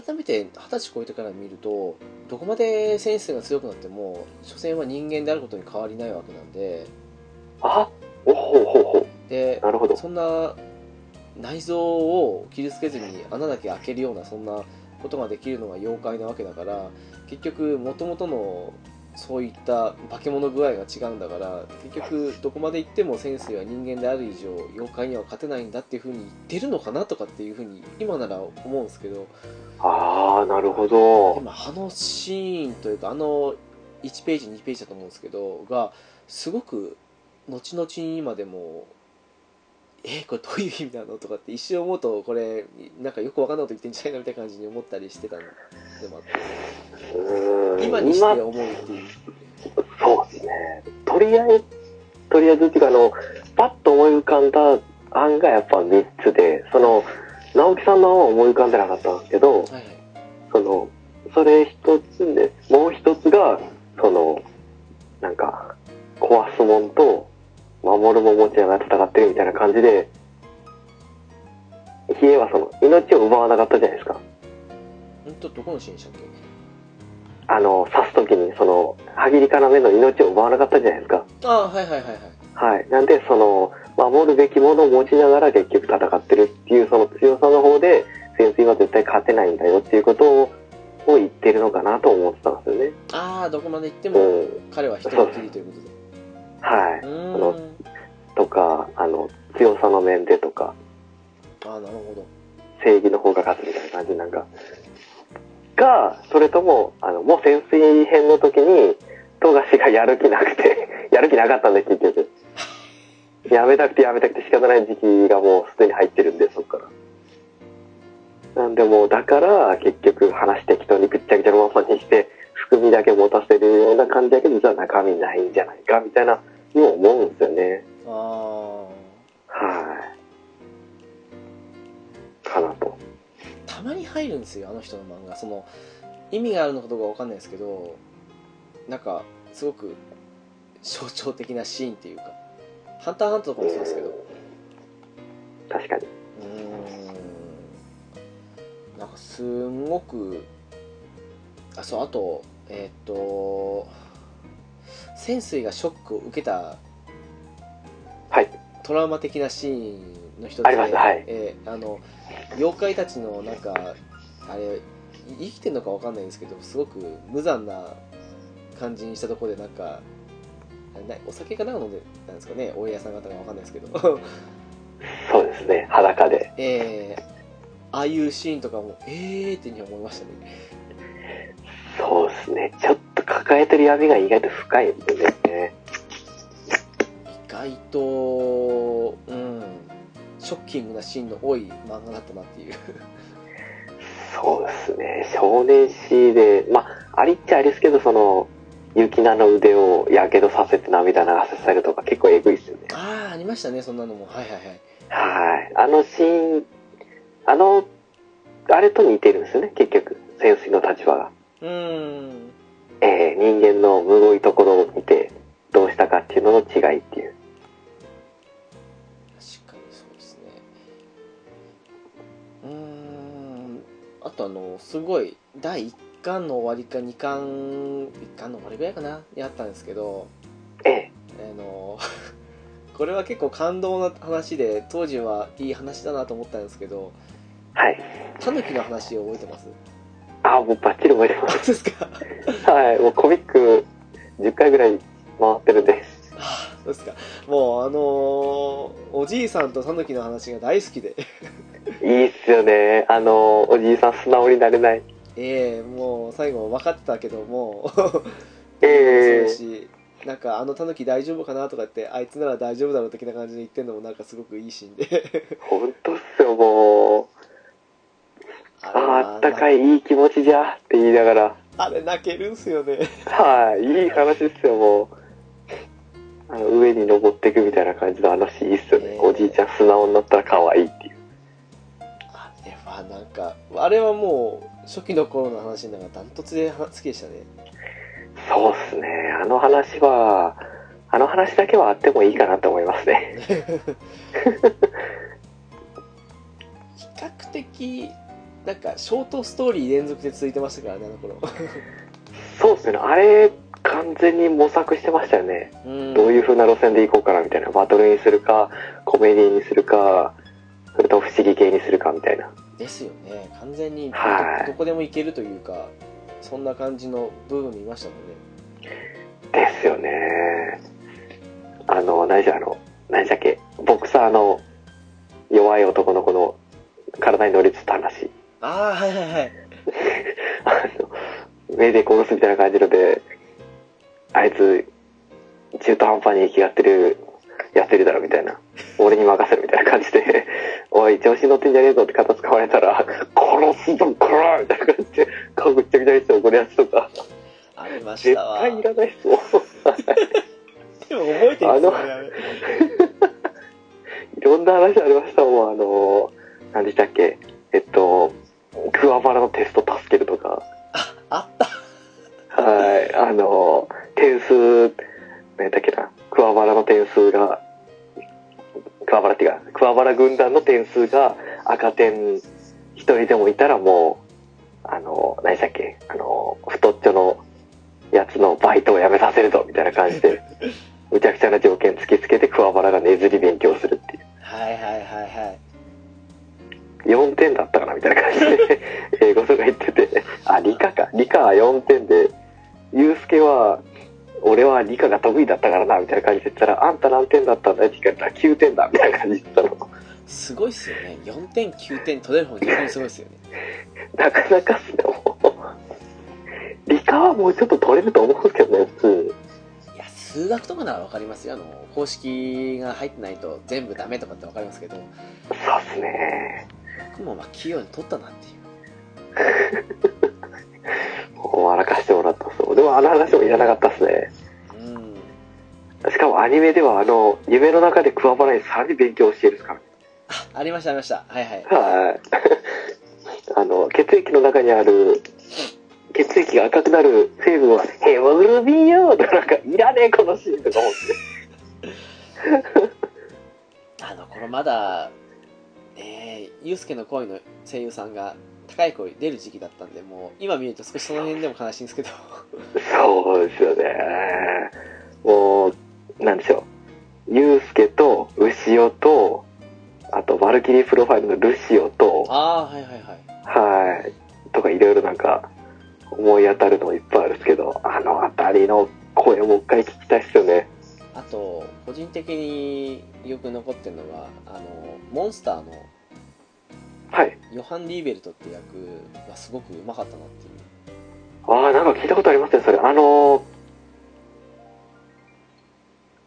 Speaker 1: 改めて二十歳超えてから見るとどこまで潜水が強くなっても所詮は人間であることに変わりないわけなんで
Speaker 2: い。あおほうほうほう。
Speaker 1: で
Speaker 2: なるほど。
Speaker 1: そんな内臓を切りつけずに穴だけ開けるようなそんなことができるのが妖怪なわけだから結局もともとのそういった化け物具合が違うんだから結局どこまで行っても先生は人間である以上妖怪には勝てないんだっていうふうに言ってるのかなとかっていうふうに今なら思うんですけど
Speaker 2: ああ、なるほ
Speaker 1: で
Speaker 2: ど。
Speaker 1: もあのシーンというかあの1ページ2ページだと思うんですけどがすごく後々に今でも「えこれどういう意味なの?」とかって一瞬思うとこれなんかよくわかんないこと言ってんじゃないのみたいな感じに思ったりしてたのでもあっ
Speaker 2: う
Speaker 1: て
Speaker 2: ー ん
Speaker 1: 今にして思うっていう
Speaker 2: そうですね。とりあえず、とりあえずっていうか、あの、パッと思い浮かんだ案がやっぱ3つで、その、直樹さんの案は思い浮かんでなかったんですけ
Speaker 1: は
Speaker 2: ど、
Speaker 1: いはい
Speaker 2: その、それ一つで、もう一つが、その、なんか、壊すもんと、守るも持ちながら戦ってるみたいな感じで、比叡はその、命を奪わなかったじゃないですか。
Speaker 1: ほんとどこのシーンでしたっけ
Speaker 2: あの、刺すときに、その、歯切りから目の命を奪わなかったじゃないですか。
Speaker 1: ああはいはいはいはい
Speaker 2: はい。なんで、その、守るべきものを持ちながら結局戦ってるっていう、その強さの方で、潜水は絶対勝てないんだよっていうことを、を言ってるのかなと思ってたんですよね。
Speaker 1: ああどこまで行って
Speaker 2: う
Speaker 1: も
Speaker 2: ん。
Speaker 1: 彼は一人きりということで
Speaker 2: はい。
Speaker 1: うーん
Speaker 2: とか、あの、強さの面でとか、
Speaker 1: ああなるほど
Speaker 2: 正義の方が勝つみたいな感じなんか。が、それとも、あの、もう潜水編の時に、富樫がやる気なくて、 やる気なかったんで、結局。やめたくてやめたくて仕方ない時期がもうすでに入ってるんで、そっから。なんでもう、だから、結局話適当にぐっちゃぐちゃのままにして、含みだけ持たせるような感じだけど、実は中身ないんじゃないか、みたいな、にも思うんですよね。
Speaker 1: ああ
Speaker 2: はい。かなと。
Speaker 1: たまに入るんですよあの人の漫画その意味があるのかどうかわかんないですけどなんかすごく象徴的なシーンっていうか「ハンターハンター」とかもそうですけどう
Speaker 2: 確かに。
Speaker 1: ーんなんかすんごくあそうあとえーっと潜水がショックを受けた
Speaker 2: はい。
Speaker 1: トラウマ的なシーンの一つで、
Speaker 2: ありますはい
Speaker 1: えーあの妖怪たちのなんかあれ生きてるのかわかんないんですけどすごく無残な感じにしたところでなんかあれなお酒かなんか飲んでたんですかねお家さん方がわかんないですけど、
Speaker 2: そうですね。裸で。
Speaker 1: えーああいうシーンとかもえーっていうふうに思いましたね
Speaker 2: そうですね。ちょっと抱えてる闇が意外と深いですね。
Speaker 1: 意外とうんショッキングなシーンの多い漫画だったなっていう
Speaker 2: そうですね。少年誌で、まあ、ありっちゃありですけど、その、雪菜の腕をやけどさせて涙流させるとか結構えぐいですよね。
Speaker 1: ああありましたねそんなのもはいはいはい
Speaker 2: はい。あのシーン、あの、あれと似てるんですよね、結局。潜水の立場が。
Speaker 1: うーん
Speaker 2: えー人間のむごいところを見て、どうしたかっていうのの違いっていう。
Speaker 1: 確かにそうですねうーんあとあのすごい第1巻の終わりか2巻1巻の終わりぐらいかなにあったんですけど
Speaker 2: ええ。
Speaker 1: あの これは結構感動な話で当時はいい話だなと思ったんですけど
Speaker 2: はい。
Speaker 1: タヌキの話を覚えてます
Speaker 2: ああ、もうバッチリ覚えてま
Speaker 1: あそうですか
Speaker 2: す。はい。もうコミック10回ぐらい回ってるん で。
Speaker 1: あそうですかもうあのーおじいさんとタヌキの話が大好きで
Speaker 2: いいっすよね。あの、おじいさん素直になれない。
Speaker 1: ええもう最後分かってたけどもそう
Speaker 2: ええ
Speaker 1: だし、なんかあのタヌキ大丈夫かなとかってあいつなら大丈夫だろう的な感じで言ってんのもなんかすごくいいシーンで
Speaker 2: ほんとっすよ、もう。
Speaker 1: あ
Speaker 2: ああ、あったか
Speaker 1: い
Speaker 2: い、いい気持ちじゃ、って言いながら。
Speaker 1: あれ泣けるんすよね
Speaker 2: はい。いい話っすよ、もう。あの上に登っていくみたいな感じのあのシーンいいっすよね、
Speaker 1: ね
Speaker 2: おじいちゃん素直になったら可愛いっていう
Speaker 1: あれはなんかあれはもう初期の頃の話の中ダントツで好きでしたね
Speaker 2: そうっすねあの話はあの話だけはあってもいいかなと思いますね
Speaker 1: 比較的なんかショートストーリー連続で続いてましたからねあの頃
Speaker 2: そうっすねあれ完全に模索してましたよね、
Speaker 1: うん
Speaker 2: どういう風な路線で行こうかなみたいなバトルにするかコメディにするかそれとも不思議系にするかみたいな
Speaker 1: ですよね完全にど
Speaker 2: はい
Speaker 1: どこでもいけるというかそんな感じの部分見ましたもんね
Speaker 2: ですよねあの何じゃあの何じゃっけボクサーの弱い男の子の体に乗り移った話
Speaker 1: ああはいはいはい
Speaker 2: あの 目で殺すみたいな感じのであいつ中途半端に生きがってるやってるだろみたいな俺に任せるみたいな感じで 「おい調子に乗ってんじゃねえぞ」って肩使われたら「殺すぞこら!」みたいな感じで顔ぐっちゃぐちゃにして怒るやつとか
Speaker 1: ありまし
Speaker 2: 絶
Speaker 1: たわ
Speaker 2: 対いらないっすもん
Speaker 1: でも覚えてるんですよねあれ
Speaker 2: いろんな話ありましたもん、あの、何でしたっけ、えっと、桑原のテスト助けるとか、
Speaker 1: あった
Speaker 2: はい、あの、点数、何だっけな、桑原の点数が、桑原っていうか、桑原軍団の点数が赤点一人でもいたらもう、あの、何でしたっけ、あの、太っちょのやつのバイトを辞めさせるぞ、みたいな感じで、むちゃくちゃな条件突きつけて桑原がねずり勉強するっていう。
Speaker 1: はいはいはいはい
Speaker 2: 4点だったかなみたいな感じで英語とか言っててあ理科か理科は4点でユうスケは俺は理科が得意だったからなみたいな感じで言ったらあんた何点だったんだって聞かれたら9点だみたいな感じで言ったの
Speaker 1: すごいっすよね4点9点取れる方逆にすごいっすよね
Speaker 2: なかなかっすねもう理科はもうちょっと取れると思うんですけどね普通
Speaker 1: いや数学とかなら分かりますよあの公式が入ってないと全部ダメとかって分かりますけど
Speaker 2: そうっすね
Speaker 1: 僕もまあ器用に取ったなっていう
Speaker 2: もうらかしてもらったっすでもあの話もいらなかったっすね
Speaker 1: うん
Speaker 2: しかもアニメではあの夢の中で桑原にさらに勉強を教えるっすから
Speaker 1: あありましたありましたはいはい
Speaker 2: はい。 あの、血液の中にある、血液が赤くなる成分は、ヘモグロビンよとかなんか、いらねえ、このシーンとか思って。
Speaker 1: あの頃まだえー、ユースケの声の声優さんが高い声出る時期だったんでもう今見ると少しその辺でも悲しいんですけど
Speaker 2: そうですよね。もう、なんでしょう。ユうスケと、牛尾と、あと、バルキリープロファイルのルシオと、
Speaker 1: ああーはいはいはい
Speaker 2: はい。とか、いろいろなんか、思い当たるのもいっぱいあるんですけど、あのあたりの声もう一回聞きたいっすよね。
Speaker 1: あと個人的によく残ってるのがあのモンスターの
Speaker 2: はい。
Speaker 1: ヨハン・リーベルトって役がすごくうまかったなっていう
Speaker 2: ああ、なんか聞いたことありますね、それ。あのー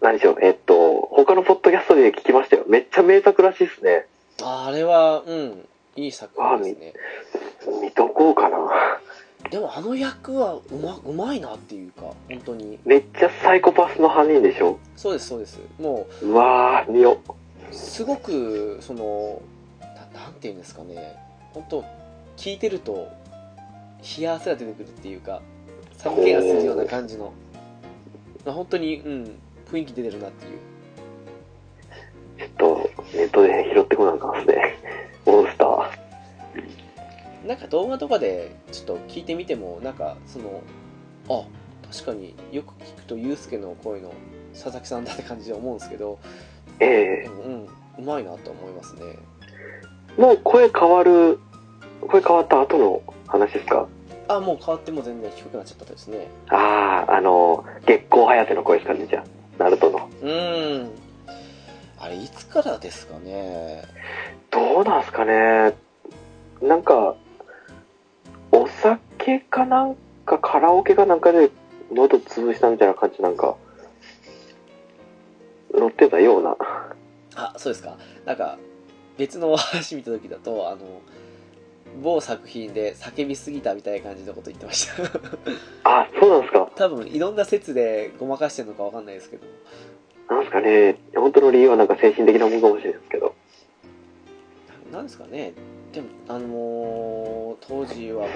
Speaker 2: 何でしょう、えっと、他のポッドキャストで聞きましたよ。めっちゃ名作らしいですね。
Speaker 1: ああれはうんいい作品ですね
Speaker 2: 見とこうかな。
Speaker 1: でもあの役はうまうまいなっていうか本当に
Speaker 2: めっちゃサイコパスの犯人でしょ。
Speaker 1: そうですそうですも
Speaker 2: うわー、見よ。
Speaker 1: うすごくそのななんていうんですかね本当聞いてると冷や汗が出てくるっていうか寒気がするような感じのまあ本当にうん雰囲気出てるなっていう
Speaker 2: ちょっと、ネットで拾ってこなあかんっすね。モンスター。
Speaker 1: なんか動画とかでちょっと聞いてみてもなんかそのあ確かによく聞くとユうスケの声の佐々木さんだって感じで思うんですけど
Speaker 2: え
Speaker 1: で
Speaker 2: え
Speaker 1: もうんうまいなと思いますね
Speaker 2: もう声変わる、声変わった後の話ですか
Speaker 1: あもう変わっても全然低くなっちゃったですね
Speaker 2: ああ、あのー、月光早手の声ですかね、じゃあ。ナルトの。
Speaker 1: うーんあれいつからですかね
Speaker 2: どうなんすかねなんかお酒かなんかカラオケかなんかで喉潰したみたいな感じなんか乗ってたような
Speaker 1: あそうですかなんか別の話見た時だとあの某作品で叫びすぎたみたいな感じのこと言ってました
Speaker 2: あそうなんですか
Speaker 1: 多分いろんな説でごまかしてるのかわかんないですけど
Speaker 2: なんですかね、本当の理由はなんか精神的なものかもしれないですけど。
Speaker 1: なんですかねでもあのー当時は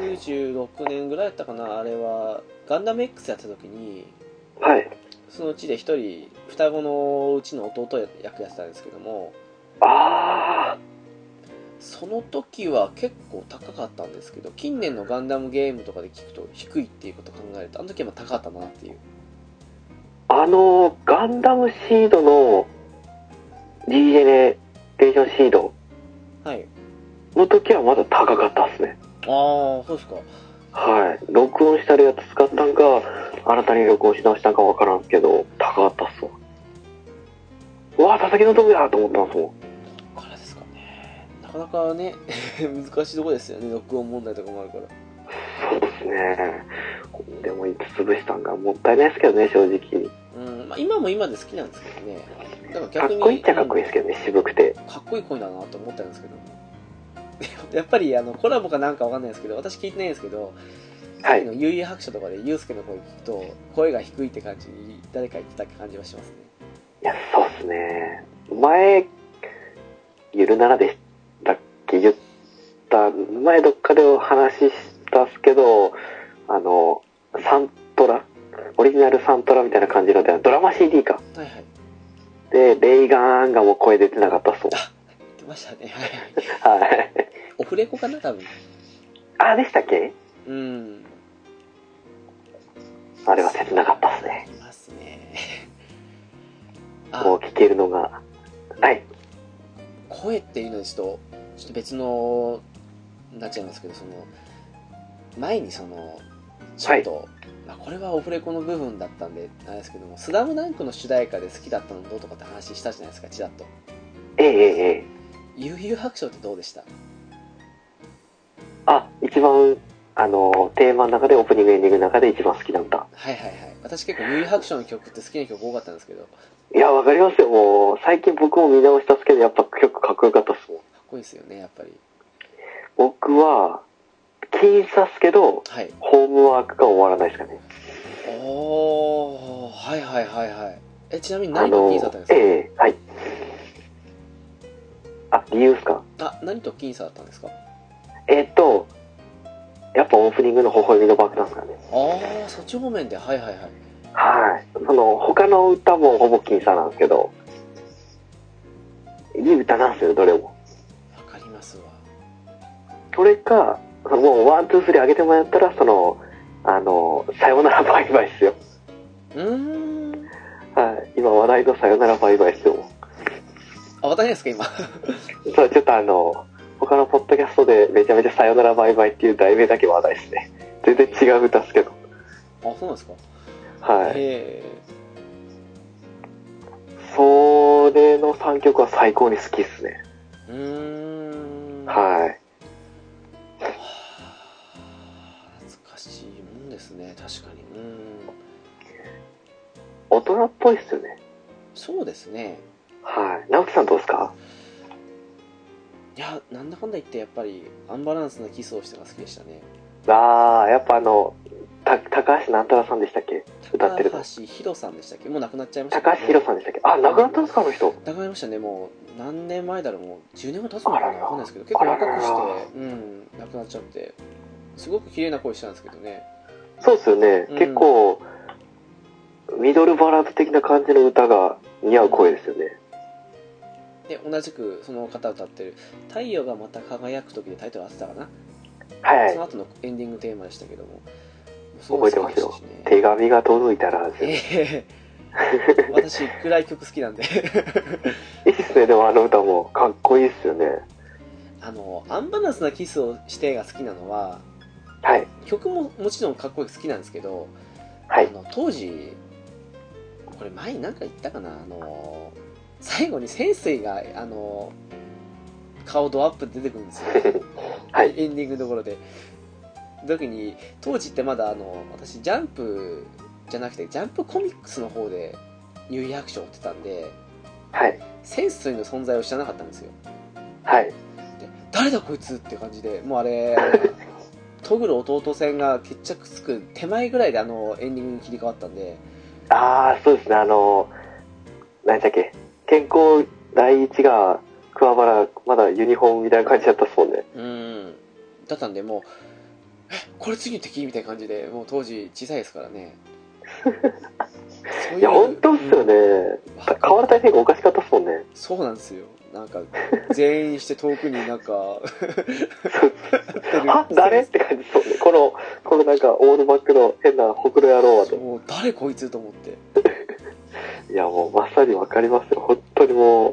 Speaker 1: 96年ぐらいだったかなあれはガンダム X やった時に
Speaker 2: はい。
Speaker 1: そのうちで一人双子のうちの弟役やってたんですけども
Speaker 2: あ
Speaker 1: その時は結構高かったんですけど近年のガンダムゲームとかで聞くと低いっていうことを考えるとあの時はまあ高かったなっていう
Speaker 2: あ、あの、ガンダムシードの G ジェネレーションシード
Speaker 1: はい
Speaker 2: の時はまだ高かったですね。
Speaker 1: ああそうですか
Speaker 2: はい。録音したるやつ使ったんか、新たに録音し直したんかわからんすけど、高かったっすわ。うわあ、佐々木の道具だと思ったんですもん。
Speaker 1: からですかねなかなかね 難しいとこですよね録音問題とかもあるから
Speaker 2: そうですね。でも、潰したんがもったいないですけどね、正直。
Speaker 1: うんまあ、今も今で好きなんですけどねだから
Speaker 2: か
Speaker 1: 逆
Speaker 2: っ
Speaker 1: に
Speaker 2: こいいっちゃかっこいいですけどね、渋くて。
Speaker 1: うんかっこいい声だなと思ったんですけど やっぱりあのコラボかなんかわかんないですけど私聞いてないんですけど
Speaker 2: は
Speaker 1: さっき
Speaker 2: い。
Speaker 1: の悠々白書とかでユうスケの声聞くと声が低いって感じに誰か言ってた感じはしますね
Speaker 2: いや、そうっすね。前、ゆるならでしたっけ言った、前どっかでお話ししたっすけど、あの、サントラオリジナルサントラみたいな感じので、ドラマ CD か。
Speaker 1: はいはい
Speaker 2: で、レイガンがもう声出てなかったっすもん。
Speaker 1: 言ってましたねはい
Speaker 2: はい。
Speaker 1: オフレコかな多分
Speaker 2: あ、でしたっけ
Speaker 1: うん
Speaker 2: あれは切なかったっすね。
Speaker 1: いますね
Speaker 2: も
Speaker 1: あ
Speaker 2: う聞けるのが。はい。
Speaker 1: 声っていうのにちょっとちょっと別のになっちゃいますけどその前にそのちょっと、まあ、これはオフレコの部分だったんであれですけども「スラムダンクの主題歌で好きだったのどうとかって話したじゃないですかちらっと
Speaker 2: ええええええ。
Speaker 1: 「悠々白書」ってどうでした
Speaker 2: あ、一番、あの、テーマの中で、オープニング、エンディングの中で一番好きだった。
Speaker 1: はいはいはい私結構悠々白書の曲って好きな曲多かったんですけどか
Speaker 2: いや、わかりますよ。もう、最近僕も見直したっすけど、やっぱ曲かっこよかったっすもん。
Speaker 1: っこいいですよねやっぱり
Speaker 2: 僕は、僅差っすけど、
Speaker 1: はい
Speaker 2: ホームワークが終わらないですかね。
Speaker 1: おーはいはいはいはいえちなみに
Speaker 2: あ
Speaker 1: 何と
Speaker 2: の
Speaker 1: 僅差だったん、です
Speaker 2: え
Speaker 1: か
Speaker 2: えはい。あ、理由っすか
Speaker 1: あ何と僅差だったんですか
Speaker 2: えっと、やっぱオープニングの微笑みの爆弾ですかね。
Speaker 1: ああそっち方面ではいはいはい
Speaker 2: はい。その、他の歌もほぼ僅差なんですけど、いい歌なんですよ、どれも。
Speaker 1: わかりますわ
Speaker 2: それか、そのもう、ワン、ツー、スリー上げてもらったら、その、あの、さよならバイバイっすよ。
Speaker 1: うーん
Speaker 2: はい。今話題のさよならバイバイっすよ。
Speaker 1: あ渡辺ですか今
Speaker 2: そう、ちょっとあの、他のポッドキャストでめちゃめちゃさよならバイバイっていう題名だけ話題ですね。全然違う歌っすけど。
Speaker 1: あそうなんですか
Speaker 2: はい。
Speaker 1: へえ
Speaker 2: それの3曲は最高に好きっすね。
Speaker 1: うーん
Speaker 2: はい。
Speaker 1: はあ懐かしいもんですね確かにうーん
Speaker 2: 大人っぽいっすよね。
Speaker 1: そうですね
Speaker 2: はい。直樹さんどうですか
Speaker 1: いやなんだかんだ言ってやっぱりアンバランスなキスをしてが好きでしたね
Speaker 2: あー、やっぱあの、た高橋なんたらさんでしたっけ歌ってるの
Speaker 1: 高橋ひろさんでしたっけもう亡くなっちゃいましたけど
Speaker 2: 高橋宏さんでしたっけあ、亡くなったんですかあの
Speaker 1: 亡
Speaker 2: 人。
Speaker 1: くなりましたねもう何年前だろうもう10年も経つのかな
Speaker 2: あらら
Speaker 1: わかんないですけど結構若く
Speaker 2: あらら
Speaker 1: してうん亡くなっちゃってすごく綺麗な声したんですけどね
Speaker 2: そうっすよね。
Speaker 1: うん
Speaker 2: 結構、ミドルバラード的な感じの歌が似合う声ですよね。
Speaker 1: で同じくその方歌ってる「太陽がまた輝く時」でタイトル合ってたかな、
Speaker 2: はい
Speaker 1: その。後のエンディングテーマでしたけどもす
Speaker 2: 覚えて
Speaker 1: 好
Speaker 2: ま
Speaker 1: き
Speaker 2: す
Speaker 1: でし
Speaker 2: よ
Speaker 1: たしね
Speaker 2: 手紙が届いたらですよ、
Speaker 1: ええ私暗い曲好きなんで
Speaker 2: いいっすねでもあの歌もかっこいいっすよね
Speaker 1: あのアンバランスなキスをしてが好きなのは
Speaker 2: はい
Speaker 1: 曲ももちろんかっこよく好きなんですけど、
Speaker 2: はい
Speaker 1: あの当時これ前に何か言ったかなあの最後に潜水があの顔ドアップで出てくるんですよ
Speaker 2: はい
Speaker 1: エンディングのところで時に当時ってまだあの私ジャンプじゃなくてジャンプコミックスの方でニューイヤークションを追ってたんで
Speaker 2: はい
Speaker 1: 潜水の存在を知らなかったんですよ
Speaker 2: はい
Speaker 1: で誰だこいつって感じでもうあれ トグル弟戦が決着つく手前ぐらいであのエンディングに切り替わったんで
Speaker 2: ああそうですねあの何だっけ健康第一が桑原まだユニフォームみたいな感じだったっすもんね
Speaker 1: うんだったんでもうえこれ次の敵みたいな感じでもう当時小さいですからねそう
Speaker 2: いや本当っすよね、
Speaker 1: うん
Speaker 2: た変わる大変がおかしかったっすもんね
Speaker 1: そうなんですよなんか全員して遠くになんか
Speaker 2: あ誰って感じっすもんねこのこのなんかオールバックの変なほくろ野郎はと
Speaker 1: そう誰こいつと思って
Speaker 2: いやもうまさにわかりますよ本当にも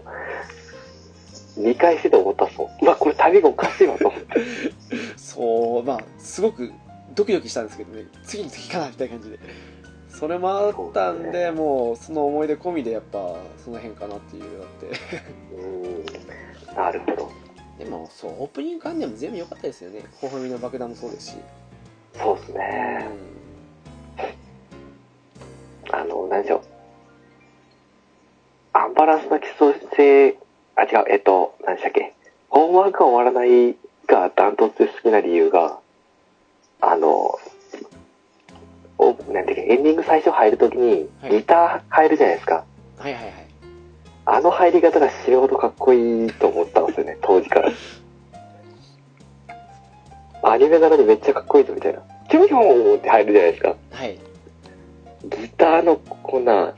Speaker 2: う見返してて思ったっすもんうわこれタイミングおかしいわと思って
Speaker 1: そうまあすごくドキドキしたんですけどね次の敵かなみたいな感じでそれもあったん
Speaker 2: そう
Speaker 1: で
Speaker 2: だ
Speaker 1: もうその思い出込みでやっぱその辺かなっていうのがあっ
Speaker 2: うんなるほど
Speaker 1: てでもそうオープニング関連も全部良かったですよねほほみの爆弾もそうですし、
Speaker 2: そうっすねあの、何でしょう。アンバランスな基礎性、あ、違う、えっと、何でしたっけ。ホームワークが終わらないがダントツで好きな理由が、あの、おなんていうか、エンディング最初入るときに
Speaker 1: はい
Speaker 2: ギター入るじゃないですか。
Speaker 1: うんはいはいはい
Speaker 2: あの入り方が死ぬほどかっこいいと思ったんですよね、当 時から。アニメなのにめっちゃかっこいいぞみたいな。キュンキュンって入るじゃないですか。
Speaker 1: はい
Speaker 2: ギターのこんな、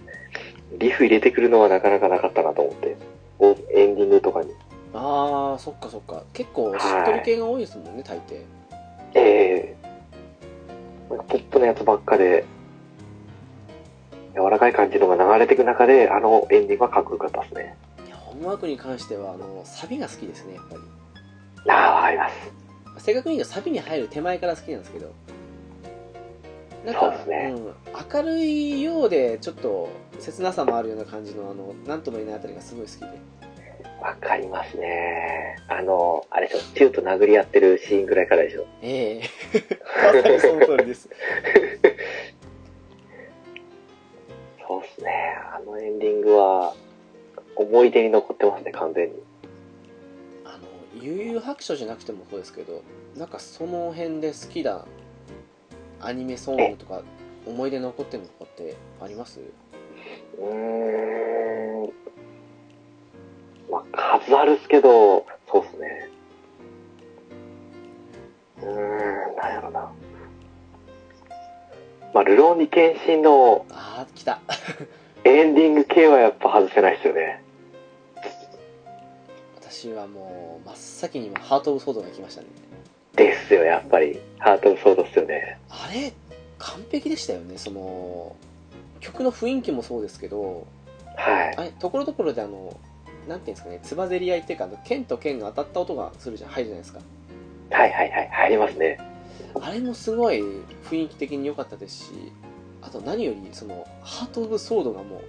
Speaker 2: リフ入れてくるのはなかなかなかったなと思って。おエンディングとかに。
Speaker 1: あーそっかそっか結構しっとり系が多いですもんね大抵
Speaker 2: ええなんかポップなやつばっかで、柔らかい感じのが流れてく中で、あのエンディングはかっこよかったですね。
Speaker 1: いやホームワークに関してはあのサビが好きですねやっぱり
Speaker 2: ああ、わかります。
Speaker 1: 正確に言うとサビに入る手前から好きなんですけどなん
Speaker 2: そう
Speaker 1: か
Speaker 2: ですね
Speaker 1: うん、明るいようでちょっと切なさもあるような感じのあのなんとも言えないあたりがすごい好き で
Speaker 2: わかりますね。あの、あれでしょ、チューと殴り合ってるシーンぐらいからでしょ。
Speaker 1: ええ まさにその通りです
Speaker 2: そうっすね。あのエンディングは、思い出に残ってますね、完全に。
Speaker 1: あの悠々白書じゃなくてもそうですけどなんかその辺で好きなアニメソングとか思い出残ってるのとかってあります
Speaker 2: うーん。まあ、数あるっすけど、そうっすね。うーん、なんやろな。まあ、ルローニケンシンの
Speaker 1: ああ来た
Speaker 2: エンディング系はやっぱ外せないっすよね。
Speaker 1: 私はもう真っ先に今ハート・オブ・ソードが来ましたね
Speaker 2: ですよ、やっぱり。ハートオブソードっすよね。
Speaker 1: あれ完璧でしたよねその曲の雰囲気もそうですけど
Speaker 2: はい。
Speaker 1: あれところどころであのなんていうんですかねつばぜり合いっていうかあの剣と剣が当たった音がするじゃん入るじゃないですか
Speaker 2: はいはいはい、入りますね。
Speaker 1: あれもすごい雰囲気的に良かったですしあと何よりそのハート・オブ・ソードがもう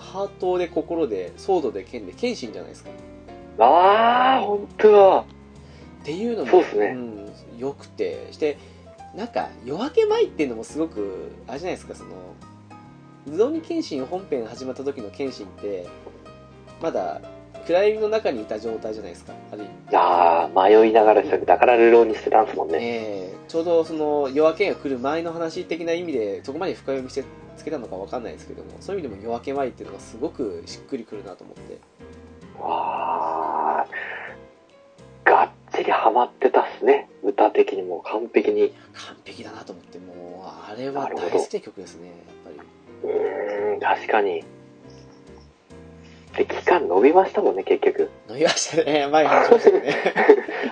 Speaker 1: ハートで心でソードで剣で剣心じゃないですかっ
Speaker 2: あー、ほんとだ。
Speaker 1: ていうのも
Speaker 2: そうですね
Speaker 1: うん、よくてしてなんか夜明け前っていうのもすごくあれじゃないですかそのズドニ剣心本編始まった時の剣心ってまだ暗闇の中にいた状態じゃないですかある意味
Speaker 2: あー、迷いながらしただからルローニしてたんすもんね。
Speaker 1: ええちょうどその夜明けが来る前の話的な意味でそこまで深読みしてつけたのかわかんないですけどもそういう意味でも夜明け前っていうのがすごくしっくりくるなと思って
Speaker 2: わーがっちりハマってたっすね歌的にも完璧に
Speaker 1: 完璧だなと思ってもうあれは大好きな曲ですねやっぱり
Speaker 2: うーん確かにで期間伸びましたもんね結局
Speaker 1: 伸びましたね 前に話しましたけどね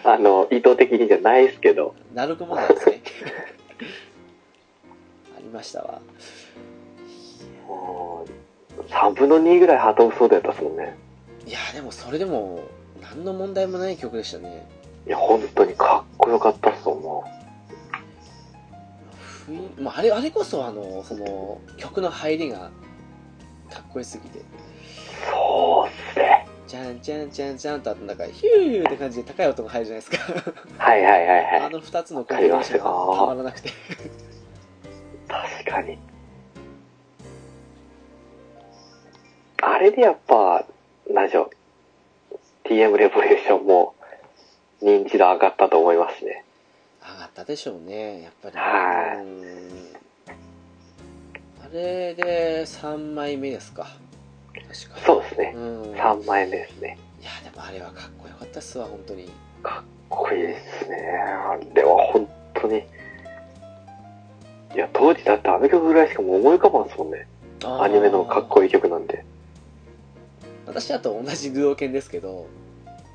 Speaker 2: あの意図的にじゃないですけど
Speaker 1: なるくもないですねありましたわ
Speaker 2: もう3分の2ぐらいハートオブソードやったっすもんね
Speaker 1: いやでもそれでも何の問題もない曲でしたね
Speaker 2: いや本当にかっこよかったっすもんも
Speaker 1: ふいまあ、あれあれこそあのその曲の入りがかっこよすぎて
Speaker 2: うそうっすね
Speaker 1: じゃんじゃんじゃんじゃんとあとなんかヒューって感じで高い音が入るじゃないですか
Speaker 2: はいはいはいは
Speaker 1: あ
Speaker 2: い
Speaker 1: の2つのコンビネーションがたまらなくて
Speaker 2: 確かにあれでやっぱ何でしょう TM レボリューションも認知度上がったと思いますね
Speaker 1: 上がったでしょうねやっぱり
Speaker 2: はいう
Speaker 1: ーんあれで3枚目ですか確か
Speaker 2: そうですね。
Speaker 1: うんいや
Speaker 2: 3枚目ですね。
Speaker 1: でもあれはかっこよかったっすわ本当に
Speaker 2: かっこいいですね。あれは本当に。いや、当時だってあの曲ぐらいしかもう思い浮かばんっすもんね。アニメのかっこいい曲なんで。
Speaker 1: 私だと同じ武道犬ですけど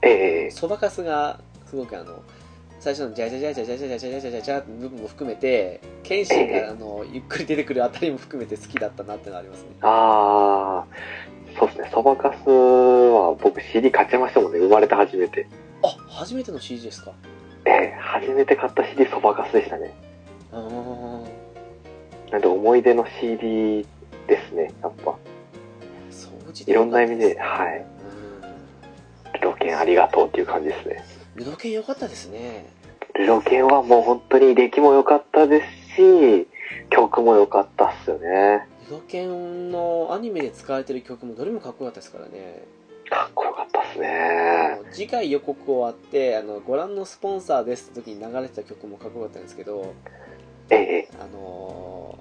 Speaker 2: ええ
Speaker 1: そばかすがすごくあの最初のジャジャジャジャジャジャジャジャジャジャジャ部分も含めて剣心があのゆっくり出てくるあたりも含めて好きだったなってのはありますね
Speaker 2: あー、そうですね。そばかすは僕 CD 買っちゃいましたもんね。生まれて初めて。
Speaker 1: あ初めての CG ですか
Speaker 2: ええ初めて買った CD そばかすでしたね。
Speaker 1: ああ
Speaker 2: なんで思い出の CD ですね。やっぱ。
Speaker 1: 掃除
Speaker 2: いろんな意味で、はい。ルロケンありがとうっていう感じですね。
Speaker 1: 武道犬良かったですね
Speaker 2: ルロケンはもう本当に出来も良かったですし、曲も良かったっすよね。
Speaker 1: 武道犬のアニメで使われてる曲もどれもかっこよかったですからね
Speaker 2: かっこよかったっす
Speaker 1: あ
Speaker 2: ね。
Speaker 1: の次回予告終わってあのご覧のスポンサーですって時に流れてた曲もかっこよかったんですけど
Speaker 2: ええ、
Speaker 1: あの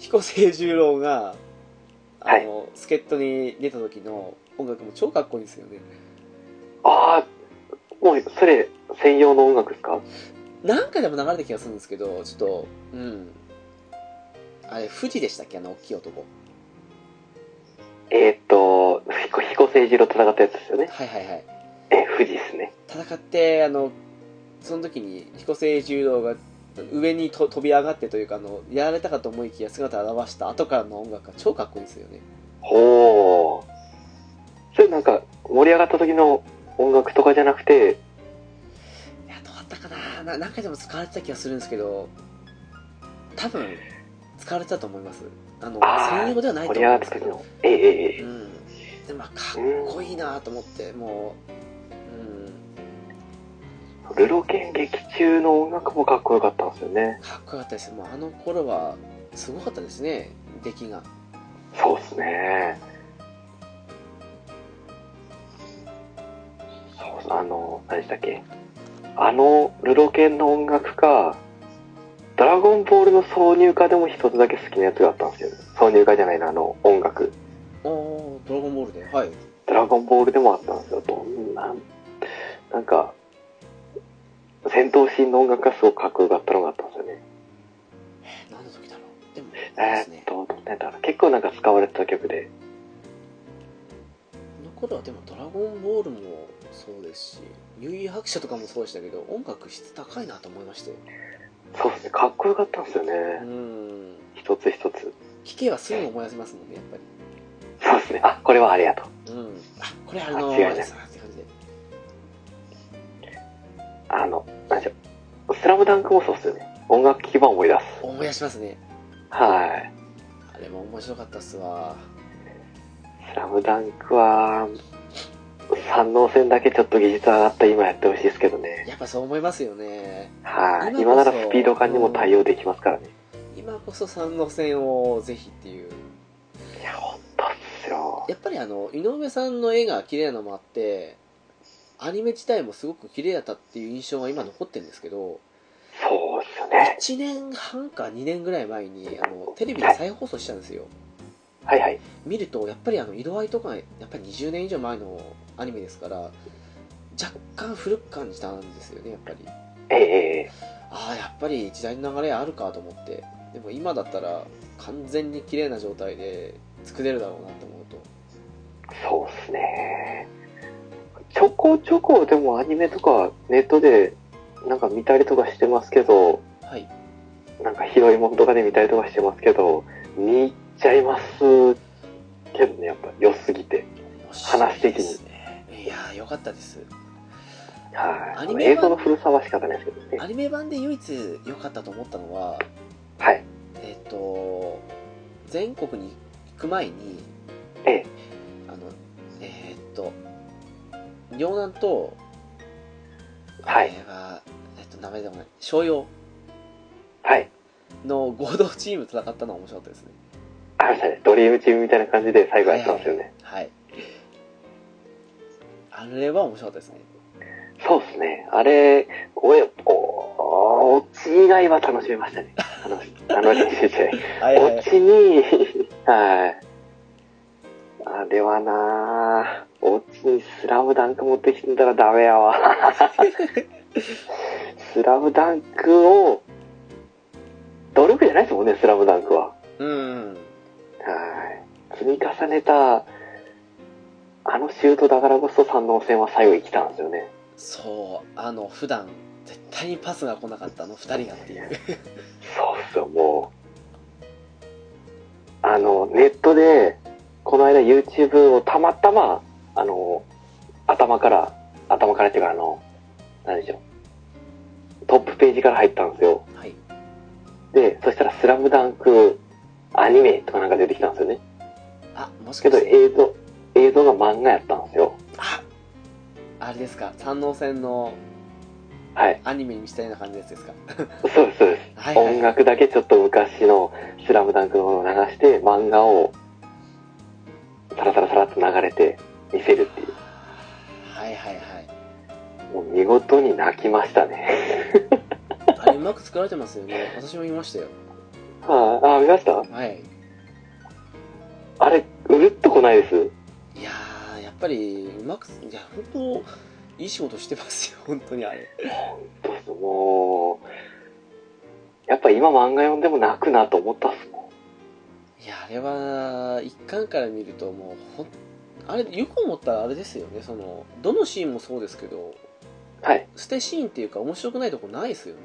Speaker 1: ー彦星十郎があ
Speaker 2: はい
Speaker 1: の、助っ人に出た時の音楽も超かっこいいんですよね
Speaker 2: ああ、もうそれ専用の音楽ですか
Speaker 1: 何回でも流れた気がするんですけどちょっとうんあれ富士でしたっけあの大きい男
Speaker 2: えーっと、彦彦星二郎戦ったやつですよね。
Speaker 1: はいはいはい
Speaker 2: え、富士ですね。
Speaker 1: 戦ってあのその時に彦星十郎が上にと飛び上がってというかあのやられたかと思いきや姿を現した後からの音楽が超かっこいいんですよね
Speaker 2: ほー。それなんか、盛り上がった時の音楽とかじゃなくて、
Speaker 1: いやどうだったかなな何回でも使われてた気がするんですけど多分使われてたと思いますあの
Speaker 2: あー
Speaker 1: 専用ではないと
Speaker 2: 盛り上
Speaker 1: 思
Speaker 2: が
Speaker 1: うん
Speaker 2: っ
Speaker 1: で
Speaker 2: た
Speaker 1: すけ
Speaker 2: 時
Speaker 1: ど
Speaker 2: の、えええええ
Speaker 1: う
Speaker 2: え
Speaker 1: んでもまあかっこいいなと思ってもう
Speaker 2: ルロケン劇中の音楽もかっこよかったんですよね
Speaker 1: う。んかっこよかったですもうあの頃はすごかったですね出来が
Speaker 2: そうですね。そうあの、何でしたっけあの、ルロケンの音楽か、ドラゴンボールの挿入歌でも一つだけ好きなやつがあったんですよ。挿入歌じゃないな、あの、音楽。
Speaker 1: おードラゴンボールではい
Speaker 2: ドラゴンボールでもあったんですよ。どんな、なんか、戦闘シーンの音楽がすごくかっこよかったのがあったんですよね。
Speaker 1: 何の時だろうでも
Speaker 2: え
Speaker 1: です
Speaker 2: ーっ
Speaker 1: ね
Speaker 2: と、どんなんだろう結構なんか使われてた曲で。
Speaker 1: この頃はでも「ドラゴンボール」もそうですし「幽遊白書」とかもそうでしたけど音楽質高いなと思いまして
Speaker 2: そうですね、かっこよかったんですよ
Speaker 1: う
Speaker 2: ね。
Speaker 1: ん
Speaker 2: 一つ一つ。
Speaker 1: 聞けばすぐ思い出せますもんねやっぱり
Speaker 2: そうですね。あ、これはあれやと。
Speaker 1: うんあこれあの
Speaker 2: あ
Speaker 1: あ
Speaker 2: 違うね
Speaker 1: れですなって感じで
Speaker 2: あの、なんでしょう。スラムダンクもそうっすよね。音楽聴けば思い出す。
Speaker 1: 思い出しますね
Speaker 2: はい。
Speaker 1: あれも面白かったっすわ
Speaker 2: スラムダンクは、三能戦だけちょっと技術上がった今やってほしいですけどね。
Speaker 1: やっぱそう思いますよね
Speaker 2: はい。
Speaker 1: 今
Speaker 2: 今
Speaker 1: こそ
Speaker 2: ならスピード感にも対応できますからね。
Speaker 1: 今こそ三能戦をぜひっていう
Speaker 2: いや、ほんとっすよ。
Speaker 1: やっぱりあの井上さんの絵が綺麗なのもあってアニメ自体もすごく綺麗だったっていう印象が今残ってるんですけど
Speaker 2: そうっすよね。
Speaker 1: 1年半か2年ぐらい前にあのテレビで再放送したんですよ
Speaker 2: はいはい。
Speaker 1: 見るとやっぱりあの色合いとかやっぱり20年以上前のアニメですから若干古く感じたんですよねやっぱり
Speaker 2: ええ
Speaker 1: ああやっぱり時代の流れあるかと思ってでも今だったら完全に綺麗な状態で作れるだろうなと思うと
Speaker 2: そうっすね。ちょこちょこでもアニメとかネットでなんか見たりとかしてますけど、
Speaker 1: はい
Speaker 2: なんか広いものとかで見たりとかしてますけど、見入っちゃいますけどね、やっぱ良すぎて。話
Speaker 1: 面白
Speaker 2: 的に
Speaker 1: いですねいやーよかったです
Speaker 2: は
Speaker 1: アニ
Speaker 2: い。
Speaker 1: メは
Speaker 2: 映像の古さは仕方ないですけどね
Speaker 1: ア。ニメ版で唯一良かったと思ったのは
Speaker 2: はい。
Speaker 1: えっと全国に行く前に
Speaker 2: ええ。
Speaker 1: あのえーっと両南と
Speaker 2: はい
Speaker 1: あれはえっと名前でもない商用
Speaker 2: はい。
Speaker 1: の合同チーム戦ったのは面白かったですね
Speaker 2: ありましたね。ドリームチームみたいな感じで最後やったんですよね。
Speaker 1: はいあれは面白かったですね
Speaker 2: そうですね。あれ、おえ、お、オチ以外は楽しめましたね。あの、あの練習試合。
Speaker 1: はいは
Speaker 2: オ
Speaker 1: い
Speaker 2: チに、はい。ああれはなあオチにスラムダンク持ってきてたらダメやわ。スラムダンクを、努力じゃないですもんね、スラムダンクは。
Speaker 1: うん
Speaker 2: はい。積み重ねた、あのシュートだからこそ三能戦は最後生きたんですよね。
Speaker 1: そうあの普段絶対にパスが来なかったあの2人がっていう
Speaker 2: そうっすよ、もう。あの、ネットで、この間 YouTube をたまたま、あの、頭から、頭からっていうか、あの、何でしょう。トップページから入ったんですよ。
Speaker 1: はい
Speaker 2: で、そしたらスラムダンクアニメとかなんか出てきたんですよね。
Speaker 1: あもし
Speaker 2: け
Speaker 1: か
Speaker 2: ど
Speaker 1: して
Speaker 2: 映像、映像が漫画やったんですよ。
Speaker 1: ああれですか山王戦の
Speaker 2: はい。
Speaker 1: アニメに見せたような感じのやつですか
Speaker 2: そうです、そうです。
Speaker 1: はいはい
Speaker 2: 音楽だけちょっと昔の「スラムダンクのものを流して漫画をサラサラサラっと流れて見せるっていう
Speaker 1: はいはいはい
Speaker 2: もう見事に泣きましたね
Speaker 1: あれうまく作られてますよね私も見ましたよ
Speaker 2: あああ見ました
Speaker 1: はい
Speaker 2: あれうるっとこないです
Speaker 1: いやーやっぱりうまくいや本当いい仕事してますよ 本当にあれ
Speaker 2: どうぞもうやっぱ今漫画読んでも泣くなと思ったっすも
Speaker 1: いやあれは一巻から見るともうほんあれよく思ったらあれですよねそのどのシーンもそうですけど
Speaker 2: んはい
Speaker 1: 捨てシーンっていうか面白くないとこないですよね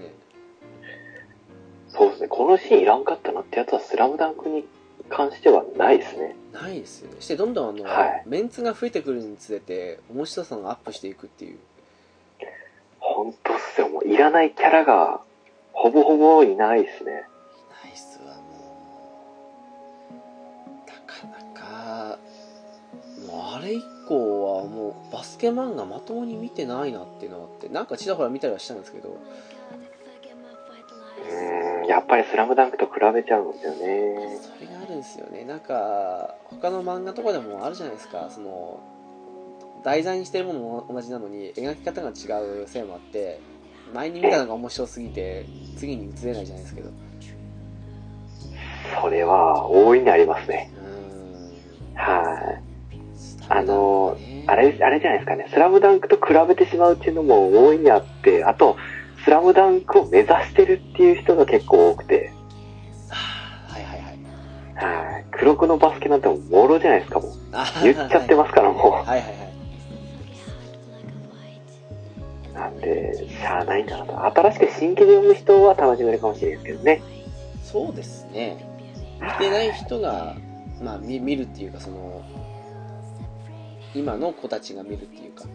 Speaker 2: そうですねこのシーンいらんかったなってやつは「スラムダンクに関してはないですね
Speaker 1: ないですよねしてどんどんあの、
Speaker 2: はい
Speaker 1: メンツが増えてくるにつれて面白さがアップしていくっていう
Speaker 2: 本当っすよもういらないキャラがほぼほぼいないですね
Speaker 1: ナイスはもうなかなかもうあれ以降はもうバスケ漫画まともに見てないなっていうのがあってなんかちらほら見たりはしたんですけど
Speaker 2: うーんやっぱり「スラムダンクと比べちゃうんですよね
Speaker 1: それがあるんですよねなんか他の漫画とかでもあるじゃないですかその題材にしてるものも同じなのに描き方が違うせいもあって前に見たのが面白すぎて次に映れないじゃないですけどう
Speaker 2: それは大いにありますね
Speaker 1: ー
Speaker 2: はい
Speaker 1: ん
Speaker 2: あの
Speaker 1: ね
Speaker 2: あれあれじゃないですかね「スラムダンクと比べてしまうっていうのも大いにあってあと「スラムダンクを目指してるっていう人が結構多くて
Speaker 1: あーはいはいはい
Speaker 2: はい黒子のバスケなんてもうもろじゃないですかもう
Speaker 1: あー
Speaker 2: 言っちゃってますからも
Speaker 1: はいはいはいはいう
Speaker 2: なんでしゃあないんだなと新しく新規で読む人は楽しめるかもしれないですけどね
Speaker 1: そうですね見てない人が、まあ、見見るっていうかその今の子たちが見るっていうか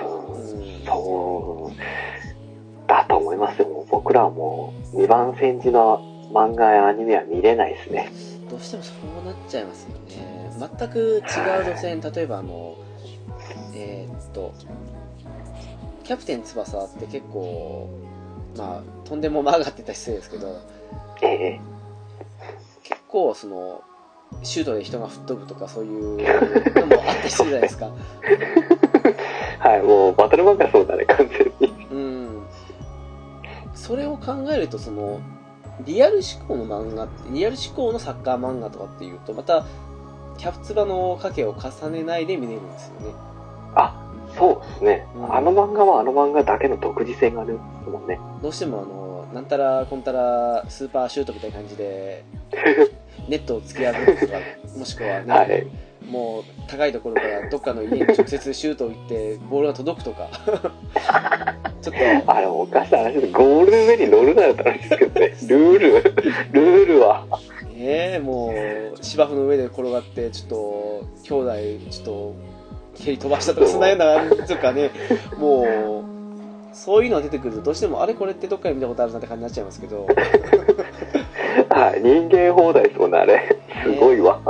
Speaker 2: 多
Speaker 1: う
Speaker 2: 分
Speaker 1: ん
Speaker 2: そうだと思いますよ。もう僕らはもう2番煎じの漫画やアニメは見れないですね。
Speaker 1: どうしてもそうなっちゃいますよね全く違う路線例えばあのえーっと「キャプテン翼」って結構まあとんでも曲がってた失礼ですけど
Speaker 2: ええ
Speaker 1: 結構そのシュートで人が吹っ飛ぶとかそういうのもあったりするじゃないですか
Speaker 2: はい、もうバトル漫画そうだね、完全に。
Speaker 1: うんそれを考えるとそのリアル思考の漫画ってリアル思考のサッカー漫画とかっていうとまたキャプツバの賭けを重ねないで見れるんですよね
Speaker 2: あ、そうですね。あの漫画はあの漫画だけの独自性があるもんね。
Speaker 1: どうしてもあのなんたらこんたらスーパーシュートみたいな感じでネットを突き破るとかもしくは、ね
Speaker 2: はい。
Speaker 1: もう高いところからどっかの家に直接シュートを打ってボールが届くとか ちょっと
Speaker 2: あれおかしな話です。ゴールの上に乗るなよって話ですけどね。ルー ル、ルールは。
Speaker 1: ねえもう芝生の上で転がってちょっと兄弟ちょっと蹴り飛ばしたとかそんなようなとかねもうそういうのが出てくるとどうしてもあれこれってどっかで見たことあるなって感じになっちゃいますけど。
Speaker 2: はい、人間放題ですもんね、あれ。すごいわ。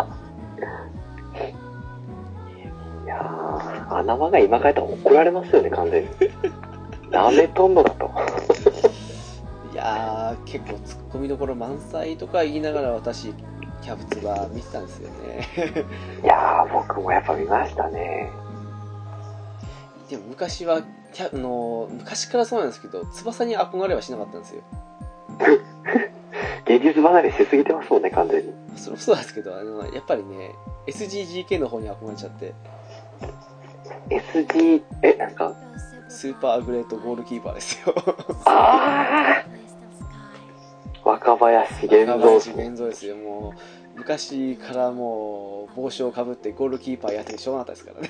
Speaker 2: いやー、穴場が今変えたら怒られますよね、完全に。なめとんのだと。
Speaker 1: いやー結構ツッコミどころ満載とか言いながら私キャブツバ見てたんですよね
Speaker 2: いやー、僕もやっぱ見ましたね。
Speaker 1: でも昔はキャあの昔からそうなんですけど翼に憧れはしなかったんですよ
Speaker 2: 現実離れしすぎてますもんね、完全に。
Speaker 1: それもそうなんですけどあのやっぱりね SGGK の方に憧れちゃって
Speaker 2: SG、え、なんか、
Speaker 1: スーパーグレートゴールキーパーですよ
Speaker 2: あー若林
Speaker 1: 中
Speaker 2: 源
Speaker 1: 林
Speaker 2: 三。
Speaker 1: 源三ですよもう昔からもう帽子をかぶってゴールキーパーやってる人なかったですからね